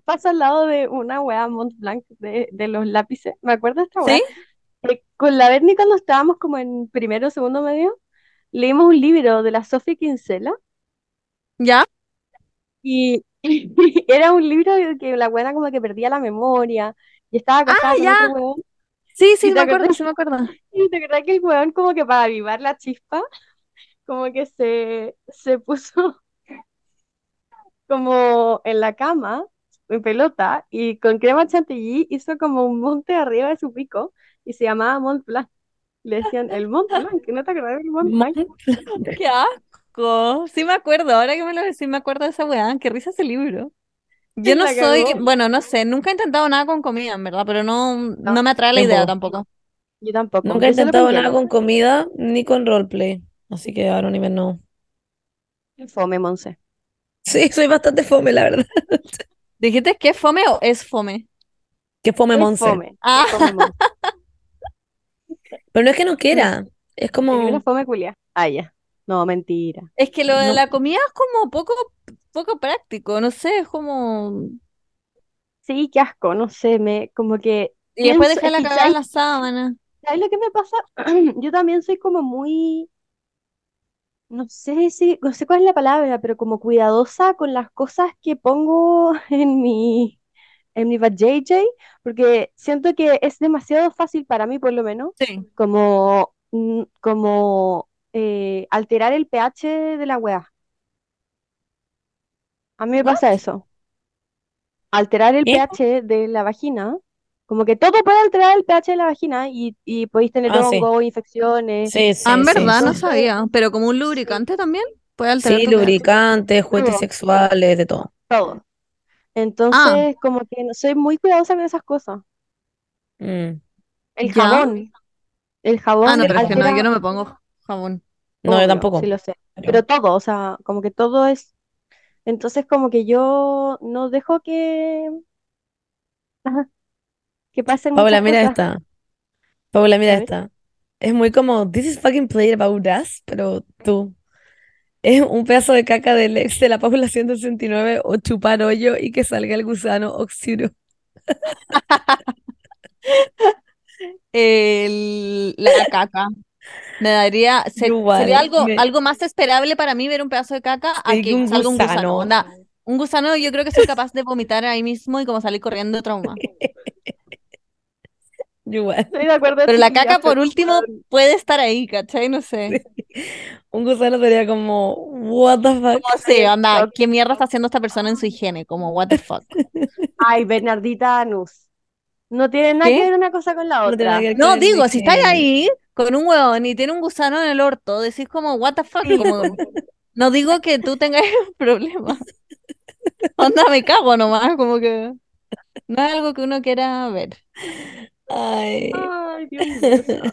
[SPEAKER 2] paso al lado de una wea Mont Blanc de, de los lápices. ¿Me acuerdo de esta wea?
[SPEAKER 3] ¿Sí?
[SPEAKER 2] Eh, con la Berni cuando estábamos como en primero o segundo medio, leímos un libro de la Sofía Kinsella
[SPEAKER 3] ¿Ya?
[SPEAKER 2] y [LAUGHS] era un libro que la buena como que perdía la memoria y
[SPEAKER 1] Ah,
[SPEAKER 2] estaba casada con
[SPEAKER 3] ya.
[SPEAKER 2] otro weón.
[SPEAKER 3] Sí, sí,
[SPEAKER 2] ¿Y te
[SPEAKER 3] me acuerdo,
[SPEAKER 2] acordás?
[SPEAKER 3] sí me acuerdo.
[SPEAKER 2] Y de verdad que el weón como que para avivar la chispa, como que se, se puso [LAUGHS] como en la cama, en pelota, y con crema chantilly hizo como un monte arriba de su pico y se llamaba Mont Blanc. Le decían el Mont Blanc, ¿no te acordás del Mont Blanc?
[SPEAKER 3] ¡Qué asco! Sí me acuerdo, ahora que me lo decís me acuerdo de esa weá. ¡Qué risa ese libro! Yo no
[SPEAKER 2] La
[SPEAKER 3] soy,
[SPEAKER 2] cagó.
[SPEAKER 3] bueno, no sé, nunca he intentado nada con comida, en verdad, pero no, no me atrae la idea tampoco.
[SPEAKER 2] Yo tampoco,
[SPEAKER 1] Nunca he
[SPEAKER 2] yo solo
[SPEAKER 1] intentado
[SPEAKER 2] con
[SPEAKER 1] nada
[SPEAKER 2] hielo.
[SPEAKER 1] con comida ni con roleplay. Así que Aronimer no. [LAUGHS]
[SPEAKER 2] Fome, Monse.
[SPEAKER 1] Sí, soy bastante fome, la verdad.
[SPEAKER 3] ¿Dijiste que es fome o es fome?
[SPEAKER 1] Que fome
[SPEAKER 2] Es
[SPEAKER 1] Monse.
[SPEAKER 2] fome,
[SPEAKER 3] Ah.
[SPEAKER 2] es fome, Monse.
[SPEAKER 1] Pero no es que no quiera. Es
[SPEAKER 2] Yo era
[SPEAKER 1] como.
[SPEAKER 2] fome, culia. Ah, ya. No, mentira.
[SPEAKER 3] Es que lo de
[SPEAKER 1] No.
[SPEAKER 3] la comida es como poco, poco práctico, no sé, es como...
[SPEAKER 2] Sí, qué asco, no sé, me, como que
[SPEAKER 3] Y después
[SPEAKER 2] pienso-
[SPEAKER 3] dejar la
[SPEAKER 2] es que
[SPEAKER 3] cagada en la sábana.
[SPEAKER 2] ¿Sabes lo que me pasa? [CLEARS THROAT] Yo también soy como muy, no sé si, no sé cuál es la palabra, pero como cuidadosa con las cosas que pongo [LAUGHS] en mi, en mi vajayjay, porque siento que es demasiado fácil para mí, por lo menos,
[SPEAKER 3] Sí.
[SPEAKER 2] como, mm, como eh, alterar el pH de la weá. A mí me pasa eso. Alterar el
[SPEAKER 1] ¿Eh?
[SPEAKER 2] pH de la vagina Como que todo puede alterar el pH de la vagina y, y podéis tener
[SPEAKER 1] Ah, sí.
[SPEAKER 2] hongos, infecciones.
[SPEAKER 1] Sí, sí,
[SPEAKER 3] Ah, en
[SPEAKER 1] sí.
[SPEAKER 3] verdad, no
[SPEAKER 2] sí.
[SPEAKER 3] sabía. Pero como un lubricante también puede alterar
[SPEAKER 1] Sí,
[SPEAKER 3] tu pH.
[SPEAKER 1] lubricantes, juguetes
[SPEAKER 2] Todo.
[SPEAKER 1] sexuales, de todo.
[SPEAKER 3] Ah.
[SPEAKER 2] todo. Entonces, como que no- soy muy cuidadosa con esas cosas.
[SPEAKER 1] Mm.
[SPEAKER 2] El
[SPEAKER 3] Ya.
[SPEAKER 2] jabón. El jabón
[SPEAKER 3] Ah, no, pero es que no,
[SPEAKER 2] altera
[SPEAKER 3] yo no me pongo jabón.
[SPEAKER 1] No, yo
[SPEAKER 2] obvio,
[SPEAKER 1] tampoco.
[SPEAKER 2] sí lo sé.
[SPEAKER 1] pero-
[SPEAKER 2] Pero todo, o sea, como que todo es. Entonces, como que yo no dejo que. Ajá, que pasen
[SPEAKER 1] Paula,
[SPEAKER 2] muchas
[SPEAKER 1] mira
[SPEAKER 2] cosas.
[SPEAKER 1] esta. Paula, mira
[SPEAKER 2] A ver.
[SPEAKER 1] esta. Es muy como, this is fucking played about us, pero tú. Es un pedazo de caca del ex de la Paula 169 o chupar hoyo y que salga el gusano oxiro.
[SPEAKER 3] El- la caca. Me daría. se-
[SPEAKER 1] Igual,
[SPEAKER 3] sería algo,
[SPEAKER 1] me-
[SPEAKER 3] algo más esperable para mí ver un pedazo de caca a
[SPEAKER 1] Sí,
[SPEAKER 3] que
[SPEAKER 1] que un
[SPEAKER 3] salga un gusano.
[SPEAKER 1] gusano.
[SPEAKER 3] Onda, un gusano, yo creo que soy capaz de vomitar ahí mismo y como salir corriendo de trauma.
[SPEAKER 1] [LAUGHS] Igual.
[SPEAKER 2] [LAUGHS] Estoy de acuerdo
[SPEAKER 3] Pero la
[SPEAKER 2] sí, ya,
[SPEAKER 3] caca, por
[SPEAKER 2] pero-
[SPEAKER 3] último, puede estar ahí, ¿cachai? No
[SPEAKER 1] [LAUGHS]
[SPEAKER 3] sé.
[SPEAKER 1] Un gusano sería como, what the fuck.
[SPEAKER 3] No sé, anda,
[SPEAKER 2] shock.
[SPEAKER 3] ¿qué mierda está haciendo esta persona en su higiene? Como, what the fuck.
[SPEAKER 2] Ay, Bernardita Anus. No tiene nada
[SPEAKER 3] ¿Qué?
[SPEAKER 2] que ver una cosa con la
[SPEAKER 1] No tiene nada
[SPEAKER 2] otra.
[SPEAKER 1] que ver
[SPEAKER 3] No,
[SPEAKER 1] con el
[SPEAKER 3] digo, si estáis
[SPEAKER 1] higiene.
[SPEAKER 3] ahí con un huevón y tiene un gusano en el orto, decís como, what the fuck, como, no digo que tú tengas [LAUGHS] problemas. Onda, me cago nomás, como que no es algo que uno quiera ver.
[SPEAKER 1] Ay,
[SPEAKER 2] Ay, Dios mío. santo.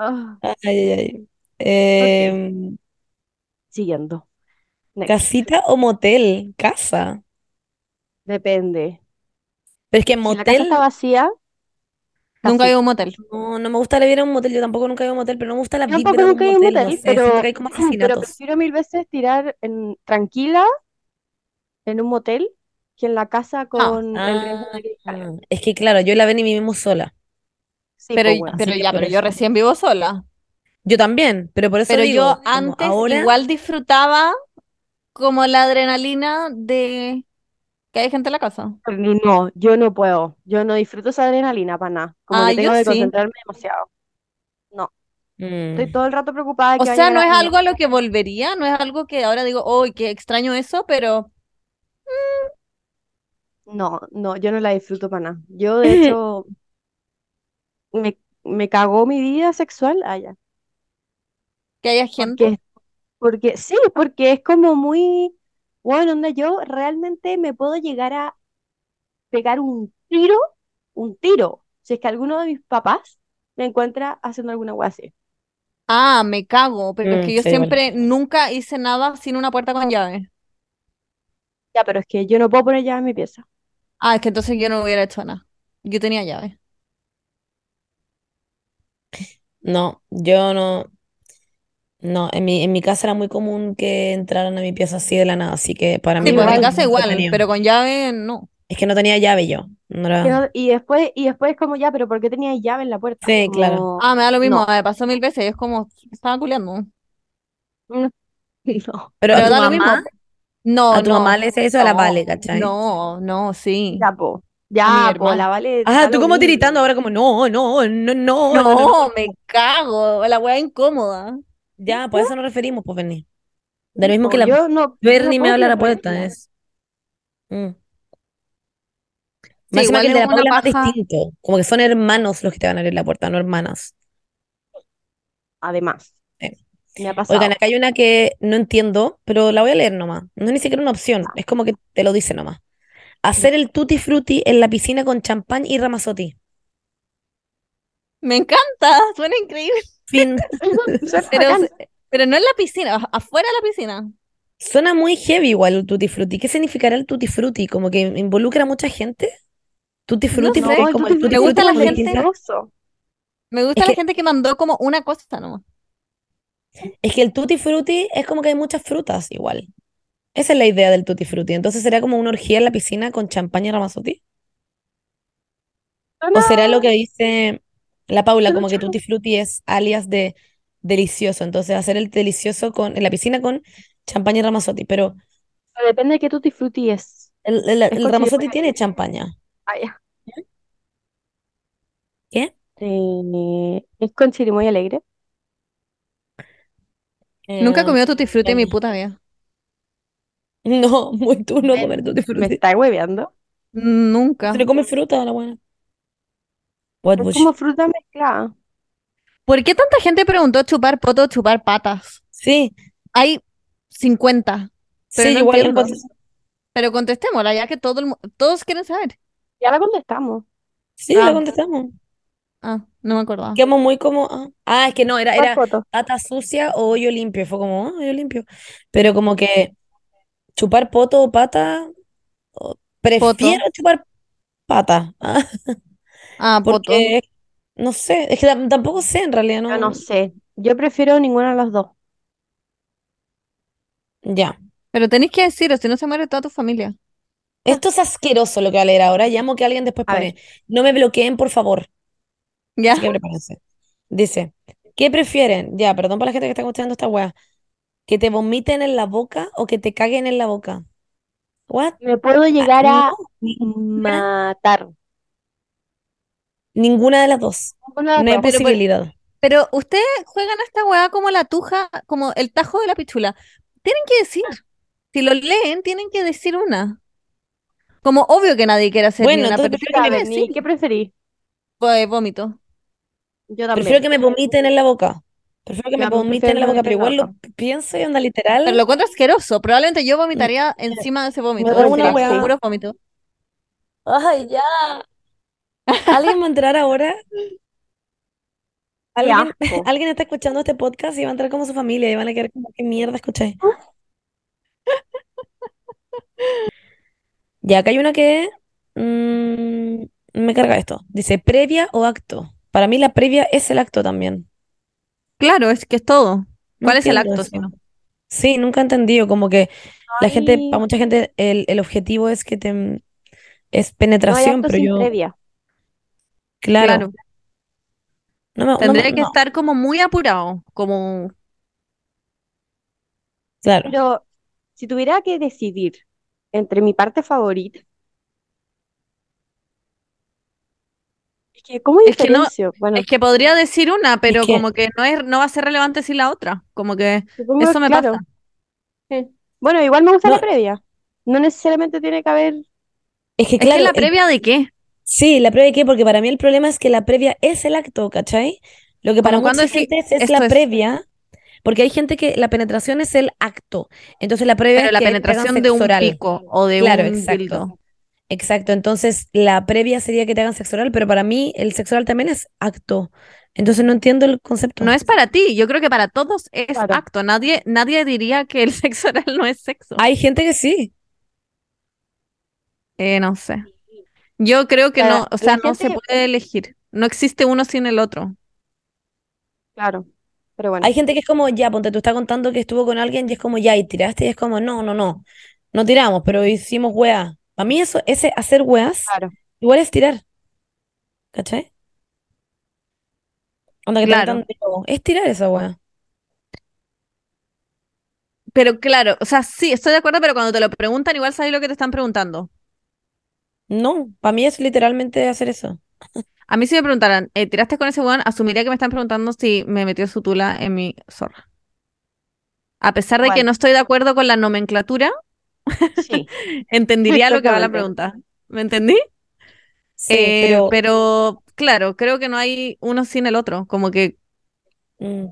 [SPEAKER 2] Ah,
[SPEAKER 1] ay, ay, ay. Em,
[SPEAKER 2] siguiendo. Next.
[SPEAKER 1] ¿casita o motel? Casa.
[SPEAKER 2] Depende.
[SPEAKER 1] Pero es que
[SPEAKER 2] Si la casa
[SPEAKER 1] motel,
[SPEAKER 2] está vacía,
[SPEAKER 3] Nunca
[SPEAKER 2] casita.
[SPEAKER 3] hay un motel.
[SPEAKER 1] no, no me gusta la vida en un motel. Yo tampoco nunca he ido a un motel, pero no me gusta la
[SPEAKER 2] Yo
[SPEAKER 1] vibra
[SPEAKER 2] tampoco
[SPEAKER 1] de un
[SPEAKER 2] nunca he ido a un
[SPEAKER 1] motel. No
[SPEAKER 2] motel,
[SPEAKER 1] sé, siento
[SPEAKER 2] [CLEARS THROAT] pero-
[SPEAKER 1] que hay
[SPEAKER 3] [LAUGHS]
[SPEAKER 1] como
[SPEAKER 2] Pero
[SPEAKER 1] asesinatos.
[SPEAKER 2] prefiero mil veces tirar en, tranquila en un motel que en la casa con el riesgo de que
[SPEAKER 1] Ah, es que claro, yo la ven y vivimos sola.
[SPEAKER 2] Sí,
[SPEAKER 3] Pero,
[SPEAKER 2] pues, weón.
[SPEAKER 1] así
[SPEAKER 3] pero
[SPEAKER 1] que
[SPEAKER 3] ya,
[SPEAKER 1] por
[SPEAKER 3] pero yo
[SPEAKER 1] eso.
[SPEAKER 3] recién vivo sola.
[SPEAKER 1] Yo también, pero por eso
[SPEAKER 3] Pero
[SPEAKER 1] digo,
[SPEAKER 3] yo
[SPEAKER 1] como
[SPEAKER 3] antes
[SPEAKER 1] ahora,
[SPEAKER 3] igual disfrutaba como la adrenalina de que hay gente en la casa.
[SPEAKER 1] Ah,
[SPEAKER 2] No, yo no puedo. Yo no disfruto esa adrenalina para nada. Como
[SPEAKER 3] Ah,
[SPEAKER 2] que tengo
[SPEAKER 3] yo
[SPEAKER 2] que
[SPEAKER 3] sí.
[SPEAKER 2] concentrarme demasiado. Estoy
[SPEAKER 1] mm,
[SPEAKER 2] todo el rato preocupada de
[SPEAKER 3] O
[SPEAKER 2] que vaya
[SPEAKER 3] sea, no es
[SPEAKER 2] a-
[SPEAKER 3] algo a lo que volvería, no es algo que ahora digo, uy, qué extraño eso, pero
[SPEAKER 2] No, no, yo no la disfruto para nada. Yo,
[SPEAKER 3] [CLEARS THROAT]
[SPEAKER 2] de hecho, me, me cagó mi vida sexual Ah, allá.
[SPEAKER 3] que haya gente.
[SPEAKER 2] Porque, porque, sí, porque es como muy, bueno, onda, yo realmente me puedo llegar a pegar un tiro, un tiro, si es que alguno de mis papás me encuentra haciendo alguna hueá así.
[SPEAKER 3] Ah, me cago, pero es
[SPEAKER 1] Mm,
[SPEAKER 3] que yo
[SPEAKER 1] sí, igual.
[SPEAKER 3] siempre nunca hice nada sin una puerta con llave.
[SPEAKER 2] Ya, pero es que yo no puedo poner llave en mi pieza.
[SPEAKER 3] Ah, es que entonces yo no hubiera hecho nada. Yo tenía llave.
[SPEAKER 1] no, yo no, no, en mi, en mi casa era muy común que entraran a mi pieza así de la nada, así que para mí
[SPEAKER 3] Sí,
[SPEAKER 1] no
[SPEAKER 3] pues en
[SPEAKER 1] era
[SPEAKER 2] igual.
[SPEAKER 3] mi
[SPEAKER 1] como
[SPEAKER 3] casa igual,
[SPEAKER 1] entretenido.
[SPEAKER 3] pero con llave no.
[SPEAKER 1] Es que no tenía llave yo, no
[SPEAKER 2] Que
[SPEAKER 1] era,
[SPEAKER 2] no- y después, y después como, ya, pero ¿por qué tenía llave en la puerta?
[SPEAKER 1] sí, claro,
[SPEAKER 2] Como,
[SPEAKER 3] Ah, me da lo mismo,
[SPEAKER 2] no,
[SPEAKER 3] me pasó mil veces, es como estaba culeando.
[SPEAKER 2] no.
[SPEAKER 1] pero a
[SPEAKER 3] Pero
[SPEAKER 1] tu
[SPEAKER 3] da lo
[SPEAKER 1] mamá,
[SPEAKER 3] mismo. No,
[SPEAKER 1] a tu
[SPEAKER 3] no,
[SPEAKER 1] mamá le decía eso a la
[SPEAKER 3] no,
[SPEAKER 1] Vale, ¿cachai?
[SPEAKER 3] no, no, sí.
[SPEAKER 2] Ya, po,
[SPEAKER 3] A mi
[SPEAKER 2] ya, po,
[SPEAKER 3] hermana.
[SPEAKER 2] la Vale,
[SPEAKER 1] Ah,
[SPEAKER 2] da
[SPEAKER 1] tú
[SPEAKER 2] lo
[SPEAKER 1] como
[SPEAKER 2] mismo.
[SPEAKER 1] tiritando ahora como, no, no, no, no, no, no,
[SPEAKER 3] No, me cago, la wea incómoda.
[SPEAKER 1] Ya, pues a eso nos referimos, pues Bernie. De lo mismo
[SPEAKER 2] No,
[SPEAKER 1] que la
[SPEAKER 2] yo no, yo no
[SPEAKER 1] Bernie me
[SPEAKER 2] puedo
[SPEAKER 1] habla a la
[SPEAKER 2] poner
[SPEAKER 1] puerta,
[SPEAKER 2] llave.
[SPEAKER 1] es. Mm. Más encima
[SPEAKER 3] igual
[SPEAKER 1] que el de
[SPEAKER 3] es
[SPEAKER 1] la Paula
[SPEAKER 3] una
[SPEAKER 1] es más
[SPEAKER 3] paja.
[SPEAKER 1] distinto. Como que son hermanos los que te van a abrir la puerta, no hermanas.
[SPEAKER 2] Además,
[SPEAKER 1] Sí.
[SPEAKER 2] me ha
[SPEAKER 1] Oigan, [LAUGHS]
[SPEAKER 2] pasado.
[SPEAKER 1] acá hay una que no entiendo, pero la voy a leer nomás. No es ni siquiera una opción, es como que te lo dice nomás. Hacer el tutti frutti en la piscina con champán y ramazotti.
[SPEAKER 3] Me encanta, [LAUGHS] suena
[SPEAKER 1] [LAUGHS]
[SPEAKER 3] increíble.
[SPEAKER 1] Fin.
[SPEAKER 2] Suena
[SPEAKER 3] Pero,
[SPEAKER 2] bacán.
[SPEAKER 3] pero no en la piscina, a- afuera de la piscina.
[SPEAKER 1] Suena muy heavy igual el tutti frutti. ¿Qué significará el tutti frutti? Como que involucra a mucha gente. Tutti frutti
[SPEAKER 3] sé.
[SPEAKER 1] porque es
[SPEAKER 2] No,
[SPEAKER 1] como
[SPEAKER 2] tú
[SPEAKER 1] el tutti
[SPEAKER 3] Me gusta
[SPEAKER 1] frutti
[SPEAKER 3] la
[SPEAKER 1] con
[SPEAKER 3] gente-
[SPEAKER 1] distintas
[SPEAKER 3] Me gusta
[SPEAKER 1] Es
[SPEAKER 3] la
[SPEAKER 1] que-
[SPEAKER 3] gente que mandó como una cosa nomás.
[SPEAKER 1] Es que el tutti frutti es como que hay muchas frutas igual. Esa es la idea del tutti frutti. Entonces será como una orgía en la piscina con champaña y ramazotti. ¿O será lo que dice la Paula, como que tutti frutti es alias de delicioso? Entonces hacer el delicioso con, en la piscina con champaña y ramazotti. Pero
[SPEAKER 2] Depende de qué tutti frutti es.
[SPEAKER 1] el, el, el
[SPEAKER 2] considerable.
[SPEAKER 1] ramazotti tiene champaña.
[SPEAKER 2] Ah, ya.
[SPEAKER 1] ¿Qué?
[SPEAKER 2] Eh, es con chile muy alegre.
[SPEAKER 3] Nunca he
[SPEAKER 1] Eh,
[SPEAKER 3] comido tutti frutti en mi
[SPEAKER 1] Dani.
[SPEAKER 3] puta vida.
[SPEAKER 1] [LAUGHS] no, muy tú no
[SPEAKER 2] Me-
[SPEAKER 1] comer tutti
[SPEAKER 3] Eh,
[SPEAKER 2] Me
[SPEAKER 1] frutti.
[SPEAKER 2] está hueveando.
[SPEAKER 3] Nunca.
[SPEAKER 1] Se le come fruta a la buena. What
[SPEAKER 2] Es
[SPEAKER 1] bush.
[SPEAKER 2] como fruta mezclada.
[SPEAKER 3] ¿Por qué tanta gente preguntó chupar poto, chupar patas?
[SPEAKER 1] Sí,
[SPEAKER 3] Hay 50. Pero
[SPEAKER 1] sí,
[SPEAKER 3] no
[SPEAKER 1] igual lo
[SPEAKER 3] entiendo.
[SPEAKER 1] encuentro-
[SPEAKER 3] Pero contestémosla, ya que todo el mu- todos quieren saber.
[SPEAKER 2] Ya la contestamos.
[SPEAKER 1] Sí, lo
[SPEAKER 3] Ah.
[SPEAKER 1] contestamos.
[SPEAKER 3] Ah, no me acordaba.
[SPEAKER 1] Quedamos muy como. Ah, Ah, es que no, era,
[SPEAKER 2] ¿Cuál
[SPEAKER 1] era
[SPEAKER 2] foto?
[SPEAKER 1] pata sucia o hoyo limpio. Fue como, ah, hoyo limpio. Pero como que chupar poto o pata. o- Prefiero chupar pata. ah, [LAUGHS]
[SPEAKER 3] Ah, poto.
[SPEAKER 1] porque no sé, es que tam- tampoco sé en realidad,
[SPEAKER 2] Yo
[SPEAKER 1] no.
[SPEAKER 2] no sé. Yo prefiero ninguna de las dos.
[SPEAKER 1] Ya.
[SPEAKER 3] Pero tenéis que decirlo, si no se muere toda tu familia.
[SPEAKER 1] Esto es asqueroso lo que va a leer ahora. Llamo que alguien después
[SPEAKER 2] A
[SPEAKER 1] pone. No me bloqueen, por favor.
[SPEAKER 3] Ya.
[SPEAKER 1] Así que prepárense. Dice, ¿qué prefieren? Ya, perdón para la gente que está escuchando esta weá. ¿Que te vomiten en la boca o que te caguen en la boca? ¿What?
[SPEAKER 2] Me puedo
[SPEAKER 1] Ah,
[SPEAKER 2] llegar a
[SPEAKER 1] ni-
[SPEAKER 2] matar.
[SPEAKER 1] Ninguna de las dos.
[SPEAKER 2] Ninguna de
[SPEAKER 1] No hay
[SPEAKER 2] las dos.
[SPEAKER 3] Ah, pero-
[SPEAKER 1] posibilidad.
[SPEAKER 3] Pero ustedes juegan a esta weá como la tuja, como el tajo de la pichula. Tienen que decir. Si lo leen, tienen que decir una. Como obvio que nadie quiere hacer ni
[SPEAKER 1] Bueno,
[SPEAKER 3] una,
[SPEAKER 1] entonces
[SPEAKER 3] pero
[SPEAKER 1] prefiero
[SPEAKER 3] tienen
[SPEAKER 2] Ya,
[SPEAKER 3] que
[SPEAKER 2] Berni,
[SPEAKER 3] decir.
[SPEAKER 2] pues, ¿qué preferís?
[SPEAKER 3] Pues vómito.
[SPEAKER 2] Yo
[SPEAKER 1] Prefiero
[SPEAKER 2] también.
[SPEAKER 1] que me vomiten en la boca. Prefiero que me
[SPEAKER 2] Ya, pues,
[SPEAKER 1] vomiten en
[SPEAKER 2] prefiero
[SPEAKER 1] la
[SPEAKER 2] que
[SPEAKER 1] boca,
[SPEAKER 2] me
[SPEAKER 1] pero igual
[SPEAKER 2] vomiten en la
[SPEAKER 1] lo pienso y onda literal.
[SPEAKER 3] Pero lo encuentro asqueroso. Probablemente yo vomitaría encima de ese vómito.
[SPEAKER 2] da
[SPEAKER 3] así
[SPEAKER 2] una
[SPEAKER 3] que
[SPEAKER 2] weá.
[SPEAKER 3] seguro vómito.
[SPEAKER 1] Ay, ya. ¿Alguien va a entrar ahora?
[SPEAKER 2] Qué
[SPEAKER 1] ¿Alguien, [LAUGHS]
[SPEAKER 2] asco.
[SPEAKER 1] alguien está escuchando este podcast y va a entrar como su familia y van a quedar como, ¿qué mierda
[SPEAKER 3] [LAUGHS]
[SPEAKER 1] escuché? Ya, acá hay una que mm, me carga esto. Dice, ¿previa o acto? Para mí la previa es el acto también.
[SPEAKER 3] Claro, es que es todo.
[SPEAKER 1] No
[SPEAKER 3] ¿Cuál es el
[SPEAKER 1] entiendo
[SPEAKER 3] acto,
[SPEAKER 1] eso.
[SPEAKER 3] si no?
[SPEAKER 1] Sí, nunca he entendido, como que la gente,
[SPEAKER 2] Ay,
[SPEAKER 1] para mucha gente, el, el objetivo es que te... Es
[SPEAKER 2] no hay
[SPEAKER 1] penetración,
[SPEAKER 2] acto
[SPEAKER 1] pero
[SPEAKER 2] sin
[SPEAKER 1] yo,
[SPEAKER 2] previa.
[SPEAKER 1] claro,
[SPEAKER 3] Claro.
[SPEAKER 1] no me, no me-
[SPEAKER 3] Tendría que
[SPEAKER 1] no,
[SPEAKER 3] estar como muy apurado. Como.
[SPEAKER 1] claro.
[SPEAKER 2] Pero si tuviera que decidir entre mi parte favorita, es que ¿cómo
[SPEAKER 3] Es que no- eh,
[SPEAKER 2] diferencio? Bueno,
[SPEAKER 3] Es que podría decir una, pero
[SPEAKER 1] que-
[SPEAKER 3] como que no es, no va a ser relevante sin la otra. Como que
[SPEAKER 2] supongo
[SPEAKER 3] eso me
[SPEAKER 2] claro.
[SPEAKER 3] pasa.
[SPEAKER 2] Sí. Bueno, igual me gusta la
[SPEAKER 1] No.
[SPEAKER 2] previa. No necesariamente tiene que haber.
[SPEAKER 1] Es que
[SPEAKER 3] Es que
[SPEAKER 1] claro,
[SPEAKER 3] la
[SPEAKER 1] el-
[SPEAKER 3] previa de qué?
[SPEAKER 1] sí, la previa qué, porque para mí el problema es que la previa es el acto, ¿cachai? Lo que para
[SPEAKER 3] Como cuando
[SPEAKER 1] mucha
[SPEAKER 3] decís,
[SPEAKER 1] gente es, es
[SPEAKER 3] "Esto
[SPEAKER 1] la
[SPEAKER 3] es".
[SPEAKER 1] previa, porque hay gente que la penetración es el acto, entonces la previa
[SPEAKER 3] Pero
[SPEAKER 1] es
[SPEAKER 3] la
[SPEAKER 1] que te hagan
[SPEAKER 3] penetración de
[SPEAKER 1] sexo
[SPEAKER 3] un
[SPEAKER 1] oral.
[SPEAKER 3] pico o de
[SPEAKER 1] Claro,
[SPEAKER 3] un
[SPEAKER 1] exacto.
[SPEAKER 3] dildo.
[SPEAKER 1] Exacto, entonces la previa sería que te hagan sexo oral, pero para mí el sexo oral también es acto. Entonces no entiendo el concepto.
[SPEAKER 3] No es para ti, yo creo que para todos es
[SPEAKER 2] Claro.
[SPEAKER 3] acto. Nadie, nadie diría que el [LAUGHS] sexo oral no es sexo.
[SPEAKER 1] Hay gente que sí.
[SPEAKER 3] Eh, no sé. Yo creo que
[SPEAKER 2] La-
[SPEAKER 3] no, o sea,
[SPEAKER 2] la
[SPEAKER 3] no se
[SPEAKER 2] gente-
[SPEAKER 3] puede elegir. No existe uno sin el otro.
[SPEAKER 2] Claro, pero bueno.
[SPEAKER 1] Hay gente que es como, ya, ponte, tú estás contando que estuvo con alguien y es como, ya, y tiraste y es como, no, no, no. No tiramos, pero hicimos weas. Para mí eso, ese hacer weas,
[SPEAKER 2] Claro.
[SPEAKER 1] igual es tirar. ¿Cachai? Onda que te
[SPEAKER 3] Claro.
[SPEAKER 1] metan de nuevo. Es tirar esa wea.
[SPEAKER 3] Pero claro, o sea, sí, estoy de acuerdo, pero cuando te lo preguntan, igual sabes lo que te están preguntando.
[SPEAKER 1] No, para mí es literalmente hacer eso.
[SPEAKER 3] A mí si me preguntaran, eh, ¿tiraste con ese weón? Asumiría que me están preguntando si me metió su tula en mi zorra. A pesar de que
[SPEAKER 2] Igual.
[SPEAKER 3] no estoy de acuerdo con la nomenclatura, [LAUGHS]
[SPEAKER 2] Sí.
[SPEAKER 3] entendería lo que va la
[SPEAKER 2] Exactamente.
[SPEAKER 3] pregunta. ¿Me entendí?
[SPEAKER 1] Sí,
[SPEAKER 3] Eh,
[SPEAKER 1] pero
[SPEAKER 3] pero claro, creo que no hay uno sin el otro. Como que
[SPEAKER 1] mm,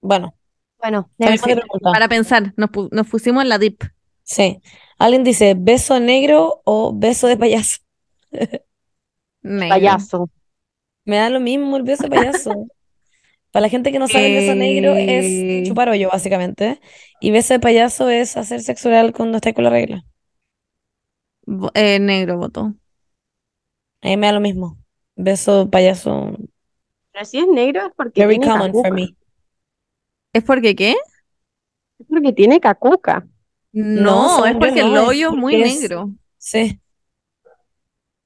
[SPEAKER 1] bueno,
[SPEAKER 2] Bueno,
[SPEAKER 1] cambiamos de
[SPEAKER 2] next.
[SPEAKER 1] pregunta.
[SPEAKER 3] para pensar, nos, pu- nos pusimos en la dip.
[SPEAKER 1] Sí. Alguien dice beso negro o beso de payaso.
[SPEAKER 3] Negro.
[SPEAKER 2] Payaso.
[SPEAKER 1] Me da lo mismo el beso de payaso. Para la gente que no sabe, el beso negro
[SPEAKER 3] Eh.
[SPEAKER 1] es chupar hoyo, básicamente. Y beso de payaso es hacer sexo oral cuando estáis con la regla.
[SPEAKER 3] Bo- eh, negro voto.
[SPEAKER 1] A mí me da lo mismo. Beso de payaso.
[SPEAKER 2] Pero si es negro es porque
[SPEAKER 1] Very
[SPEAKER 2] tiene
[SPEAKER 1] common for
[SPEAKER 2] cacuca.
[SPEAKER 1] me.
[SPEAKER 3] ¿Es porque qué?
[SPEAKER 2] Es porque tiene cacuca.
[SPEAKER 1] No,
[SPEAKER 3] No, es
[SPEAKER 1] según yo
[SPEAKER 3] porque el
[SPEAKER 1] no, es
[SPEAKER 3] hoyo es muy
[SPEAKER 1] porque es-
[SPEAKER 3] negro.
[SPEAKER 1] Sí.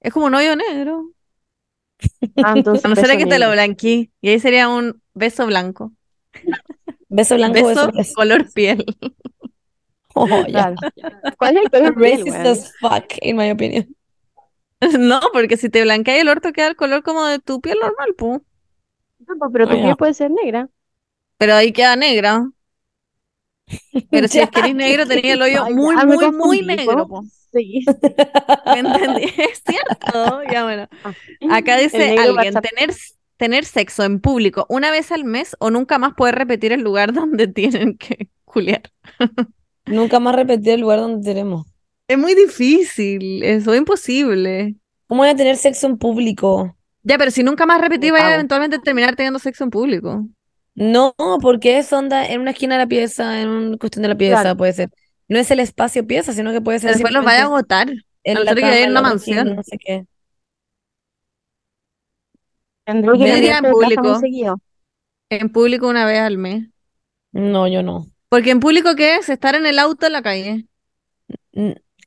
[SPEAKER 3] Es como un hoyo negro. [LAUGHS]
[SPEAKER 2] Ah, entonces
[SPEAKER 3] A no ser
[SPEAKER 2] beso
[SPEAKER 3] que te lo
[SPEAKER 2] negro.
[SPEAKER 3] blanqueé. Y ahí sería un beso blanco.
[SPEAKER 1] Beso blanco, beso
[SPEAKER 3] Beso
[SPEAKER 1] payaso.
[SPEAKER 3] color piel.
[SPEAKER 1] [LAUGHS] Oh, ya.
[SPEAKER 2] Claro. ¿Cuál es el
[SPEAKER 3] [LAUGHS]
[SPEAKER 2] color piel,
[SPEAKER 1] Racist
[SPEAKER 2] weón?
[SPEAKER 1] as fuck, in my opinion.
[SPEAKER 3] [LAUGHS] No, porque si te blanqueas el orto queda el color como de tu piel normal, pu.
[SPEAKER 2] No, pues, pero tu
[SPEAKER 1] Ay, no.
[SPEAKER 2] piel puede ser negra.
[SPEAKER 3] Pero ahí queda negra. Pero si
[SPEAKER 1] Ya,
[SPEAKER 3] es que eres negro, tenía el hoyo
[SPEAKER 2] Ay,
[SPEAKER 3] muy,
[SPEAKER 2] ya, me
[SPEAKER 3] muy, muy
[SPEAKER 2] confundí, po.
[SPEAKER 3] negro. po.
[SPEAKER 2] Sí.
[SPEAKER 3] ¿Me entendí? [LAUGHS] Es cierto. Ya bueno. [LAUGHS] Acá
[SPEAKER 2] [LAUGHS] El
[SPEAKER 3] dice
[SPEAKER 2] negro
[SPEAKER 3] alguien,
[SPEAKER 2] WhatsApp.
[SPEAKER 3] tener, tener sexo en público una vez al mes o nunca más poder repetir el lugar [LAUGHS] donde tienen que culiar.
[SPEAKER 1] Nunca más repetir el lugar donde tenemos.
[SPEAKER 3] Es muy difícil, eso es imposible.
[SPEAKER 1] ¿Cómo van a tener sexo en público?
[SPEAKER 3] Ya, pero si nunca más repetí, vaya a
[SPEAKER 2] Wow.
[SPEAKER 3] eventualmente terminar teniendo sexo en público.
[SPEAKER 1] No, porque es onda en una esquina de la pieza, en una cuestión de la pieza,
[SPEAKER 2] Claro.
[SPEAKER 1] puede ser. No es el espacio pieza, sino que puede ser
[SPEAKER 3] Después los vaya a
[SPEAKER 1] simplemente
[SPEAKER 3] agotar.
[SPEAKER 1] en
[SPEAKER 3] a
[SPEAKER 1] la
[SPEAKER 3] nosotros que
[SPEAKER 1] cama,
[SPEAKER 3] hay en
[SPEAKER 1] en
[SPEAKER 3] la
[SPEAKER 1] la cocina,
[SPEAKER 3] mansión.
[SPEAKER 1] no sé qué.
[SPEAKER 2] Tendré que
[SPEAKER 1] Yo
[SPEAKER 3] diría
[SPEAKER 2] cambiar de casa
[SPEAKER 3] en
[SPEAKER 2] muy
[SPEAKER 3] público.
[SPEAKER 2] seguido.
[SPEAKER 3] En público una vez al mes.
[SPEAKER 1] No, yo no.
[SPEAKER 3] Porque en público, ¿qué es? Estar en el auto en la calle.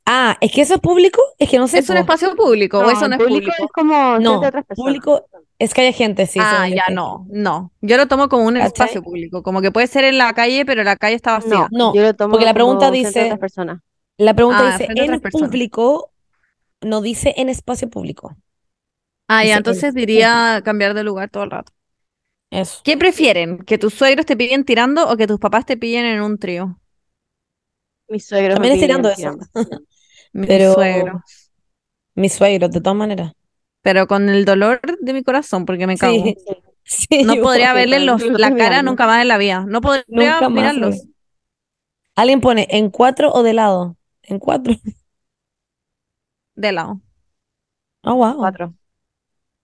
[SPEAKER 1] Ah, ¿es que eso es público? Es que no sé,
[SPEAKER 3] ¿Es un
[SPEAKER 1] po.
[SPEAKER 3] espacio público o
[SPEAKER 2] No,
[SPEAKER 3] eso
[SPEAKER 2] en
[SPEAKER 3] no es
[SPEAKER 2] público
[SPEAKER 3] público?
[SPEAKER 2] es como
[SPEAKER 1] No,
[SPEAKER 2] ser de otras personas.
[SPEAKER 1] Público es que hay gente, sí,
[SPEAKER 3] Ah,
[SPEAKER 1] según yo
[SPEAKER 3] ya
[SPEAKER 1] sí.
[SPEAKER 3] no, no. Yo lo tomo como un
[SPEAKER 1] ¿Cachai?
[SPEAKER 3] espacio público, como que puede ser en la calle, pero la calle está
[SPEAKER 2] No,
[SPEAKER 3] vacía.
[SPEAKER 1] No,
[SPEAKER 2] yo lo tomo
[SPEAKER 1] porque la pregunta
[SPEAKER 2] como ser de
[SPEAKER 1] dice-
[SPEAKER 2] otras personas.
[SPEAKER 1] La pregunta
[SPEAKER 3] Ah,
[SPEAKER 1] dice,
[SPEAKER 3] frente a otras
[SPEAKER 1] en
[SPEAKER 3] personas.
[SPEAKER 1] público, no dice en espacio público.
[SPEAKER 3] Ah,
[SPEAKER 1] Dice
[SPEAKER 3] ya,
[SPEAKER 1] que
[SPEAKER 3] entonces diría cambiar de lugar todo el rato.
[SPEAKER 1] Eso.
[SPEAKER 3] ¿Qué prefieren? ¿Que tus suegros te pillen tirando o que tus papás te pillen en un trío?
[SPEAKER 2] Mis suegros me
[SPEAKER 1] También estoy
[SPEAKER 2] pidieron
[SPEAKER 1] tirando
[SPEAKER 2] que
[SPEAKER 1] eso.
[SPEAKER 2] amo.
[SPEAKER 3] Mi
[SPEAKER 1] Pero-
[SPEAKER 3] suegro.
[SPEAKER 1] Mi suegro, de todas maneras. [LAUGHS]
[SPEAKER 3] Pero con el dolor de mi corazón, porque me cago.
[SPEAKER 1] Sí, [LAUGHS] sí,
[SPEAKER 3] No
[SPEAKER 1] yo-
[SPEAKER 3] podría
[SPEAKER 2] porque
[SPEAKER 3] verles
[SPEAKER 2] con
[SPEAKER 3] los,
[SPEAKER 2] el dolor
[SPEAKER 3] la
[SPEAKER 2] de mi
[SPEAKER 3] cara
[SPEAKER 2] alma.
[SPEAKER 3] nunca más en la vida. No podría
[SPEAKER 1] Nunca más,
[SPEAKER 3] mirarlos.
[SPEAKER 1] güey. Alguien pone en cuatro o de lado. En cuatro. [LAUGHS]
[SPEAKER 3] De lado.
[SPEAKER 1] Ah, wow.
[SPEAKER 2] Cuatro.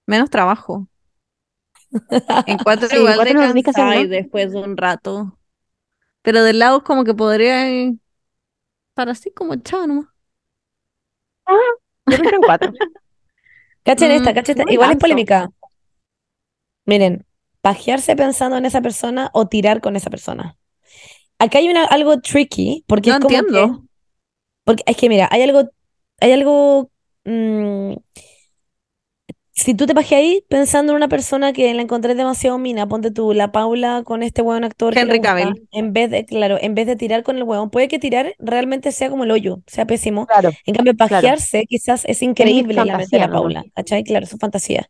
[SPEAKER 3] Menos trabajo. En cuatro
[SPEAKER 2] Sí, en
[SPEAKER 3] igual
[SPEAKER 2] cuatro
[SPEAKER 3] te
[SPEAKER 2] no tenés que hacer
[SPEAKER 3] cansáis
[SPEAKER 2] nada.
[SPEAKER 3] después de un rato. Pero de lado es como que podría eh, estar así como chao nomás.
[SPEAKER 2] Yo prefiero en cuatro.
[SPEAKER 1] Cachen esta,
[SPEAKER 3] Mm,
[SPEAKER 1] cachen esta.
[SPEAKER 2] muy
[SPEAKER 1] Igual es
[SPEAKER 2] manso.
[SPEAKER 1] polémica. Miren, pajearse pensando en esa persona o tirar con esa persona. Acá hay una, algo tricky, porque
[SPEAKER 3] No
[SPEAKER 1] es como que-
[SPEAKER 3] entiendo.
[SPEAKER 1] porque es que mira, hay algo, hay algo, mm, si tú te pajeas ahí pensando en una persona que la encontré demasiado mina, ponte tú, la Paula con este buen actor que le
[SPEAKER 3] Henry
[SPEAKER 1] gusta,
[SPEAKER 3] Cavill.
[SPEAKER 1] en vez de, claro, en vez de tirar con el huevón, puede que tirar realmente sea como el hoyo, sea pésimo.
[SPEAKER 2] Claro.
[SPEAKER 1] En cambio,
[SPEAKER 2] Claro.
[SPEAKER 1] pajearse quizás es increíble la mente de
[SPEAKER 2] fantasía
[SPEAKER 1] la
[SPEAKER 2] nomás.
[SPEAKER 1] Paula, ¿cachai? Claro, su fantasía.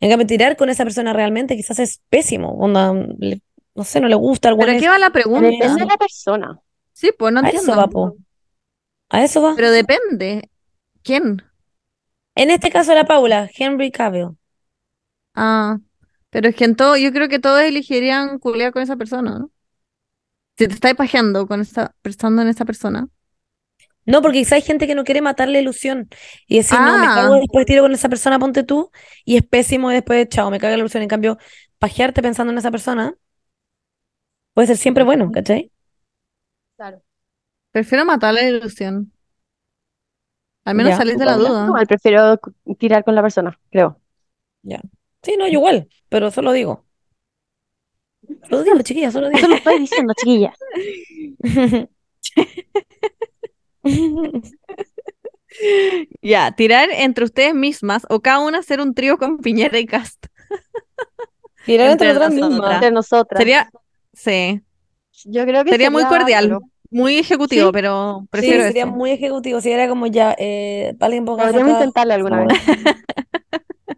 [SPEAKER 1] En cambio, tirar con esa persona realmente quizás es pésimo, onda, le- no sé, no le gusta, el
[SPEAKER 3] ¿Pero
[SPEAKER 1] hueón
[SPEAKER 3] a
[SPEAKER 1] es-
[SPEAKER 3] qué va la
[SPEAKER 2] Depende de
[SPEAKER 3] pregunta?
[SPEAKER 2] la persona.
[SPEAKER 3] Sí, pues no
[SPEAKER 1] a eso va,
[SPEAKER 3] entiendo.
[SPEAKER 1] po. A eso va.
[SPEAKER 3] Pero depende. ¿Quién?
[SPEAKER 1] En este caso la Paula, Henry Cavill.
[SPEAKER 3] Ah, pero es que en todo, yo creo que todos elegirían culiar con esa persona, ¿no? Si te estáis pajeando con esa, pensando en esa persona.
[SPEAKER 1] No, porque quizá hay gente que no quiere matar la ilusión y decir, no, me cago
[SPEAKER 3] Ah.
[SPEAKER 1] después tiro con esa persona, ponte tú, y es pésimo y después, chao, me caga la ilusión. En cambio, pajearte pensando en esa persona puede ser siempre bueno, ¿cachai?
[SPEAKER 3] Prefiero matar la ilusión. Al menos
[SPEAKER 1] Ya,
[SPEAKER 3] salís de la duda.
[SPEAKER 2] Igual prefiero cu- tirar con la persona, creo.
[SPEAKER 1] Sí, no, yo igual, pero solo digo. Solo digo, chiquilla, solo
[SPEAKER 2] [LAUGHS] Eso lo estoy
[SPEAKER 3] [LAUGHS]
[SPEAKER 2] diciendo, chiquilla.
[SPEAKER 1] digo.
[SPEAKER 3] Ya, tirar entre ustedes mismas o cada una hacer un trío con Piñera y Cast.
[SPEAKER 1] Tirar entre
[SPEAKER 3] Entre
[SPEAKER 1] nosotras
[SPEAKER 3] nosotras.
[SPEAKER 1] mismas.
[SPEAKER 2] Entre nosotras.
[SPEAKER 3] Sería, sí,
[SPEAKER 2] Yo creo que
[SPEAKER 3] sería muy cordial,
[SPEAKER 2] pero
[SPEAKER 3] muy ejecutivo,
[SPEAKER 2] Sí.
[SPEAKER 3] pero
[SPEAKER 1] Sí,
[SPEAKER 3] prefiero
[SPEAKER 1] sería
[SPEAKER 3] eso.
[SPEAKER 1] muy ejecutivo. Si era como ya, eh, alguien ponga
[SPEAKER 2] Podríamos
[SPEAKER 1] acá.
[SPEAKER 2] intentarlo alguna vez.
[SPEAKER 3] [LAUGHS]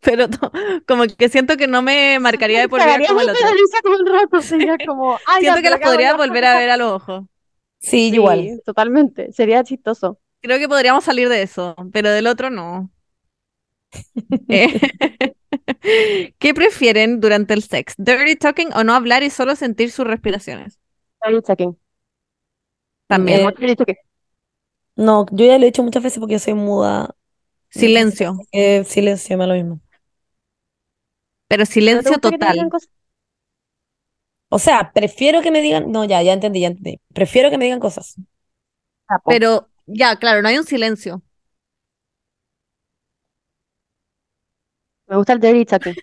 [SPEAKER 3] Pero to- como que siento que no me marcaría de por vida como
[SPEAKER 2] Cagaríamos
[SPEAKER 3] el
[SPEAKER 1] [LAUGHS]
[SPEAKER 2] de
[SPEAKER 3] otro.
[SPEAKER 2] la risa todo el rato, sería como, ay, ya,
[SPEAKER 3] Siento que
[SPEAKER 2] pero
[SPEAKER 3] las
[SPEAKER 2] hagamos
[SPEAKER 3] podría
[SPEAKER 2] las
[SPEAKER 3] volver
[SPEAKER 2] cosas.
[SPEAKER 3] a ver a los ojos.
[SPEAKER 1] Sí, yo
[SPEAKER 2] Sí,
[SPEAKER 1] igual.
[SPEAKER 2] totalmente, sería chistoso.
[SPEAKER 3] Creo que podríamos salir de eso, pero del
[SPEAKER 1] [LAUGHS]
[SPEAKER 3] otro no. Eh, [LAUGHS] ¿Qué prefieren durante el sex? ¿Dirty talking o no hablar y solo sentir sus respiraciones?
[SPEAKER 2] Dirty talking.
[SPEAKER 3] También.
[SPEAKER 1] Eh,
[SPEAKER 2] Dirty talking.
[SPEAKER 1] no, yo ya lo he hecho muchas veces porque yo soy muda.
[SPEAKER 3] Silencio,
[SPEAKER 1] Eh, silencio, me da lo mismo.
[SPEAKER 3] pero
[SPEAKER 2] ¿No te
[SPEAKER 3] silencio
[SPEAKER 2] gusta que te
[SPEAKER 3] total.
[SPEAKER 2] digan cosas?
[SPEAKER 1] O sea, prefiero que me digan. No, ya, ya entendí, ya entendí. Prefiero que me digan cosas.
[SPEAKER 2] Sapo.
[SPEAKER 3] Pero ya, claro, no hay un silencio.
[SPEAKER 2] Me gusta el dirty talking.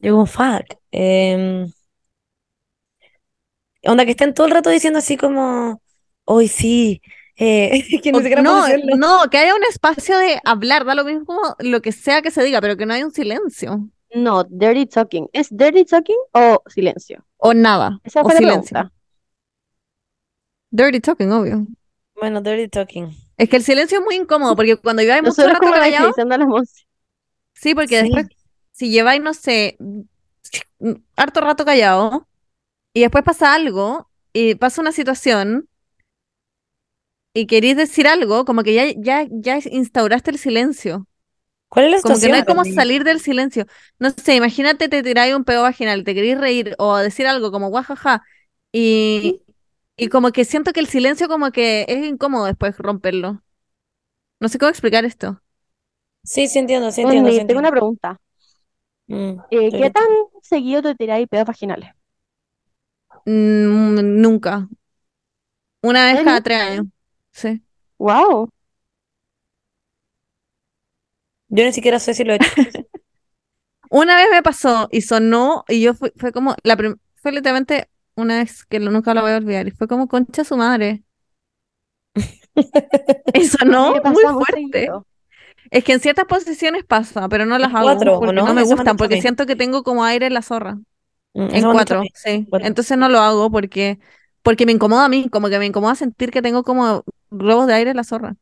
[SPEAKER 1] Yo como, fuck. em, onda, que estén todo el rato diciendo así como. Hoy sí. eh, [LAUGHS] que ni
[SPEAKER 3] O-
[SPEAKER 1] siquiera puedo
[SPEAKER 3] no,
[SPEAKER 1] decirlo.
[SPEAKER 3] no, que haya un espacio de hablar, da lo mismo lo que sea que se diga, pero que no hay un silencio.
[SPEAKER 2] No, dirty talking. ¿Es dirty talking o silencio?
[SPEAKER 3] O nada,
[SPEAKER 2] Esa
[SPEAKER 3] o
[SPEAKER 2] fue la
[SPEAKER 3] silencio.
[SPEAKER 2] pregunta.
[SPEAKER 3] Dirty talking, obvio.
[SPEAKER 1] Bueno, dirty talking.
[SPEAKER 3] Es que el silencio es muy incómodo, porque cuando lleváis mucho
[SPEAKER 2] Nosotros
[SPEAKER 3] rato
[SPEAKER 2] como la
[SPEAKER 3] callado,
[SPEAKER 2] definición de las once.
[SPEAKER 3] sí, porque
[SPEAKER 1] Sí.
[SPEAKER 3] después, si lleváis, no sé, harto rato callado, y después pasa algo, y pasa una situación, y querís decir algo, como que ya, ya, ya instauraste el silencio.
[SPEAKER 1] ¿Cuál es la
[SPEAKER 3] [LAUGHS] Como que no
[SPEAKER 1] situación?
[SPEAKER 3] hay como salir del silencio. No sé, imagínate te tiráis un pedo vaginal, te querís reír o decir algo como guajaja y, y como que siento que el silencio como que es incómodo después romperlo. No sé cómo explicar esto.
[SPEAKER 1] Sí, sí entiendo, sí entiendo,
[SPEAKER 2] Connie,
[SPEAKER 1] sí
[SPEAKER 2] tengo una pregunta.
[SPEAKER 1] entiendo. Mm.
[SPEAKER 2] Eh, ¿qué
[SPEAKER 1] Dale.
[SPEAKER 2] tan seguido te tiráis pedos vaginales?
[SPEAKER 3] Mm, nunca. Una vez
[SPEAKER 2] ¿Eh,
[SPEAKER 3] cada
[SPEAKER 2] nunca?
[SPEAKER 3] tres años. Sí.
[SPEAKER 2] ¡Wow!
[SPEAKER 1] Yo ni siquiera sé si lo he hecho.
[SPEAKER 3] Una vez me pasó y sonó y yo fue, fue como la prim- fue literalmente una vez que lo- nunca lo voy a olvidar y fue como concha
[SPEAKER 2] [LAUGHS]
[SPEAKER 3] su madre. Y sonó
[SPEAKER 2] Me
[SPEAKER 3] muy
[SPEAKER 2] pasa muy
[SPEAKER 3] fuerte.
[SPEAKER 2] seguido.
[SPEAKER 3] Es que en ciertas posiciones pasa, pero no las hago
[SPEAKER 1] cuatro, ¿o
[SPEAKER 3] porque
[SPEAKER 1] no?
[SPEAKER 3] no me
[SPEAKER 1] Eso me han
[SPEAKER 3] gustan,
[SPEAKER 1] dicho a
[SPEAKER 3] porque
[SPEAKER 1] mí.
[SPEAKER 3] siento que tengo como aire en la zorra.
[SPEAKER 1] Mm, eso me han
[SPEAKER 3] [LAUGHS] En
[SPEAKER 1] dicho a
[SPEAKER 3] cuatro,
[SPEAKER 1] mí.
[SPEAKER 3] sí.
[SPEAKER 1] Cuatro.
[SPEAKER 3] Entonces no lo hago porque, porque me incomoda a mí, como que me incomoda sentir que tengo como globos de aire en la zorra.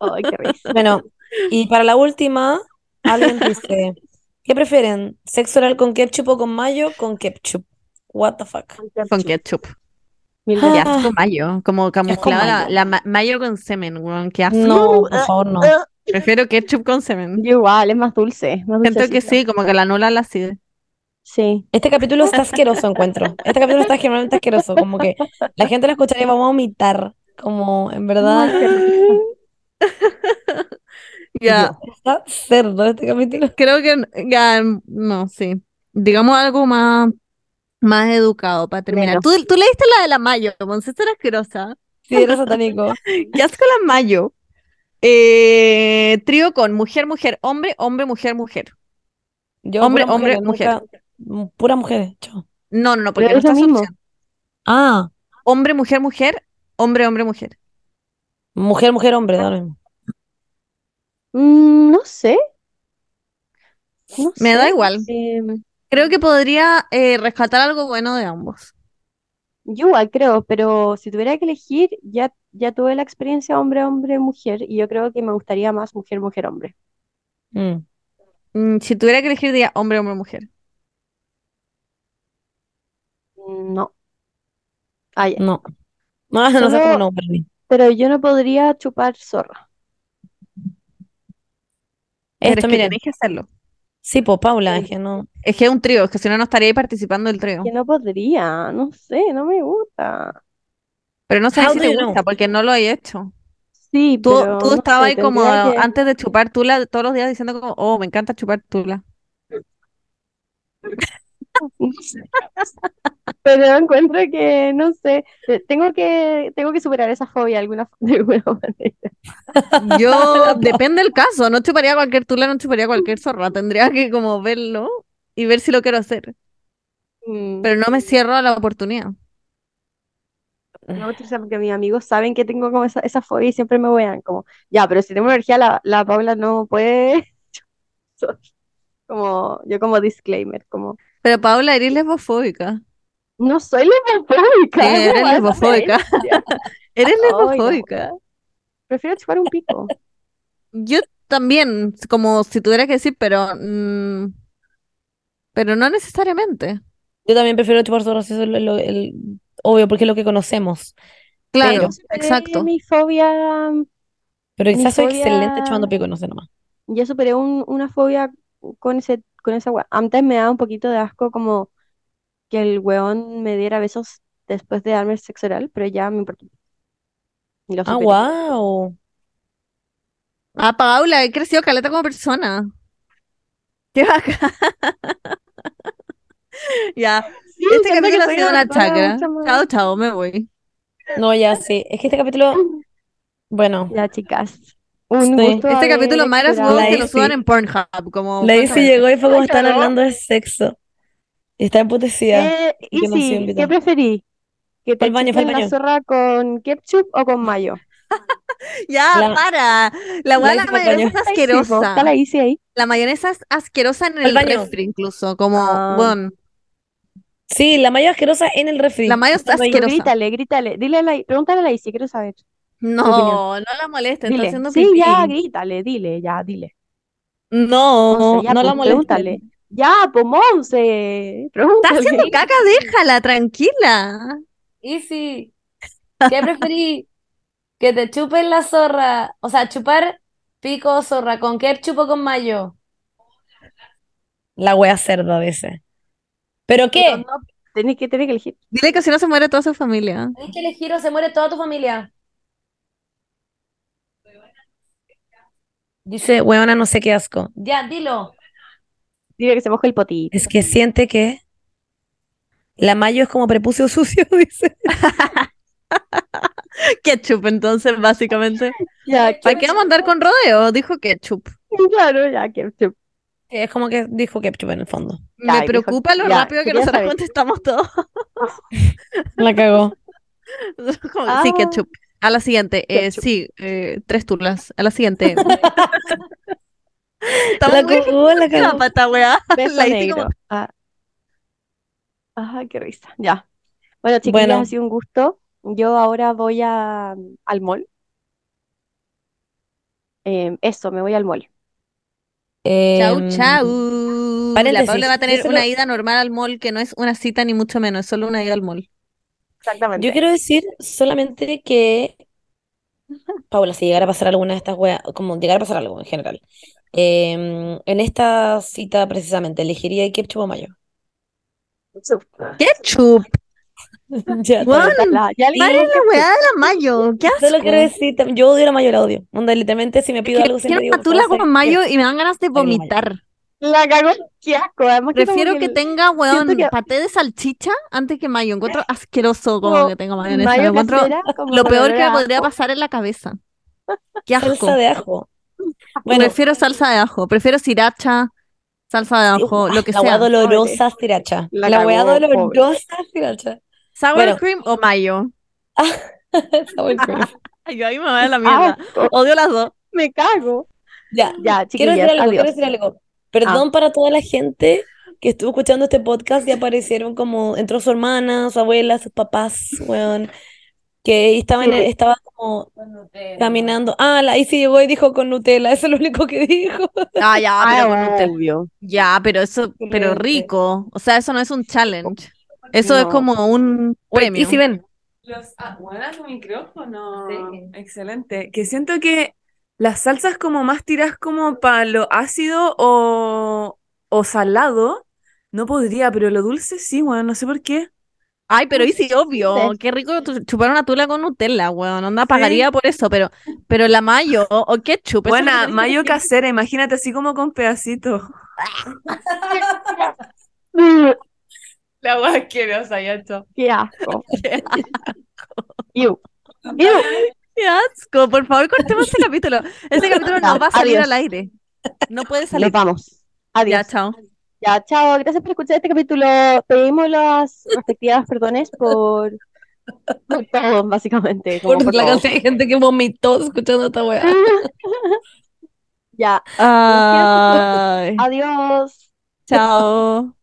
[SPEAKER 2] ¡Ay, qué risa!
[SPEAKER 1] Bueno, y para la última, alguien dice, ¿qué prefieren? ¿Sexo oral con ketchup o con mayo? Con ketchup. What the fuck.
[SPEAKER 3] Con Ah. ketchup.
[SPEAKER 2] Mil
[SPEAKER 3] Qué
[SPEAKER 2] gracias.
[SPEAKER 3] asco mayo. Como camuflada la,
[SPEAKER 1] Ah. mayo.
[SPEAKER 3] la ma- mayo con semen, weón. Qué asco.
[SPEAKER 1] No, por
[SPEAKER 3] ah,
[SPEAKER 1] favor, no.
[SPEAKER 3] [LAUGHS] Prefiero ketchup con semen.
[SPEAKER 2] Yo igual, es más dulce, más
[SPEAKER 3] Siento que
[SPEAKER 2] dulcecito.
[SPEAKER 3] sí, como que la anula la acidez.
[SPEAKER 2] Sí.
[SPEAKER 1] Este capítulo está asqueroso, encuentro. Este capítulo está generalmente asqueroso. Como que la gente lo escucharía y vamos a vomitar. Como, en verdad.
[SPEAKER 3] Ah. Ya,
[SPEAKER 1] Dios, está cerdo este capítulo.
[SPEAKER 3] creo que ya, no, sí. Digamos algo más, más educado para terminar.
[SPEAKER 2] Menos.
[SPEAKER 3] Tú, tú leíste la de la mayo, Monse, esta era asquerosa.
[SPEAKER 1] Sí, era satánico.
[SPEAKER 3] ¿Qué asco la mayo? Eh, trío con mujer, mujer, hombre, hombre, mujer, mujer.
[SPEAKER 1] Yo,
[SPEAKER 3] Hombre,
[SPEAKER 1] puras
[SPEAKER 3] hombre,
[SPEAKER 1] mujeres, nunca- mm, puras mujeres, chao.
[SPEAKER 3] No, no, no, porque
[SPEAKER 2] Pero
[SPEAKER 3] no
[SPEAKER 2] es lo
[SPEAKER 3] está esa
[SPEAKER 2] mismo.
[SPEAKER 3] opción.
[SPEAKER 1] Ah,
[SPEAKER 3] Hombre, mujer, mujer, hombre, hombre, mujer.
[SPEAKER 1] mujer, mujer, hombre, da lo mismo.
[SPEAKER 2] Mm, no sé, no
[SPEAKER 3] Me da
[SPEAKER 2] sé.
[SPEAKER 3] igual.
[SPEAKER 2] Em,
[SPEAKER 3] Creo que podría eh, rescatar algo bueno de ambos.
[SPEAKER 2] yo igual creo, pero si tuviera que elegir, ya, ya tuve la experiencia hombre-hombre-mujer y yo creo que me gustaría más mujer-mujer-hombre.
[SPEAKER 1] Mm.
[SPEAKER 3] Mm, si tuviera que elegir, diría hombre, hombre, mujer.
[SPEAKER 2] No. Ah,
[SPEAKER 3] Mm.
[SPEAKER 2] ya.
[SPEAKER 1] No. No, no sé cómo
[SPEAKER 2] Solo-
[SPEAKER 1] no, para mí.
[SPEAKER 2] Pero yo no podría chupar zorra.
[SPEAKER 3] Pero es
[SPEAKER 1] Esto,
[SPEAKER 3] que
[SPEAKER 1] miren.
[SPEAKER 3] tenéis que hacerlo.
[SPEAKER 1] Sí, pues Paula, es
[SPEAKER 2] Sí.
[SPEAKER 1] que no.
[SPEAKER 3] Es que es un trío, es que si no, no estaría ahí participando del trío.
[SPEAKER 2] Que no podría, no sé, no me gusta.
[SPEAKER 3] Pero no sabes
[SPEAKER 1] How
[SPEAKER 3] si
[SPEAKER 1] do
[SPEAKER 3] te
[SPEAKER 1] you know?
[SPEAKER 3] gusta, porque no lo he hecho.
[SPEAKER 2] Sí,
[SPEAKER 3] Tú,
[SPEAKER 2] pero
[SPEAKER 3] tú
[SPEAKER 2] no sé,
[SPEAKER 3] estabas ahí como
[SPEAKER 2] tendría que-
[SPEAKER 3] antes de chupar tula todos los días diciendo como, oh, me encanta chupar tula.
[SPEAKER 2] [LAUGHS] Pero encuentro que, no sé, te- tengo que, tengo que superar esa fobia de alguna, [LAUGHS] de alguna manera.
[SPEAKER 3] [LAUGHS] Yo,
[SPEAKER 2] [LAUGHS]
[SPEAKER 3] depende del caso, no chuparía cualquier tula, no chuparía cualquier zorra. Tendría que como verlo y ver si lo quiero hacer.
[SPEAKER 2] Mm.
[SPEAKER 3] Pero no me cierro a la oportunidad.
[SPEAKER 2] Me gusta, o sea, porque mis amigos saben que tengo como esa, esa fobia y siempre me vean como, ya, pero si tengo energía, la, la Paula no puede. [LAUGHS] Como, yo como disclaimer, como,
[SPEAKER 3] Pero Paula, eres lesbofóbica.
[SPEAKER 2] no soy lesbofóbica,
[SPEAKER 3] Sí,
[SPEAKER 2] esa
[SPEAKER 3] eres
[SPEAKER 2] weá es
[SPEAKER 3] lesbofóbica.
[SPEAKER 2] diferencia.
[SPEAKER 3] [LAUGHS] Eres
[SPEAKER 2] Ay, no.
[SPEAKER 3] lesbofóbica.
[SPEAKER 2] Prefiero chupar un pico.
[SPEAKER 3] Yo también, como si tuviera que decir, pero, mm, pero no necesariamente.
[SPEAKER 1] Yo también prefiero chupar zorras, eso es lo, lo- el- obvio, porque es lo que conocemos.
[SPEAKER 3] Claro,
[SPEAKER 2] Yo superé
[SPEAKER 3] exacto.
[SPEAKER 2] mi fobia,
[SPEAKER 1] Pero
[SPEAKER 2] Mi
[SPEAKER 1] quizás soy excelente
[SPEAKER 2] fobia-
[SPEAKER 1] chupando pico, no sé nomás.
[SPEAKER 2] yo superé un- una fobia con ese, con esa weá. Antes me daba un poquito de asco como que el weón me diera besos después de darme sexo oral, pero ya me importó. Y lo
[SPEAKER 1] Ah,
[SPEAKER 2] superé.
[SPEAKER 1] wow.
[SPEAKER 3] Ah, Paula, he crecido caleta como persona. Qué bacán. [LAUGHS] Ya,
[SPEAKER 2] Sí, siento
[SPEAKER 3] este
[SPEAKER 2] que
[SPEAKER 3] capítulo ha
[SPEAKER 2] soy
[SPEAKER 3] sido
[SPEAKER 2] una
[SPEAKER 3] una
[SPEAKER 2] persona
[SPEAKER 3] chacra.
[SPEAKER 2] mucho más-
[SPEAKER 3] Chao, chao, me voy.
[SPEAKER 1] No, ya sí. Es que este capítulo, bueno,
[SPEAKER 2] Ya, chicas. Un
[SPEAKER 1] Sí.
[SPEAKER 2] gusto
[SPEAKER 3] Este
[SPEAKER 2] haber
[SPEAKER 3] capítulo Myra's
[SPEAKER 2] explorado-
[SPEAKER 3] World que lo
[SPEAKER 1] Lazy.
[SPEAKER 3] suban en Pornhub, como
[SPEAKER 1] Lacey
[SPEAKER 3] francamente.
[SPEAKER 1] llegó y fue como están
[SPEAKER 2] Claro.
[SPEAKER 1] hablando de sexo. Y está emputecida.
[SPEAKER 2] Eh,
[SPEAKER 1] y que no ha sido
[SPEAKER 2] Izzy, ¿qué
[SPEAKER 1] invitada.
[SPEAKER 2] preferí? ¿Que
[SPEAKER 1] Fue
[SPEAKER 2] te
[SPEAKER 1] al baño, fue al
[SPEAKER 2] chupen la
[SPEAKER 1] baño.
[SPEAKER 2] zorra con ketchup o con mayo?
[SPEAKER 3] Ya,
[SPEAKER 1] La-
[SPEAKER 3] para. La weá de
[SPEAKER 1] la
[SPEAKER 3] la
[SPEAKER 1] hice al
[SPEAKER 3] mayonesa
[SPEAKER 1] baño.
[SPEAKER 3] es
[SPEAKER 2] Está Izzy, po,
[SPEAKER 3] asquerosa.
[SPEAKER 2] Está la Izzy ahí.
[SPEAKER 3] La mayonesa es asquerosa en
[SPEAKER 1] Al
[SPEAKER 3] el
[SPEAKER 1] baño.
[SPEAKER 3] refri, incluso. Como,
[SPEAKER 2] Ah.
[SPEAKER 3] weón,
[SPEAKER 1] Sí, la mayo asquerosa en el refri.
[SPEAKER 3] la mayo es
[SPEAKER 1] Estando ahí.
[SPEAKER 3] asquerosa.
[SPEAKER 2] Grítale, grítale. Dile a la, pregúntale a la Izzy, quiero saber.
[SPEAKER 3] No,
[SPEAKER 2] opinión.
[SPEAKER 3] no la molesten, está
[SPEAKER 2] Dile.
[SPEAKER 3] haciendo
[SPEAKER 2] Sí, ya,
[SPEAKER 3] pipí.
[SPEAKER 2] grítale, dile, ya, dile.
[SPEAKER 1] No,
[SPEAKER 2] Monse, ya,
[SPEAKER 1] no
[SPEAKER 2] pues,
[SPEAKER 1] la
[SPEAKER 2] pregúntale.
[SPEAKER 1] molestes.
[SPEAKER 2] Ya, pues Monse,
[SPEAKER 3] Está
[SPEAKER 2] pregúntale. [LAUGHS]
[SPEAKER 3] haciendo caca, déjala, tranquila.
[SPEAKER 4] Easy. ¿Qué preferí? [LAUGHS] ¿Que te chupen la zorra? O sea, chupar pico o zorra. ¿Con qué chupo con mayo?
[SPEAKER 1] La wea cerda de ese. ¿Pero
[SPEAKER 2] No,
[SPEAKER 1] qué?
[SPEAKER 2] no, tenés que, tenés que elegir.
[SPEAKER 3] Dile que si no se muere toda su familia. [LAUGHS]
[SPEAKER 4] Tienes que elegir o se muere toda tu familia.
[SPEAKER 1] Dice, weona, no sé qué asco.
[SPEAKER 4] Ya, dilo.
[SPEAKER 2] Dile que se moja el
[SPEAKER 3] [LAUGHS]
[SPEAKER 2] potito.
[SPEAKER 1] Es que siente que la mayo es como prepucio sucio, [LAUGHS] dice.
[SPEAKER 3] Ketchup, entonces, básicamente.
[SPEAKER 2] Ya,
[SPEAKER 3] ¿Para qué vamos a andar con rodeo? Dijo ketchup.
[SPEAKER 2] [LAUGHS] claro, ya, que
[SPEAKER 3] [LAUGHS]
[SPEAKER 2] se-
[SPEAKER 1] Sí, Es como que dijo ketchup en el fondo.
[SPEAKER 3] Me
[SPEAKER 2] Ay, dijo-
[SPEAKER 3] preocupa lo
[SPEAKER 2] ya,
[SPEAKER 3] rápido que
[SPEAKER 2] quería
[SPEAKER 3] nosotros
[SPEAKER 2] saber.
[SPEAKER 3] contestamos todo.
[SPEAKER 1] La cagó.
[SPEAKER 3] [LAUGHS] Como, Sí,
[SPEAKER 2] Ah.
[SPEAKER 3] ketchup. A la siguiente. eh,
[SPEAKER 2] Ketchup.
[SPEAKER 3] sí, eh, tres turlas. A la siguiente. Estamos
[SPEAKER 1] [LAUGHS] La
[SPEAKER 3] muy
[SPEAKER 1] cagó, la cagó.
[SPEAKER 3] capa esta weá. [LAUGHS]
[SPEAKER 2] beso
[SPEAKER 3] La hice
[SPEAKER 2] negro.
[SPEAKER 3] como-
[SPEAKER 2] Ah. Ajá, qué risa. Ya. Bueno, chiquillas,
[SPEAKER 1] Bueno.
[SPEAKER 2] ha sido un gusto. Yo ahora voy a, mm, al mall. Em, eso, me voy al mall.
[SPEAKER 3] Chau,
[SPEAKER 1] Em,
[SPEAKER 3] chau. La
[SPEAKER 1] paréntesis,
[SPEAKER 3] Paula va a
[SPEAKER 1] yo
[SPEAKER 3] tener
[SPEAKER 1] solo-
[SPEAKER 3] una ida normal al mall, que no es una cita ni mucho menos, es solo una ida al mall.
[SPEAKER 2] Exactamente.
[SPEAKER 1] Yo quiero decir solamente que, Paula, si llegara a pasar alguna de estas weas, como llegara a pasar algo en general, em, en esta cita precisamente, elegiría ketchup o mayo. [LAUGHS]
[SPEAKER 3] Ketchup.
[SPEAKER 1] Ya, está bien.
[SPEAKER 2] La- ya leí
[SPEAKER 3] Madre
[SPEAKER 2] el
[SPEAKER 3] la
[SPEAKER 2] ketchup.
[SPEAKER 3] weá de la mayo. ¿Qué
[SPEAKER 1] Solo quiero
[SPEAKER 3] haces?
[SPEAKER 1] decir, tam- yo odio la mayo, la odio. Onda, literalmente, si me pido algo, siempre digo,
[SPEAKER 3] Quiero
[SPEAKER 1] por
[SPEAKER 3] patula
[SPEAKER 1] favor,
[SPEAKER 3] con
[SPEAKER 1] sé
[SPEAKER 3] mayo
[SPEAKER 1] ketchup.
[SPEAKER 3] y me dan ganas de
[SPEAKER 1] Mayo, mayo.
[SPEAKER 3] vomitar.
[SPEAKER 2] La cagó, qué asco. Además que como
[SPEAKER 3] Prefiero que
[SPEAKER 2] el
[SPEAKER 3] tenga, weón,
[SPEAKER 2] que-
[SPEAKER 3] paté de salchicha antes que mayo. Encuentro asqueroso como
[SPEAKER 2] Como
[SPEAKER 3] que tenga mayonesa.
[SPEAKER 2] mayo
[SPEAKER 3] Lo encuentro
[SPEAKER 2] casera, como
[SPEAKER 3] lo
[SPEAKER 2] con
[SPEAKER 3] peor
[SPEAKER 2] olor
[SPEAKER 3] que
[SPEAKER 2] a
[SPEAKER 3] me podría
[SPEAKER 2] ajo.
[SPEAKER 3] pasar en la cabeza. Qué asco.
[SPEAKER 1] Salsa de
[SPEAKER 3] [LAUGHS]
[SPEAKER 1] ajo. Bueno,
[SPEAKER 3] Prefiero salsa de ajo. Prefiero sriracha, salsa de
[SPEAKER 1] sí,
[SPEAKER 3] ajo, lo
[SPEAKER 1] ah,
[SPEAKER 3] que
[SPEAKER 1] la weá
[SPEAKER 3] sea.
[SPEAKER 1] dolorosa sriracha.
[SPEAKER 2] La
[SPEAKER 1] La weá
[SPEAKER 2] cagó, pobre.
[SPEAKER 1] dolorosa sriracha. [LAUGHS]
[SPEAKER 3] Sour
[SPEAKER 1] Bueno.
[SPEAKER 3] cream o mayo.
[SPEAKER 2] [LAUGHS]
[SPEAKER 1] Sour cream.
[SPEAKER 3] Ay, yo ahí me va
[SPEAKER 1] Ah,
[SPEAKER 3] de la mierda.
[SPEAKER 2] Asco,
[SPEAKER 3] Odio las dos.
[SPEAKER 2] me cago.
[SPEAKER 1] Ya.
[SPEAKER 2] Ya,
[SPEAKER 1] Quiero decir
[SPEAKER 2] chiquillas,
[SPEAKER 1] algo, quiero
[SPEAKER 2] adiós.
[SPEAKER 1] decir algo.
[SPEAKER 3] Ah.
[SPEAKER 1] Perdón para toda la gente que estuvo escuchando este podcast y aparecieron como, entró su hermana, su abuela, sus papás, weón, que estaban,
[SPEAKER 2] Sí.
[SPEAKER 1] estaba como caminando. Ah, la, ahí sí llegó y dijo con Nutella, eso es lo único que dijo.
[SPEAKER 3] Ah, ya,
[SPEAKER 2] Ah,
[SPEAKER 3] pero con Nutella.
[SPEAKER 2] obvio.
[SPEAKER 3] Ya, pero eso, pero
[SPEAKER 1] Excelente.
[SPEAKER 3] rico. O sea, eso no es un challenge. Eso es
[SPEAKER 2] No.
[SPEAKER 3] como un
[SPEAKER 1] Y
[SPEAKER 3] premio.
[SPEAKER 1] si ven,
[SPEAKER 7] Los aguadas de micrófono.
[SPEAKER 4] Sí.
[SPEAKER 7] Excelente. Que siento que las salsas como más tiras como para lo ácido o, o salado, no podría, pero lo dulce sí, bueno, no sé por qué.
[SPEAKER 3] Ay, pero y sí, obvio, qué rico tu- chupar una tula con Nutella, weón, onda pagaría por eso, pero, pero la mayo o, o ketchup, eso es lo que
[SPEAKER 7] Buena, [LAUGHS]
[SPEAKER 3] tenés que [LAUGHS]
[SPEAKER 7] mayo
[SPEAKER 3] elegir.
[SPEAKER 7] casera, imagínate así como con pedacitos. La hueá asquerosa, ya chao.
[SPEAKER 2] [LAUGHS] Qué asco.
[SPEAKER 3] Qué
[SPEAKER 2] Iu. Iu.
[SPEAKER 3] Qué asco, por favor, cortemos este capítulo. Este capítulo no
[SPEAKER 2] Ya,
[SPEAKER 3] va a salir
[SPEAKER 2] adiós.
[SPEAKER 3] al aire. No puede
[SPEAKER 2] Nos
[SPEAKER 3] salir.
[SPEAKER 2] vamos. Adiós.
[SPEAKER 3] Ya, chao.
[SPEAKER 2] Ya, chao. Gracias por escuchar este capítulo. Pedimos las respectivas perdones por, por todo, básicamente. como
[SPEAKER 1] por
[SPEAKER 2] por
[SPEAKER 1] la
[SPEAKER 2] todo.
[SPEAKER 1] cantidad de gente que vomitó escuchando esta weá.
[SPEAKER 2] Ya,
[SPEAKER 3] Ay,
[SPEAKER 2] adiós.
[SPEAKER 3] [LAUGHS] chao.